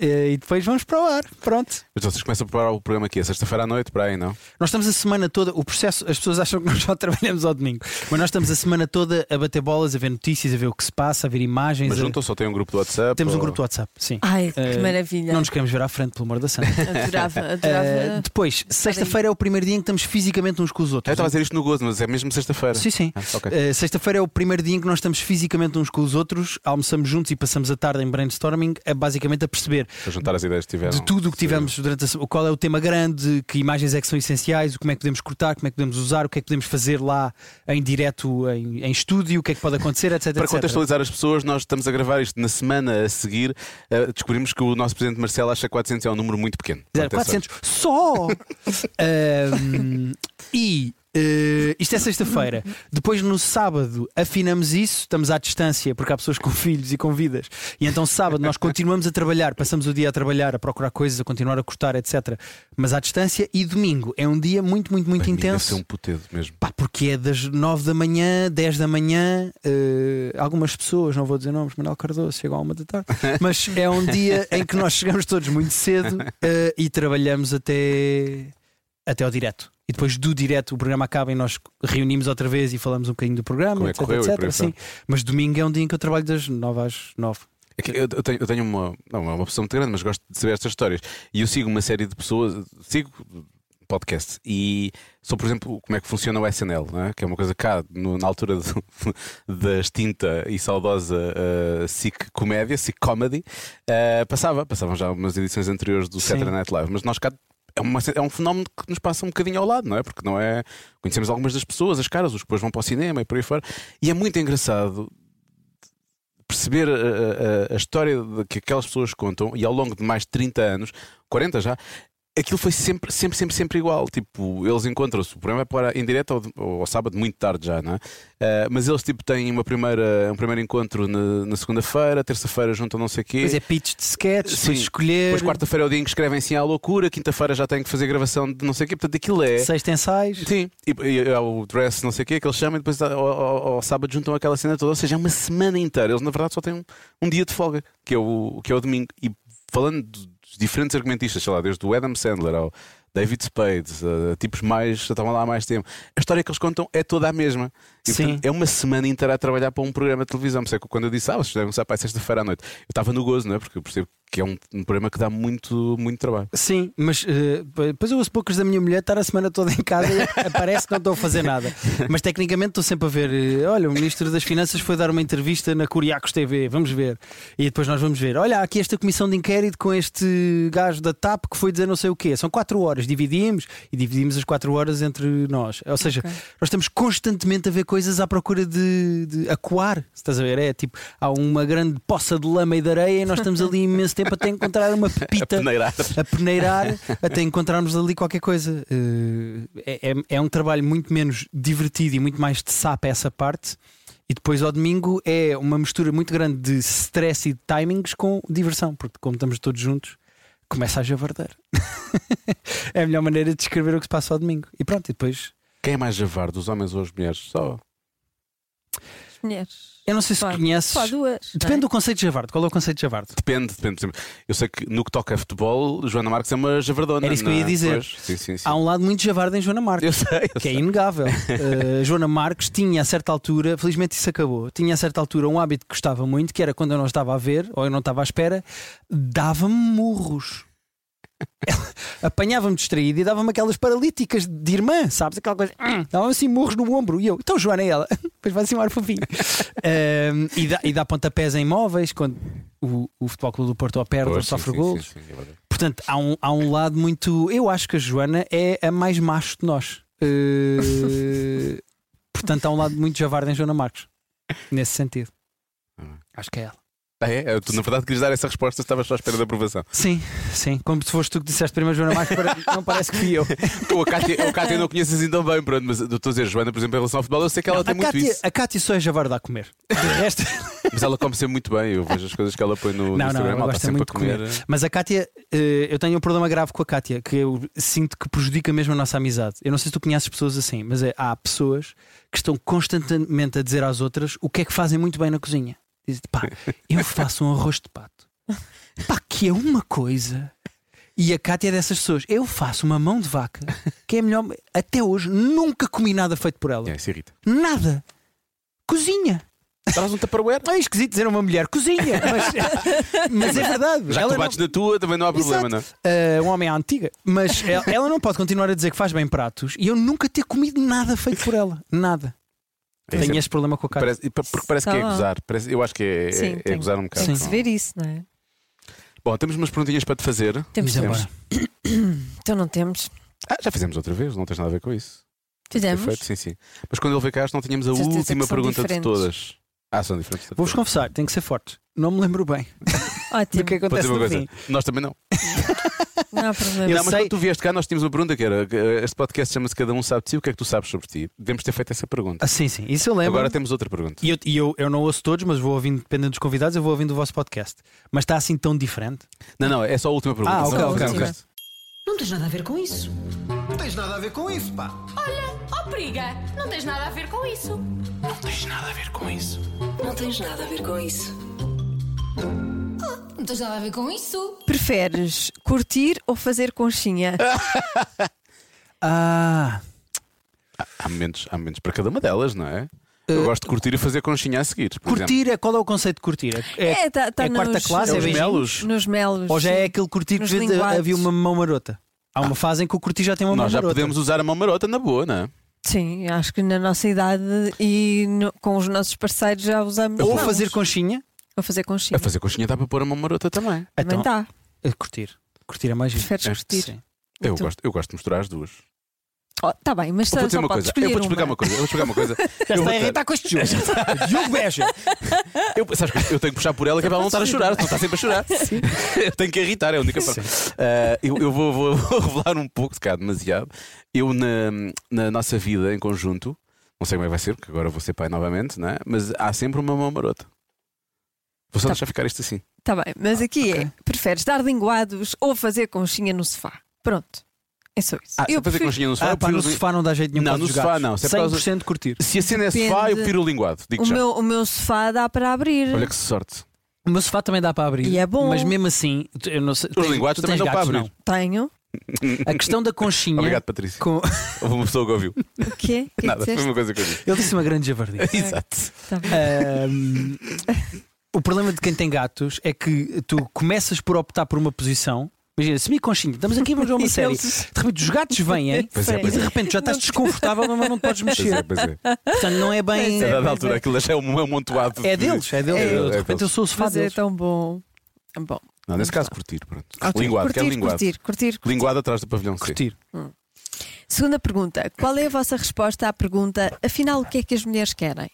Speaker 5: Eh, e depois vamos para o ar. Pronto.
Speaker 6: Mas vocês começam a preparar o programa aqui, é sexta-feira à noite, para aí, não?
Speaker 5: Nós estamos a semana toda, o processo, as pessoas acham que nós só trabalhamos ao domingo, mas nós estamos a semana toda a bater bolas, a ver notícias, a ver o que se passa, a ver imagens.
Speaker 6: Mas
Speaker 5: a-
Speaker 6: juntam, só tem um grupo do WhatsApp.
Speaker 5: Temos um
Speaker 6: ou-
Speaker 5: grupo do WhatsApp, sim.
Speaker 3: Ai, que
Speaker 5: Eh,
Speaker 3: maravilha.
Speaker 5: Não nos queremos ver à frente, pelo amor da santa.
Speaker 3: Adorava,
Speaker 5: Eh,
Speaker 3: adorava.
Speaker 5: depois, sexta-feira é o primeiro dia em que estamos fisicamente uns com os
Speaker 6: Ah, Eu
Speaker 5: outros.
Speaker 6: estava a dizer isto no gozo, mas é mesmo sexta-feira.
Speaker 5: Sim, sim.
Speaker 6: Ah, ok.
Speaker 5: Uh, Sexta-feira é o primeiro dia em que nós estamos fisicamente uns com os outros, almoçamos juntos e passamos a tarde em brainstorming, a, basicamente a perceber
Speaker 6: Para juntar as ideias que tiveram.
Speaker 5: de tudo o que
Speaker 6: Então, Sim.
Speaker 5: tivemos durante a semana, qual é o tema grande, que imagens é que são essenciais, o como é que podemos cortar, como é que podemos usar, o que é que podemos fazer lá em direto, em, em estúdio, o que é que pode acontecer, etc.
Speaker 6: Para
Speaker 5: etc.
Speaker 6: contextualizar as pessoas, nós estamos a gravar isto na semana a seguir. eh, descobrimos que o nosso presidente Marcelo acha que 400 é um número muito pequeno.
Speaker 5: Zero,
Speaker 6: Atenção.
Speaker 5: 400 só! Ahm, e Eh, isto é sexta-feira. Depois, no sábado, afinamos isso. Estamos à distância porque há pessoas com filhos e com vidas. E então, sábado, nós continuamos a trabalhar. Passamos o dia a trabalhar, a procurar coisas, a continuar a cortar, etc. Mas à distância. E domingo é um dia muito, muito, muito
Speaker 6: Bem, amigo, Deve
Speaker 5: intenso.
Speaker 6: ser um putedo mesmo.
Speaker 5: Pá, porque é das 9 da manhã, 10 da manhã, eh, algumas pessoas, não vou dizer nomes, Manuel Cardoso, chegam à uma da tarde, mas é um dia em que nós chegamos todos muito cedo eh, e trabalhamos até, até ao direto. E depois do direto o programa acaba e nós reunimos outra vez e falamos um bocadinho do programa,
Speaker 6: Como é que
Speaker 5: etc,
Speaker 6: correu e
Speaker 5: etc,
Speaker 6: por aí
Speaker 5: sim. Mas domingo é um dia em que eu trabalho das 9 às 9.
Speaker 6: É que Eu, eu tenho, eu tenho uma. Não, é uma pessoa muito grande, mas gosto de saber estas histórias. E eu sigo uma série de pessoas. Sigo podcast e sou, por exemplo, como é que funciona o SNL, não é? que é uma coisa cá, no- na altura do- da extinta e saudosa uh, SIC Comédia, SIC Comedy, eh, passava, passavam já algumas edições anteriores do
Speaker 5: Sim.
Speaker 6: Saturday Night Live, mas nós cá. É, uma- é um fenómeno que nos passa um bocadinho ao lado, não é? Porque não é. Conhecemos algumas das pessoas, as caras, os que depois vão para o cinema e por aí fora. E é muito engraçado perceber eh, a, a- a história de- que aquelas pessoas contam e ao longo de mais de 30 anos, 40 já, aquilo foi sempre, sempre, sempre, sempre igual. Tipo, eles encontram-se, o programa é para em direto ao, ao- ao sábado, muito tarde já, não é? Ah, mas eles tipo, têm uma primeira, um primeiro encontro na, na segunda-feira, terça-feira juntam não sei o quê.
Speaker 5: Depois é pitch de sketch,
Speaker 6: Sim.
Speaker 5: depois escolher,
Speaker 6: Depois quarta-feira é o dia em que escrevem-se à loucura, quinta-feira já têm que fazer gravação de não sei o quê, portanto aquilo é.
Speaker 5: sexta ensaios.
Speaker 6: Sim, e, e há o dress, não sei o que, que eles chamam e depois ao, ao- ao sábado juntam aquela cena toda, ou seja, é uma semana inteira. Eles na verdade só têm um, um dia de folga, que é o, que é o domingo. E falando de- dos diferentes argumentistas, sei lá, desde o Adam Sandler ao David Spade, a tipos mais, já estavam lá há mais tempo, a história que eles contam é toda a mesma. E,
Speaker 5: Sim.
Speaker 6: portanto, é uma semana inteira a trabalhar para um programa de televisão. Por isso é que quando eu disse, ah, vocês devem começar para sexta-feira à noite, eu estava no gozo, não é? Porque eu percebo que é um, um programa que dá muito, muito trabalho.
Speaker 5: Sim, mas eh, depois eu ouço poucos da minha mulher estar a semana toda em casa e parece que não estou a fazer nada. Mas tecnicamente estou sempre a ver. eh, olha, o Ministro das Finanças foi dar uma entrevista na Curiacos TV, vamos ver. E depois nós vamos ver. Olha, há aqui esta comissão de inquérito com este gajo da TAP que foi dizer não sei o quê. São quatro horas, dividimos e dividimos as quatro horas entre nós. Ou seja, nós estamos constantemente a ver coisas à procura de, de acuar. se Estás a ver? É tipo, há uma grande poça de lama e de areia e nós estamos ali imenso tempo até encontrar uma pepita
Speaker 6: Peneirar.
Speaker 5: a peneirar até encontrarmos ali qualquer coisa. Eh, é, é- é um trabalho muito menos divertido e muito mais de sapo essa parte. E depois ao domingo é uma mistura muito grande de stress e de timings com diversão, porque como estamos todos juntos, começa a javardeira. é a melhor maneira de descrever o que se passa ao domingo. E pronto, e depois.
Speaker 6: Quem é mais javar, dos homens ou as mulheres? Só.
Speaker 3: Mulheres.
Speaker 5: Eu não sei se
Speaker 3: Claro.
Speaker 5: conheces.
Speaker 3: Só duas.
Speaker 5: Depende do conceito de javarde. Qual é o conceito de javarde?
Speaker 6: Depende, depende. Por exemplo, eu sei que no que toca a futebol, Joana Marques é uma javardona.
Speaker 5: Era isso que eu
Speaker 6: não é?
Speaker 5: ia dizer.
Speaker 6: Pois, Sim, sim, sim.
Speaker 5: Há um lado muito javarde em Joana Marques.
Speaker 6: Eu sei. eu
Speaker 5: que é
Speaker 6: sei.
Speaker 5: inegável. Uh, Joana Marques tinha a certa altura, felizmente isso acabou, tinha a certa altura um hábito que gostava muito, que era quando eu não estava a ver ou eu não estava à espera, dava-me murros. Ela Apanhava-me distraída e dava-me aquelas paralíticas de irmã, sabes? Aquela coisa, "Ah", dava-me assim murros no ombro. E eu, então Joana é ela, depois vai assim um ar fofinho. Um, e, dá, e dá pontapés em móveis quando o, o Futebol Clube do Porto ou perde ou
Speaker 6: Pois, sim,
Speaker 5: sofre
Speaker 6: sim,
Speaker 5: golos.
Speaker 6: sim, sim, é verdade.
Speaker 5: Portanto, há um, há um lado muito. Eu acho que a Joana é a mais macho de nós. Eh, Portanto, há um lado muito javarde em Joana Marques. Nesse sentido.
Speaker 6: Ah.
Speaker 5: Acho que é ela.
Speaker 6: Ah, é? Eu, tu, na verdade, querias dar essa resposta, estava só à espera da aprovação.
Speaker 5: Sim, sim. Como se foste tu que disseste primeiro Joana Marques, pare- não parece que fui eu.
Speaker 6: Ou a Cátia, a Cátia não conheces assim tão bem, pronto, mas eu estou a dizer, Joana, por exemplo, em relação ao futebol, eu sei que ela tem
Speaker 5: a,
Speaker 6: muito
Speaker 5: Cátia,
Speaker 6: isso.
Speaker 5: a Cátia só é javarde a comer. De resto.
Speaker 6: Mas ela come sempre muito bem, eu vejo as coisas que ela põe no, no
Speaker 5: Não, não,
Speaker 6: Instagram,
Speaker 5: ela
Speaker 6: ela
Speaker 5: gosta
Speaker 6: está sempre
Speaker 5: muito de
Speaker 6: a comer.
Speaker 5: comer. Mas a Cátia, eh, eu tenho um problema grave com a Cátia, que eu sinto que prejudica mesmo a nossa amizade. Eu não sei se tu conheces pessoas assim, mas é, há pessoas que estão constantemente a dizer às outras o que é que fazem muito bem na cozinha. Dizem, pá, eu faço um arroz de pato. Pá, que é uma coisa. E a Cátia é dessas pessoas. Eu faço uma mão de vaca, que é a melhor. Até hoje, nunca comi nada feito por ela.
Speaker 6: É, isso irrita.
Speaker 5: Nada. Cozinha.
Speaker 6: Traz um Tupperware.
Speaker 5: É esquisito dizer a uma mulher cozinha, mas, mas é verdade.
Speaker 6: Já que
Speaker 5: Ela
Speaker 6: tu
Speaker 5: não-
Speaker 6: bates na tua, também não há problema, não? é?
Speaker 5: Uh, um homem à antiga. Mas el- ela, não pode continuar a dizer que faz bem pratos e eu nunca ter comido nada feito por ela. Nada.
Speaker 6: É isso,
Speaker 5: Tenho
Speaker 6: é-
Speaker 5: este problema com a cara.
Speaker 6: parece- e pa- Porque parece
Speaker 3: Só-
Speaker 6: que é gozar. Parece, eu acho que é, é-
Speaker 3: Sim,
Speaker 6: é
Speaker 3: tem-
Speaker 6: gozar um bocado.
Speaker 3: Tem que se ver isso, não é?
Speaker 6: Bom, temos umas perguntinhas para te fazer.
Speaker 3: Temos
Speaker 5: Vamos embora.
Speaker 3: Então não temos.
Speaker 6: Ah, já fizemos outra vez, não tens nada a ver com isso.
Speaker 3: Fizemos.
Speaker 6: Perfeito, sim, sim. Mas quando ele veio cá, acho que não tínhamos a
Speaker 3: Certeza que
Speaker 6: última
Speaker 3: são
Speaker 6: pergunta de
Speaker 3: diferentes.
Speaker 6: todas. Ah, são diferentes.
Speaker 5: Vou-vos confessar, tenho que ser forte. Não me lembro bem
Speaker 3: Ótimo.
Speaker 5: do que
Speaker 6: Vou
Speaker 5: acontece
Speaker 6: dizer uma
Speaker 5: no
Speaker 6: coisa.
Speaker 5: fim.
Speaker 6: Nós também não.
Speaker 3: Não há problema.
Speaker 5: Eu
Speaker 6: não, mas
Speaker 5: sei-
Speaker 6: quando tu vieste cá, nós tínhamos uma pergunta que era: eh, este podcast chama-se Cada Um Sabe de Si, o que é que tu sabes sobre ti? Devemos ter feito essa pergunta.
Speaker 5: Ah, sim, sim, isso eu lembro.
Speaker 6: Agora temos outra pergunta.
Speaker 5: E, eu, e eu, eu não ouço todos, mas vou ouvindo, dependendo dos convidados, eu vou ouvindo o vosso podcast. Mas está assim tão diferente.
Speaker 6: Não, não, é só a última pergunta.
Speaker 5: Ah,
Speaker 6: Só
Speaker 5: ok,
Speaker 6: para
Speaker 5: ok,
Speaker 6: ficar no
Speaker 3: ok.
Speaker 6: resto.
Speaker 2: Não tens nada a ver com isso.
Speaker 8: Não tens nada a ver com isso, pá.
Speaker 9: Olha, ó periga, não tens nada a ver com isso.
Speaker 2: Não tens nada a ver com isso.
Speaker 9: Ah, Não tens nada a ver com isso.
Speaker 3: Preferes curtir ou fazer conchinha?
Speaker 5: Ah,
Speaker 6: Há momentos, há momentos para cada uma delas, não é? Eu gosto de curtir e fazer conchinha a seguir. por exemplo.
Speaker 5: Eh, curtir, é, qual é o conceito de curtir?
Speaker 3: É, tá- tá
Speaker 5: é quarta
Speaker 3: nos-
Speaker 5: classe,
Speaker 3: nos
Speaker 5: é beijinho?
Speaker 6: melos?
Speaker 3: Nos melos.
Speaker 5: Ou já é
Speaker 3: sim.
Speaker 5: aquele curtir
Speaker 3: Nos
Speaker 5: que vê-
Speaker 3: linguates.
Speaker 5: havia uma mão marota? Há uma fase em que o curtir já tem uma mão
Speaker 6: Nós já
Speaker 5: marota.
Speaker 6: podemos usar a mão marota na boa, não é?
Speaker 3: Sim, acho que na nossa idade e no- com os nossos parceiros já usamos.
Speaker 5: Ou
Speaker 3: mãos.
Speaker 5: fazer conchinha.
Speaker 3: Ou fazer conchinha.
Speaker 6: A fazer conchinha dá para pôr a mão marota também.
Speaker 3: Também
Speaker 5: Então,
Speaker 3: dá.
Speaker 5: é curtir. Curtir é mais giro.
Speaker 3: Preferes
Speaker 6: É,
Speaker 3: curtir.
Speaker 5: Sim.
Speaker 6: Eu
Speaker 3: Então.
Speaker 6: gosto, eu gosto de misturar as duas.
Speaker 3: Está tá bem, mas
Speaker 6: Eu
Speaker 3: só,
Speaker 6: vou dizer
Speaker 3: só
Speaker 6: uma
Speaker 3: podes
Speaker 6: coisa. Eu vou
Speaker 3: escolher
Speaker 6: te explicar uma coisa. Tá Eu vou te explicar uma coisa.
Speaker 5: Já
Speaker 6: Eu
Speaker 5: está
Speaker 6: vou
Speaker 5: a
Speaker 6: ter-
Speaker 5: irritar com este jogo. Diogo Beja.
Speaker 6: Eu, sabes que eu tenho que puxar por ela que é para ela não estar a chorar, senão está sempre a chorar. eu tenho que irritar, é a única forma. Ah, eu eu vou, vou- vou revelar um pouco, se calhar demasiado. Eu, na, na nossa vida em conjunto, não sei como é que vai ser, porque agora vou ser pai novamente, não é? mas há sempre uma mão marota. Vou só
Speaker 3: Tá.
Speaker 6: deixar ficar isto assim.
Speaker 3: Está bem, mas aqui é: preferes dar linguados ou fazer conchinha no sofá? Pronto. É um só isso.
Speaker 6: Ah, se
Speaker 3: eu
Speaker 6: é para fazer
Speaker 3: prefiro-
Speaker 6: conchinha no sofá,
Speaker 5: Ah,
Speaker 6: eu
Speaker 5: pá, no
Speaker 6: prefiro-
Speaker 5: sofá não dá jeito nenhum
Speaker 6: Não,
Speaker 5: para
Speaker 6: no
Speaker 5: os
Speaker 6: sofá
Speaker 5: gatos.
Speaker 6: não, se é para os-
Speaker 5: 100% curtir.
Speaker 6: Se a cena é sofá, eu
Speaker 3: Depende.
Speaker 6: piro o linguado. Digo
Speaker 3: o,
Speaker 6: já.
Speaker 3: meu, o meu sofá dá para abrir.
Speaker 6: Olha que sorte.
Speaker 5: O meu sofá também dá para abrir.
Speaker 3: E é bom.
Speaker 5: Mas mesmo assim, tu- eu não sei.
Speaker 6: Os linguados
Speaker 5: tu
Speaker 6: também
Speaker 5: tens
Speaker 6: dão para
Speaker 5: gatos,
Speaker 6: abrir.
Speaker 3: Tenho.
Speaker 5: não. A questão da conchinha.
Speaker 6: Obrigado, Patrícia.
Speaker 5: com-
Speaker 6: Houve uma pessoa que ouviu.
Speaker 3: O quê? O que é que
Speaker 6: Nada, foi
Speaker 3: disseste?
Speaker 6: uma coisa que eu disse.
Speaker 5: Ele disse uma grande javardice.
Speaker 6: Exato.
Speaker 3: Tá bem.
Speaker 5: Ahm, o problema de quem tem gatos é que tu começas por optar por uma posição. Imagina, semi-conchinha, estamos aqui um para uma
Speaker 3: E
Speaker 5: série.
Speaker 3: eles-
Speaker 5: De repente os gatos vêm
Speaker 6: Pois é,
Speaker 5: e
Speaker 6: pois
Speaker 5: de
Speaker 6: é.
Speaker 5: repente já estás desconfortável, mas não te podes
Speaker 6: Pois é,
Speaker 5: mexer.
Speaker 6: pois é.
Speaker 5: Portanto, não é bem.
Speaker 6: A dada altura, aquilo já é um amontoado.
Speaker 5: É
Speaker 6: de-
Speaker 5: deles, é deles.
Speaker 6: É
Speaker 5: Eu, de
Speaker 6: deles.
Speaker 5: repente eu sou o sofá
Speaker 3: Mas é
Speaker 5: deles.
Speaker 3: tão bom. Bom,
Speaker 6: Não, nesse caso, curtir, pronto.
Speaker 3: ok.
Speaker 6: Linguado,
Speaker 3: curtir,
Speaker 6: quero linguado.
Speaker 3: curtir, curtir, curtir.
Speaker 6: Linguado atrás do pavilhão C.
Speaker 5: Curtir.
Speaker 3: Segunda pergunta: Qual é a vossa resposta à pergunta, afinal, o que é que as mulheres querem?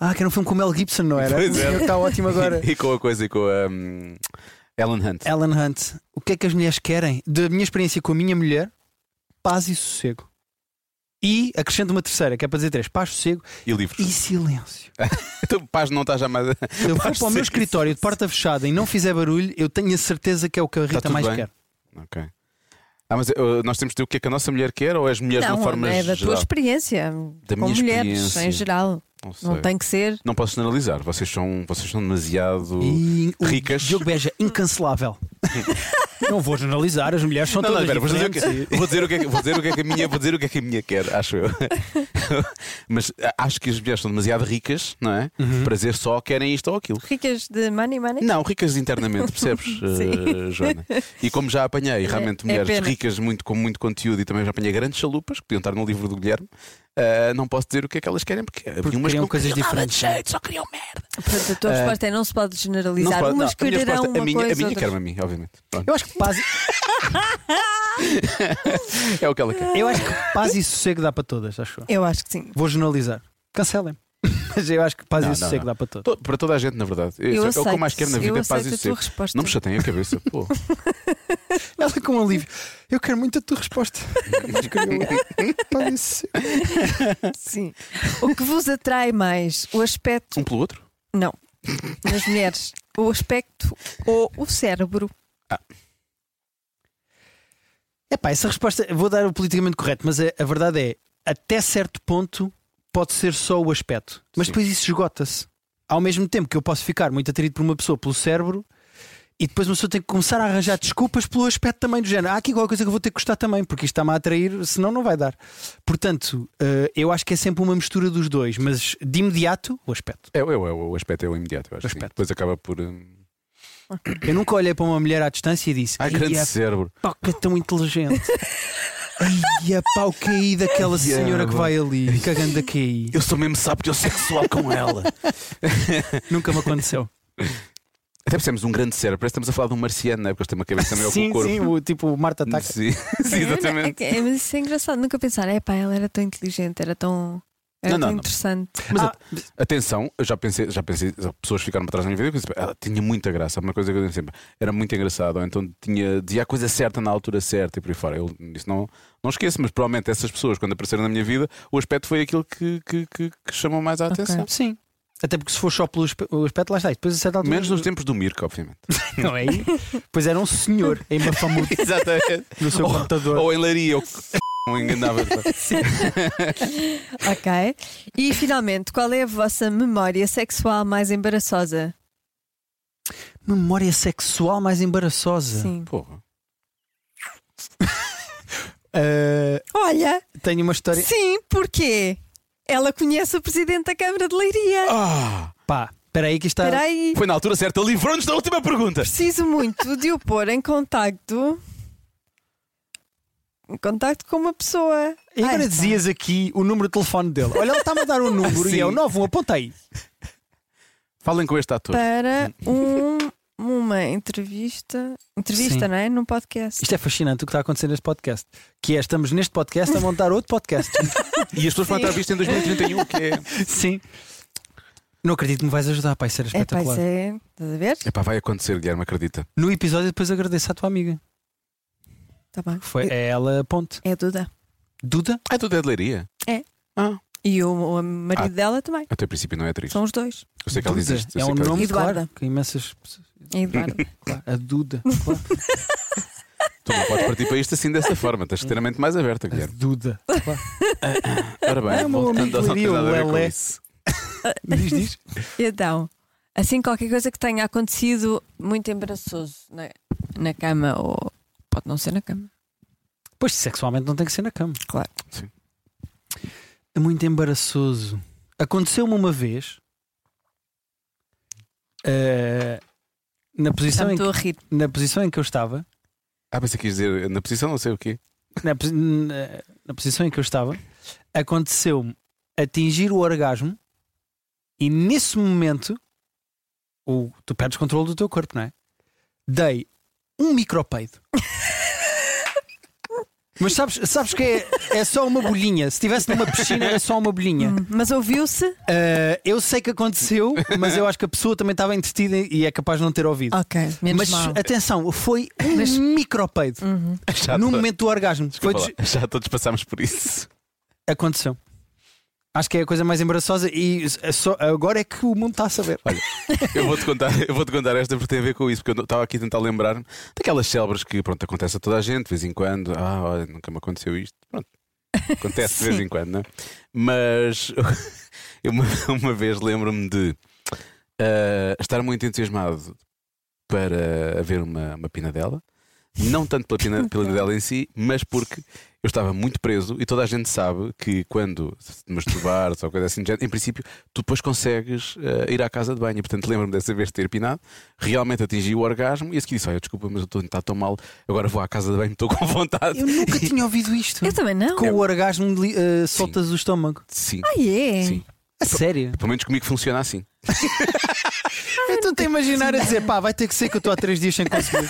Speaker 5: Ah, que era um filme com o Mel Gibson, não era?
Speaker 6: Pois é.
Speaker 5: Está ótimo agora.
Speaker 6: E com a coisa e com a hum, Ellen Hunt.
Speaker 5: Ellen Hunt, o que é que as mulheres querem? Da minha experiência com a minha mulher, paz e sossego. E acrescento uma terceira, que é para dizer três: paz, sossego
Speaker 6: E livros.
Speaker 5: e silêncio.
Speaker 6: Então, paz não está já mais.
Speaker 5: Se eu for para o meu escritório de porta fechada e não fizer barulho, eu tenho a certeza que é o que a Rita
Speaker 6: tudo
Speaker 5: mais
Speaker 6: bem.
Speaker 5: quer.
Speaker 6: Ok. Ah, mas uh, nós temos de ter o que é que a nossa mulher quer ou as mulheres de
Speaker 3: não,
Speaker 6: uma forma
Speaker 3: é da tua
Speaker 6: geral?
Speaker 3: experiência. com
Speaker 6: minha
Speaker 3: mulheres,
Speaker 6: experiência.
Speaker 3: em geral.
Speaker 6: Não, sei.
Speaker 3: Não tem que ser.
Speaker 6: Não posso generalizar. Vocês são, vocês são demasiado.
Speaker 5: E o
Speaker 6: Ricas.
Speaker 5: Diogo Beja, incancelável. não vou generalizar, as mulheres são
Speaker 6: Não, não,
Speaker 5: todas
Speaker 6: espera, vou dizer, o
Speaker 5: diferentes.
Speaker 6: que, vou dizer o que é que- vou dizer o que é que a minha, vou dizer o que é que a minha quer, acho eu. Mas ah, acho que as mulheres são demasiado ricas, não é?
Speaker 3: Uhum.
Speaker 6: Para dizer só querem isto ou aquilo.
Speaker 3: Ricas é de money, money?
Speaker 6: Não, ricas internamente, percebes, eh, Joana? E como já apanhei realmente
Speaker 3: é
Speaker 6: mulheres
Speaker 3: pena.
Speaker 6: ricas muito, com muito conteúdo e também já apanhei grandes chalupas que podiam estar no livro do Guilherme, eh, não posso dizer o que é que elas querem porque, havia umas que
Speaker 5: queriam
Speaker 6: não
Speaker 5: coisas
Speaker 6: queriam nada de
Speaker 5: diferentes, não é?
Speaker 6: jeito, só queriam merda.
Speaker 3: Portanto, a tua resposta é não se pode
Speaker 6: Eh, Não se
Speaker 3: generalizar.
Speaker 6: pode- não,
Speaker 3: Umas
Speaker 6: a minha
Speaker 3: quererão
Speaker 6: resposta-
Speaker 3: uma
Speaker 6: a minha,
Speaker 3: coisa.
Speaker 6: a minha
Speaker 3: outras-
Speaker 6: quer-me a mim, obviamente. Pronto.
Speaker 5: Eu acho que paz.
Speaker 6: É o que ela quer.
Speaker 5: Eu acho que paz e sossego dá para todas, acho. eu.
Speaker 3: Eu acho que sim.
Speaker 5: Vou generalizar. Cancelem. Mas eu acho que paz
Speaker 6: Não,
Speaker 5: e
Speaker 6: não,
Speaker 5: sossego
Speaker 6: não.
Speaker 5: dá para todas.
Speaker 6: To- Para toda a gente, na verdade. Isso é o que eu
Speaker 3: aceito.
Speaker 6: mais quero na
Speaker 3: Eu
Speaker 6: vida, é
Speaker 3: aceito
Speaker 6: paz e
Speaker 3: a tua
Speaker 6: sossego.
Speaker 3: resposta.
Speaker 6: Não me chateiem a cabeça, pô.
Speaker 5: Ela com um alívio. Eu quero muito a tua resposta. Mas quero eu. Paz e sossego.
Speaker 3: Sim. O que vos atrai mais? O aspecto.
Speaker 6: Um pelo outro?
Speaker 3: Não. Nas mulheres. O aspecto ou o cérebro?
Speaker 5: Epá, essa resposta, vou dar o politicamente correto, mas a, a verdade é, até certo ponto pode ser só o aspecto, mas
Speaker 6: Sim.
Speaker 5: depois isso esgota-se. Ao mesmo tempo que eu posso ficar muito atraído por uma pessoa pelo cérebro e depois uma pessoa tem que começar a arranjar desculpas pelo aspecto também do género. Há aqui qualquer coisa que eu vou ter que gostar também, porque isto está-me a atrair, senão não vai dar. Portanto, eh, eu acho que é sempre uma mistura dos dois, mas de imediato, o aspecto.
Speaker 6: É, é, é, o aspecto é o imediato, eu acho.
Speaker 5: O
Speaker 6: que sim.
Speaker 5: aspecto.
Speaker 6: Depois acaba por. hum,
Speaker 5: Eu nunca olhei para uma mulher à distância e disse:
Speaker 6: Ai,
Speaker 5: "Ai,
Speaker 6: grande
Speaker 5: é
Speaker 6: cérebro.
Speaker 5: Poca tão inteligente. Ai, a pau caí daquela senhora que vai ali, cagando a caí.
Speaker 6: Eu sou mesmo sábio sexual com ela.
Speaker 5: Nunca me aconteceu.
Speaker 6: Até precisamos de um grande cérebro, parece que estamos a falar de um marciano, não é? Porque eles têm uma cabeça meio com o
Speaker 5: sim,
Speaker 6: corpo.
Speaker 5: sim, o, tipo o Marta ataca.
Speaker 6: Sim, sim,
Speaker 3: É,
Speaker 6: exatamente.
Speaker 3: É, que- é, mas isso é engraçado. Nunca pensar, é pá, ela era tão inteligente, era tão. Era
Speaker 6: não, não.
Speaker 3: interessante.
Speaker 6: Mas a-
Speaker 5: Ah,
Speaker 6: atenção, eu já pensei, já pensei, as pessoas ficaram para trás na minha vida, eu pensei, ela tinha muita graça, uma coisa que eu digo sempre, era muito engraçado, ou então tinha, dizia a coisa certa na altura certa e por aí fora. Eu isso não, não esqueço, mas provavelmente essas pessoas, quando apareceram na minha vida, o aspecto foi aquilo que, que, que- que chamou mais a atenção.
Speaker 5: Sim. Até porque se for só pelo aspe- o aspecto, lá está. E depois a certa altura.
Speaker 6: Menos nos tempos do Mirko, obviamente.
Speaker 5: Não é? aí? Pois era um senhor em Mafamuto
Speaker 6: Exatamente.
Speaker 5: no seu computador.
Speaker 6: ou em Laria, ou não enganava.
Speaker 3: Ok. E finalmente, qual é a vossa memória sexual mais embaraçosa?
Speaker 5: Memória sexual mais embaraçosa.
Speaker 3: Sim.
Speaker 6: Porra.
Speaker 5: Ah,
Speaker 3: Olha,
Speaker 5: tenho uma história.
Speaker 3: sim, porque ela conhece o presidente da Câmara de Leiria.
Speaker 6: Ah,
Speaker 5: Pá, espera aí que isto tá-
Speaker 3: Espera
Speaker 5: está.
Speaker 3: aí,
Speaker 6: foi na altura certa, livrou-nos da última pergunta.
Speaker 3: preciso muito de o pôr em contacto. Em contacto com uma pessoa.
Speaker 5: E agora
Speaker 3: Ai,
Speaker 5: dizias aqui o número de telefone dele. Olha, ele está-me a dar um número e é o
Speaker 6: Sim.
Speaker 5: 91, aponta aí.
Speaker 6: Falem com este ator.
Speaker 3: Para um- uma entrevista. Entrevista,
Speaker 5: Sim.
Speaker 3: não é? Num podcast.
Speaker 5: Isto é fascinante o que está a acontecer neste podcast. Que é, estamos neste podcast a montar outro podcast.
Speaker 6: E as pessoas vão
Speaker 3: Sim.
Speaker 6: estar vistas em 2031, que é.
Speaker 5: Sim. Não acredito que me vais ajudar, pai, ser
Speaker 3: É, pá,
Speaker 5: espetacular.
Speaker 3: isso é. Estás a ver?
Speaker 6: Epá, vai acontecer, Guilherme, acredita.
Speaker 5: No episódio depois agradeço à tua amiga.
Speaker 3: Tá bem.
Speaker 5: Foi é ela ponte.
Speaker 3: É a Duda.
Speaker 5: Duda?
Speaker 6: Ah, tu é de leiria.
Speaker 3: E o, o marido
Speaker 6: Ah.
Speaker 3: dela também.
Speaker 6: Até princípio não é atriz.
Speaker 3: São os dois.
Speaker 6: Eu sei que ela
Speaker 5: Duda.
Speaker 6: existe. eu
Speaker 5: É
Speaker 6: sei
Speaker 5: um
Speaker 6: que ela
Speaker 5: nome
Speaker 6: existe.
Speaker 3: Eduarda.
Speaker 5: claro, que imensas pessoas.
Speaker 3: É Eduardo.
Speaker 5: Claro, a Duda. claro.
Speaker 6: Tu não podes partir para isto assim dessa forma. Tens que ter a mente mais aberta,
Speaker 5: A
Speaker 6: Guilherme.
Speaker 5: Duda. Claro.
Speaker 6: Ora bem,
Speaker 5: É o meu
Speaker 6: voltando
Speaker 5: amigo
Speaker 6: ao não tem
Speaker 5: Leiria,
Speaker 6: nada a ver
Speaker 5: o
Speaker 6: com
Speaker 5: Lelé.
Speaker 6: isso.
Speaker 5: Diz, diz.
Speaker 3: Então, assim qualquer coisa que tenha acontecido muito embaraçoso na, na cama, ou pode não ser na cama.
Speaker 5: Pois sexualmente não tem que ser na cama.
Speaker 3: Claro.
Speaker 6: Sim.
Speaker 5: É muito embaraçoso. Aconteceu-me uma vez. eh, na,
Speaker 3: Já
Speaker 5: posição
Speaker 3: me
Speaker 5: em que,
Speaker 3: estou a rir.
Speaker 5: na posição em que eu estava,
Speaker 6: Ah, pensei que quis dizer na posição, não sei o quê.
Speaker 5: na, posi- na- na posição em que eu estava, aconteceu-me atingir o orgasmo e nesse momento o, tu perdes controle do teu corpo, não é? Dei um micropeido. Mas sabes, sabes que é, é só uma bolhinha. Se estivesse numa piscina, era só uma bolhinha.
Speaker 3: Mas ouviu-se?
Speaker 5: Ah, eu sei que aconteceu, mas eu acho que a pessoa também estava entretida e é capaz de não ter ouvido.
Speaker 3: Ok, Ah, menos
Speaker 5: mas
Speaker 3: mal.
Speaker 5: atenção, foi um
Speaker 3: Mas- Uhum.
Speaker 5: micropeido
Speaker 6: Já
Speaker 5: no
Speaker 6: to-
Speaker 5: momento do orgasmo. Foi
Speaker 6: Desculpa
Speaker 5: des-
Speaker 6: lá, Já todos passámos por isso.
Speaker 5: Aconteceu. Acho que é a coisa mais embaraçosa e é só- agora é que o mundo está a saber.
Speaker 6: Olha, eu vou-te contar, eu vou-te contar esta porque tem a ver com isso, porque eu estava aqui a tentar lembrar-me daquelas célebres que, pronto, acontece a toda a gente, de vez em quando. Ah, olha, nunca me aconteceu isto. Pronto, acontece de vez
Speaker 3: Sim.
Speaker 6: em quando, não é? Mas eu uma, uma vez lembro-me de ah, estar muito entusiasmado para haver uma, uma pina dela. Não tanto pela pina, pela pina dela em si, mas porque eu estava muito preso e toda a gente sabe que quando te masturbares ou coisa assim, do género, em princípio, tu depois consegues eh, ir à casa de banho. Portanto, lembro-me dessa vez de ter pinado, realmente atingi o orgasmo e a seguir disse: Olha, desculpa, mas eu estou está tão mal, agora vou à casa de banho, estou com vontade.
Speaker 5: Eu nunca tinha ouvido isto.
Speaker 3: Eu também não.
Speaker 5: Com o orgasmo li- eh, soltas o estômago.
Speaker 6: Sim,
Speaker 3: Ah, é?
Speaker 6: sim.
Speaker 5: A sério?
Speaker 6: Pelo menos comigo funciona assim.
Speaker 5: Eu estou a imaginar a dizer, pá, vai ter que ser que eu estou há três dias sem conseguir.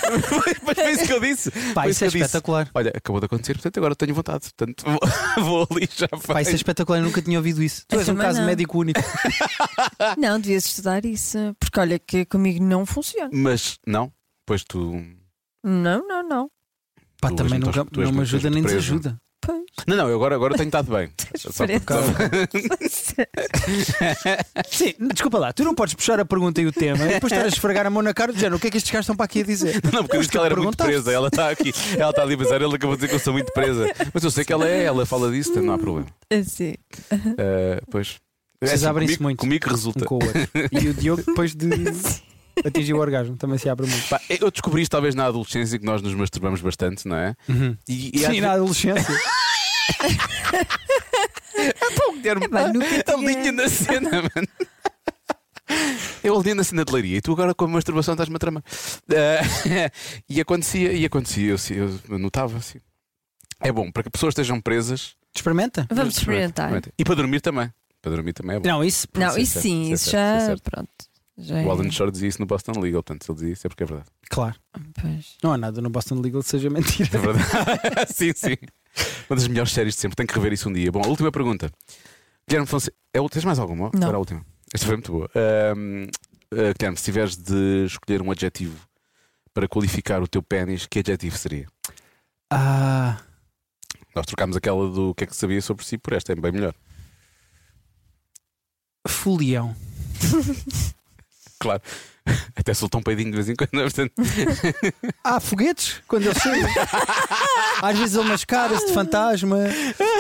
Speaker 6: mas foi isso que eu disse.
Speaker 5: Pá,
Speaker 6: Foi
Speaker 5: isso é
Speaker 6: que eu disse.
Speaker 5: espetacular.
Speaker 6: Olha, acabou de acontecer, portanto agora tenho vontade. Portanto, vou, vou ali já
Speaker 5: Pá, isso é
Speaker 6: vai.
Speaker 5: espetacular, eu nunca tinha ouvido isso. Tu
Speaker 3: Eu
Speaker 5: és um
Speaker 3: também
Speaker 5: caso
Speaker 3: não.
Speaker 5: médico único.
Speaker 3: Não, devias estudar isso. Porque olha que comigo não funciona.
Speaker 6: Mas não, pois tu.
Speaker 3: Não, não, não.
Speaker 5: Pá,
Speaker 6: Tu és
Speaker 5: também
Speaker 6: muito-
Speaker 5: nunca,
Speaker 6: tu és
Speaker 5: não me
Speaker 6: muito-
Speaker 5: ajuda
Speaker 6: és
Speaker 5: nem
Speaker 6: muito preso.
Speaker 5: desajuda.
Speaker 3: Pois.
Speaker 6: Não, não, eu agora, agora tenho estado bem. Só por causa-
Speaker 5: Sim, desculpa lá, tu não podes puxar a pergunta e o tema e depois estar a esfregar a mão na cara do género. O que é que estes gajos estão para aqui a dizer?
Speaker 6: Não, porque eu disse que ela era muito presa. Ela está aqui, ela está ali a pensar, ela acabou de dizer que eu sou muito presa. Mas eu sei que ela é, ela fala disso, então não há problema.
Speaker 3: Assim.
Speaker 6: Eh, pois. É
Speaker 5: Vocês abrem-se
Speaker 6: comigo,
Speaker 5: muito.
Speaker 6: Comigo
Speaker 5: Um
Speaker 6: resulta.
Speaker 5: com o outro. E o Diogo, depois de atingir o orgasmo, também se abre muito.
Speaker 6: Pá, eu descobri isto talvez na adolescência que nós nos masturbamos bastante, não é?
Speaker 5: Uhum.
Speaker 6: E, e às
Speaker 5: Sim,
Speaker 6: vezes-
Speaker 5: na adolescência.
Speaker 6: Pá, o Guilherme,
Speaker 3: É pá, nunca
Speaker 6: ah, a
Speaker 3: tinha-
Speaker 6: linha na cena, mano. Eu ali na cena de leiria e tu agora com a masturbação estás-me a tramar. Eh, e acontecia, e acontecia, eu, eu, eu notava assim. É bom para que pessoas estejam presas. é?
Speaker 5: Experimenta?
Speaker 3: Vamos experimentar.
Speaker 6: E para dormir também. Para dormir também é bom.
Speaker 5: Não, isso.
Speaker 3: Não,
Speaker 6: Sim,
Speaker 3: isso
Speaker 6: certo,
Speaker 3: sim,
Speaker 6: sim,
Speaker 3: isso
Speaker 6: certo, sim,
Speaker 3: já.
Speaker 6: certo.
Speaker 3: Pronto. Já
Speaker 6: O Alan
Speaker 3: é.
Speaker 6: Shore dizia isso no Boston Legal, portanto, se ele dizia isso é porque é verdade.
Speaker 5: Claro.
Speaker 3: Pois.
Speaker 5: Não há nada no Boston Legal que seja mentira.
Speaker 6: É verdade. sim, sim. Uma das melhores séries de sempre. Tenho que rever isso um dia. Bom, a última pergunta. Guilherme Fonseca. É, a última- tens mais alguma?
Speaker 3: Não.
Speaker 6: Era a última. Esta foi muito boa. Ahm, ah, Guilherme, se tiveres de escolher um adjetivo para qualificar o teu pênis, que adjetivo seria?
Speaker 5: Ah,
Speaker 6: Nós trocámos aquela do que é que sabia sobre si por esta, é bem melhor.
Speaker 5: folião.
Speaker 6: Claro. Até soltou um peidinho de vez em quando, portanto.
Speaker 3: Hum.
Speaker 5: Ah, foguetes, quando ele chega. Às vezes ele mascara-se de fantasma.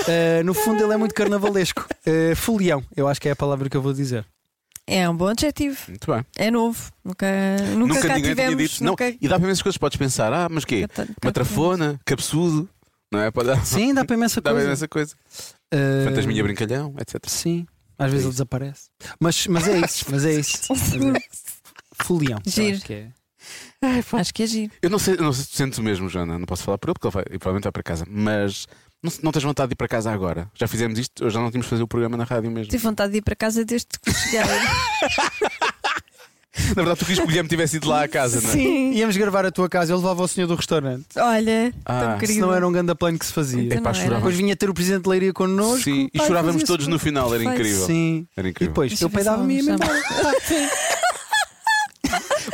Speaker 5: Ah, no fundo, ele é muito carnavalesco. Ah, folião, eu acho que é a palavra que eu vou dizer.
Speaker 3: É um bom adjetivo.
Speaker 6: Muito bem.
Speaker 3: É novo. Nunca, nunca, cá tivemos.
Speaker 6: Não,
Speaker 3: nunca-
Speaker 6: e dá para imensas coisas. Podes pensar, ah, mas quê?
Speaker 3: nunca tá- nunca
Speaker 6: Uma trafona, cabeçudo, não é? Pode dar,
Speaker 5: Sim, dá para imensa
Speaker 6: dá para
Speaker 3: é.
Speaker 5: coisa.
Speaker 6: imensa coisa.
Speaker 5: Ah,
Speaker 3: Eh,
Speaker 6: Fantasminha brincalhão, etc.
Speaker 5: Sim, às vezes
Speaker 6: É
Speaker 5: ele desaparece. Mas, mas é isso, mas é isso. Folião. eu
Speaker 3: Giro.
Speaker 5: acho que é.
Speaker 3: Acho que é giro.
Speaker 6: Eu não sei, eu não sei se tu sentes o mesmo, Joana. Não posso falar por ele, porque ele, vai, ele provavelmente vai para casa. Mas não, não tens vontade de ir para casa agora? Já fizemos isto, ou já não tínhamos de fazer o programa na rádio mesmo.
Speaker 3: Tive vontade de ir para casa desde que cheguei.
Speaker 6: Na verdade, tu quis que o Guilherme tivesse ido lá à casa, não é?
Speaker 3: Sim.
Speaker 5: Íamos gravar a tua casa, eu levava o senhor do restaurante.
Speaker 3: Olha,
Speaker 6: Ah,
Speaker 3: tão
Speaker 5: Se
Speaker 3: querido.
Speaker 5: não era um grande plano que se fazia.
Speaker 3: Então não
Speaker 6: Epá,
Speaker 3: era.
Speaker 6: chorava.
Speaker 5: Depois vinha ter o presidente de leiria connosco.
Speaker 6: Sim, e
Speaker 5: Pá,
Speaker 6: chorávamos
Speaker 5: fazia-se
Speaker 6: todos no final, era
Speaker 3: Faz-
Speaker 6: incrível.
Speaker 5: Sim.
Speaker 6: Era
Speaker 5: E
Speaker 6: incrível.
Speaker 5: depois
Speaker 3: Deixa
Speaker 5: eu
Speaker 3: é eu ver se
Speaker 5: peidava-me e ia-me
Speaker 3: vamos
Speaker 5: embora.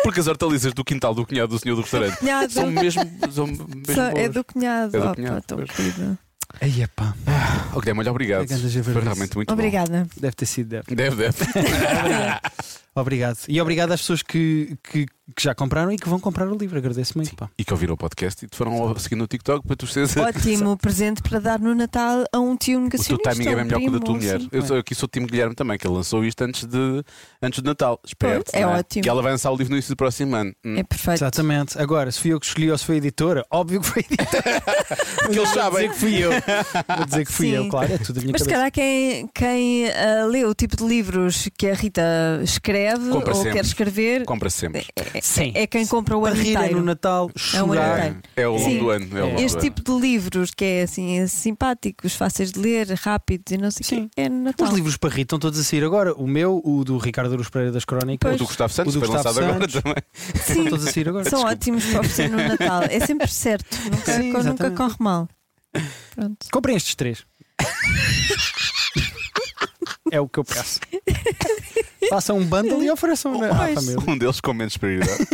Speaker 6: Porque as hortaliças do quintal do cunhado do senhor do restaurante
Speaker 3: Cunhado.
Speaker 6: são mesmo. São mesmo
Speaker 3: Só- é
Speaker 6: boas.
Speaker 3: do cunhado.
Speaker 6: um É do
Speaker 3: um Opa,
Speaker 6: cunhado,
Speaker 3: tão
Speaker 6: pois.
Speaker 3: querido.
Speaker 5: Aí, epá,
Speaker 6: Oh, Guilherme, olha, obrigado.
Speaker 5: É grande
Speaker 6: Foi
Speaker 5: javardice.
Speaker 6: realmente muito
Speaker 3: Obrigada.
Speaker 5: deve ter sido. Deve.
Speaker 6: bom. Deve, deve.
Speaker 5: Obrigado. E obrigado às pessoas que, que, que já compraram e que vão comprar o livro. Agradeço muito. Pá.
Speaker 6: E que ouviram o podcast e te foram ao- seguir no TikTok para tu seres.
Speaker 3: Ótimo presente para dar no Natal a um tio
Speaker 6: O teu
Speaker 3: negacionista.
Speaker 6: timing é bem
Speaker 3: um
Speaker 6: melhor que o da tua
Speaker 3: primo,
Speaker 6: mulher.
Speaker 3: sim.
Speaker 6: Eu sou, aqui sou o time Guilherme também, que ele lançou isto antes de, antes de Natal. Espero.
Speaker 3: Pronto, é ótimo.
Speaker 6: Que ela vai lançar o livro no início do próximo ano. Hum.
Speaker 3: É perfeito.
Speaker 5: Exatamente. Agora, se fui eu que escolhi ou se foi a editora, óbvio que foi a editora.
Speaker 6: Porque eles sabem.
Speaker 5: Vou dizer que fui eu. Vou dizer que fui
Speaker 3: Sim.
Speaker 5: eu, claro. É tudo a minha
Speaker 3: Mas se
Speaker 5: cabeça.
Speaker 3: calhar quem, quem ah, lê o tipo de livros que a Rita escreve
Speaker 6: Compra
Speaker 3: ou
Speaker 6: sempre.
Speaker 3: quer escrever
Speaker 6: Compra sempre.
Speaker 3: é-
Speaker 5: Sim.
Speaker 3: é quem compra o
Speaker 5: Para
Speaker 3: ano
Speaker 5: rir é
Speaker 3: inteiro.
Speaker 5: no Natal,
Speaker 3: É um ano
Speaker 5: chorar.
Speaker 3: inteiro.
Speaker 6: É ao longo
Speaker 3: Sim.
Speaker 6: do ano. É ao longo
Speaker 3: Este
Speaker 6: do
Speaker 3: tipo de livros que é assim é simpáticos, fáceis de ler, rápidos e não sei o
Speaker 5: Sim.
Speaker 3: quê, é no Natal.
Speaker 5: Os livros para rir estão todos a sair agora. O meu, o do Ricardo Aruz Pereira das
Speaker 6: ano.
Speaker 5: Crónicas,
Speaker 6: O do Gustavo Santos
Speaker 5: O do
Speaker 6: foi lançado
Speaker 5: Gustavo
Speaker 6: agora
Speaker 5: Santos.
Speaker 6: também.
Speaker 3: Sim,
Speaker 5: estão todos assim, a sair agora.
Speaker 3: são ótimos para oferecer no Natal. É sempre certo, nunca,
Speaker 5: Sim,
Speaker 3: nunca
Speaker 5: exatamente.
Speaker 3: corre mal. Pronto.
Speaker 5: Comprem estes três. é o que eu peço. Façam um bundle e ofereçam na- à
Speaker 3: Pois.
Speaker 5: família.
Speaker 6: Um deles com menos prioridade.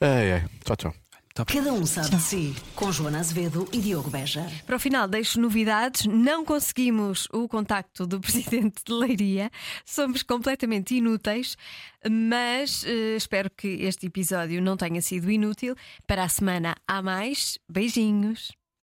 Speaker 6: ai, ai. Tchau, tchau.
Speaker 2: Cada um sabe de si. Com Joana Azevedo e Diogo Beja.
Speaker 7: Para o final, deixo novidades. Não conseguimos o contacto do presidente de Leiria. Somos completamente inúteis, mas eh, espero que este episódio não tenha sido inútil. Para a semana, há mais. Beijinhos.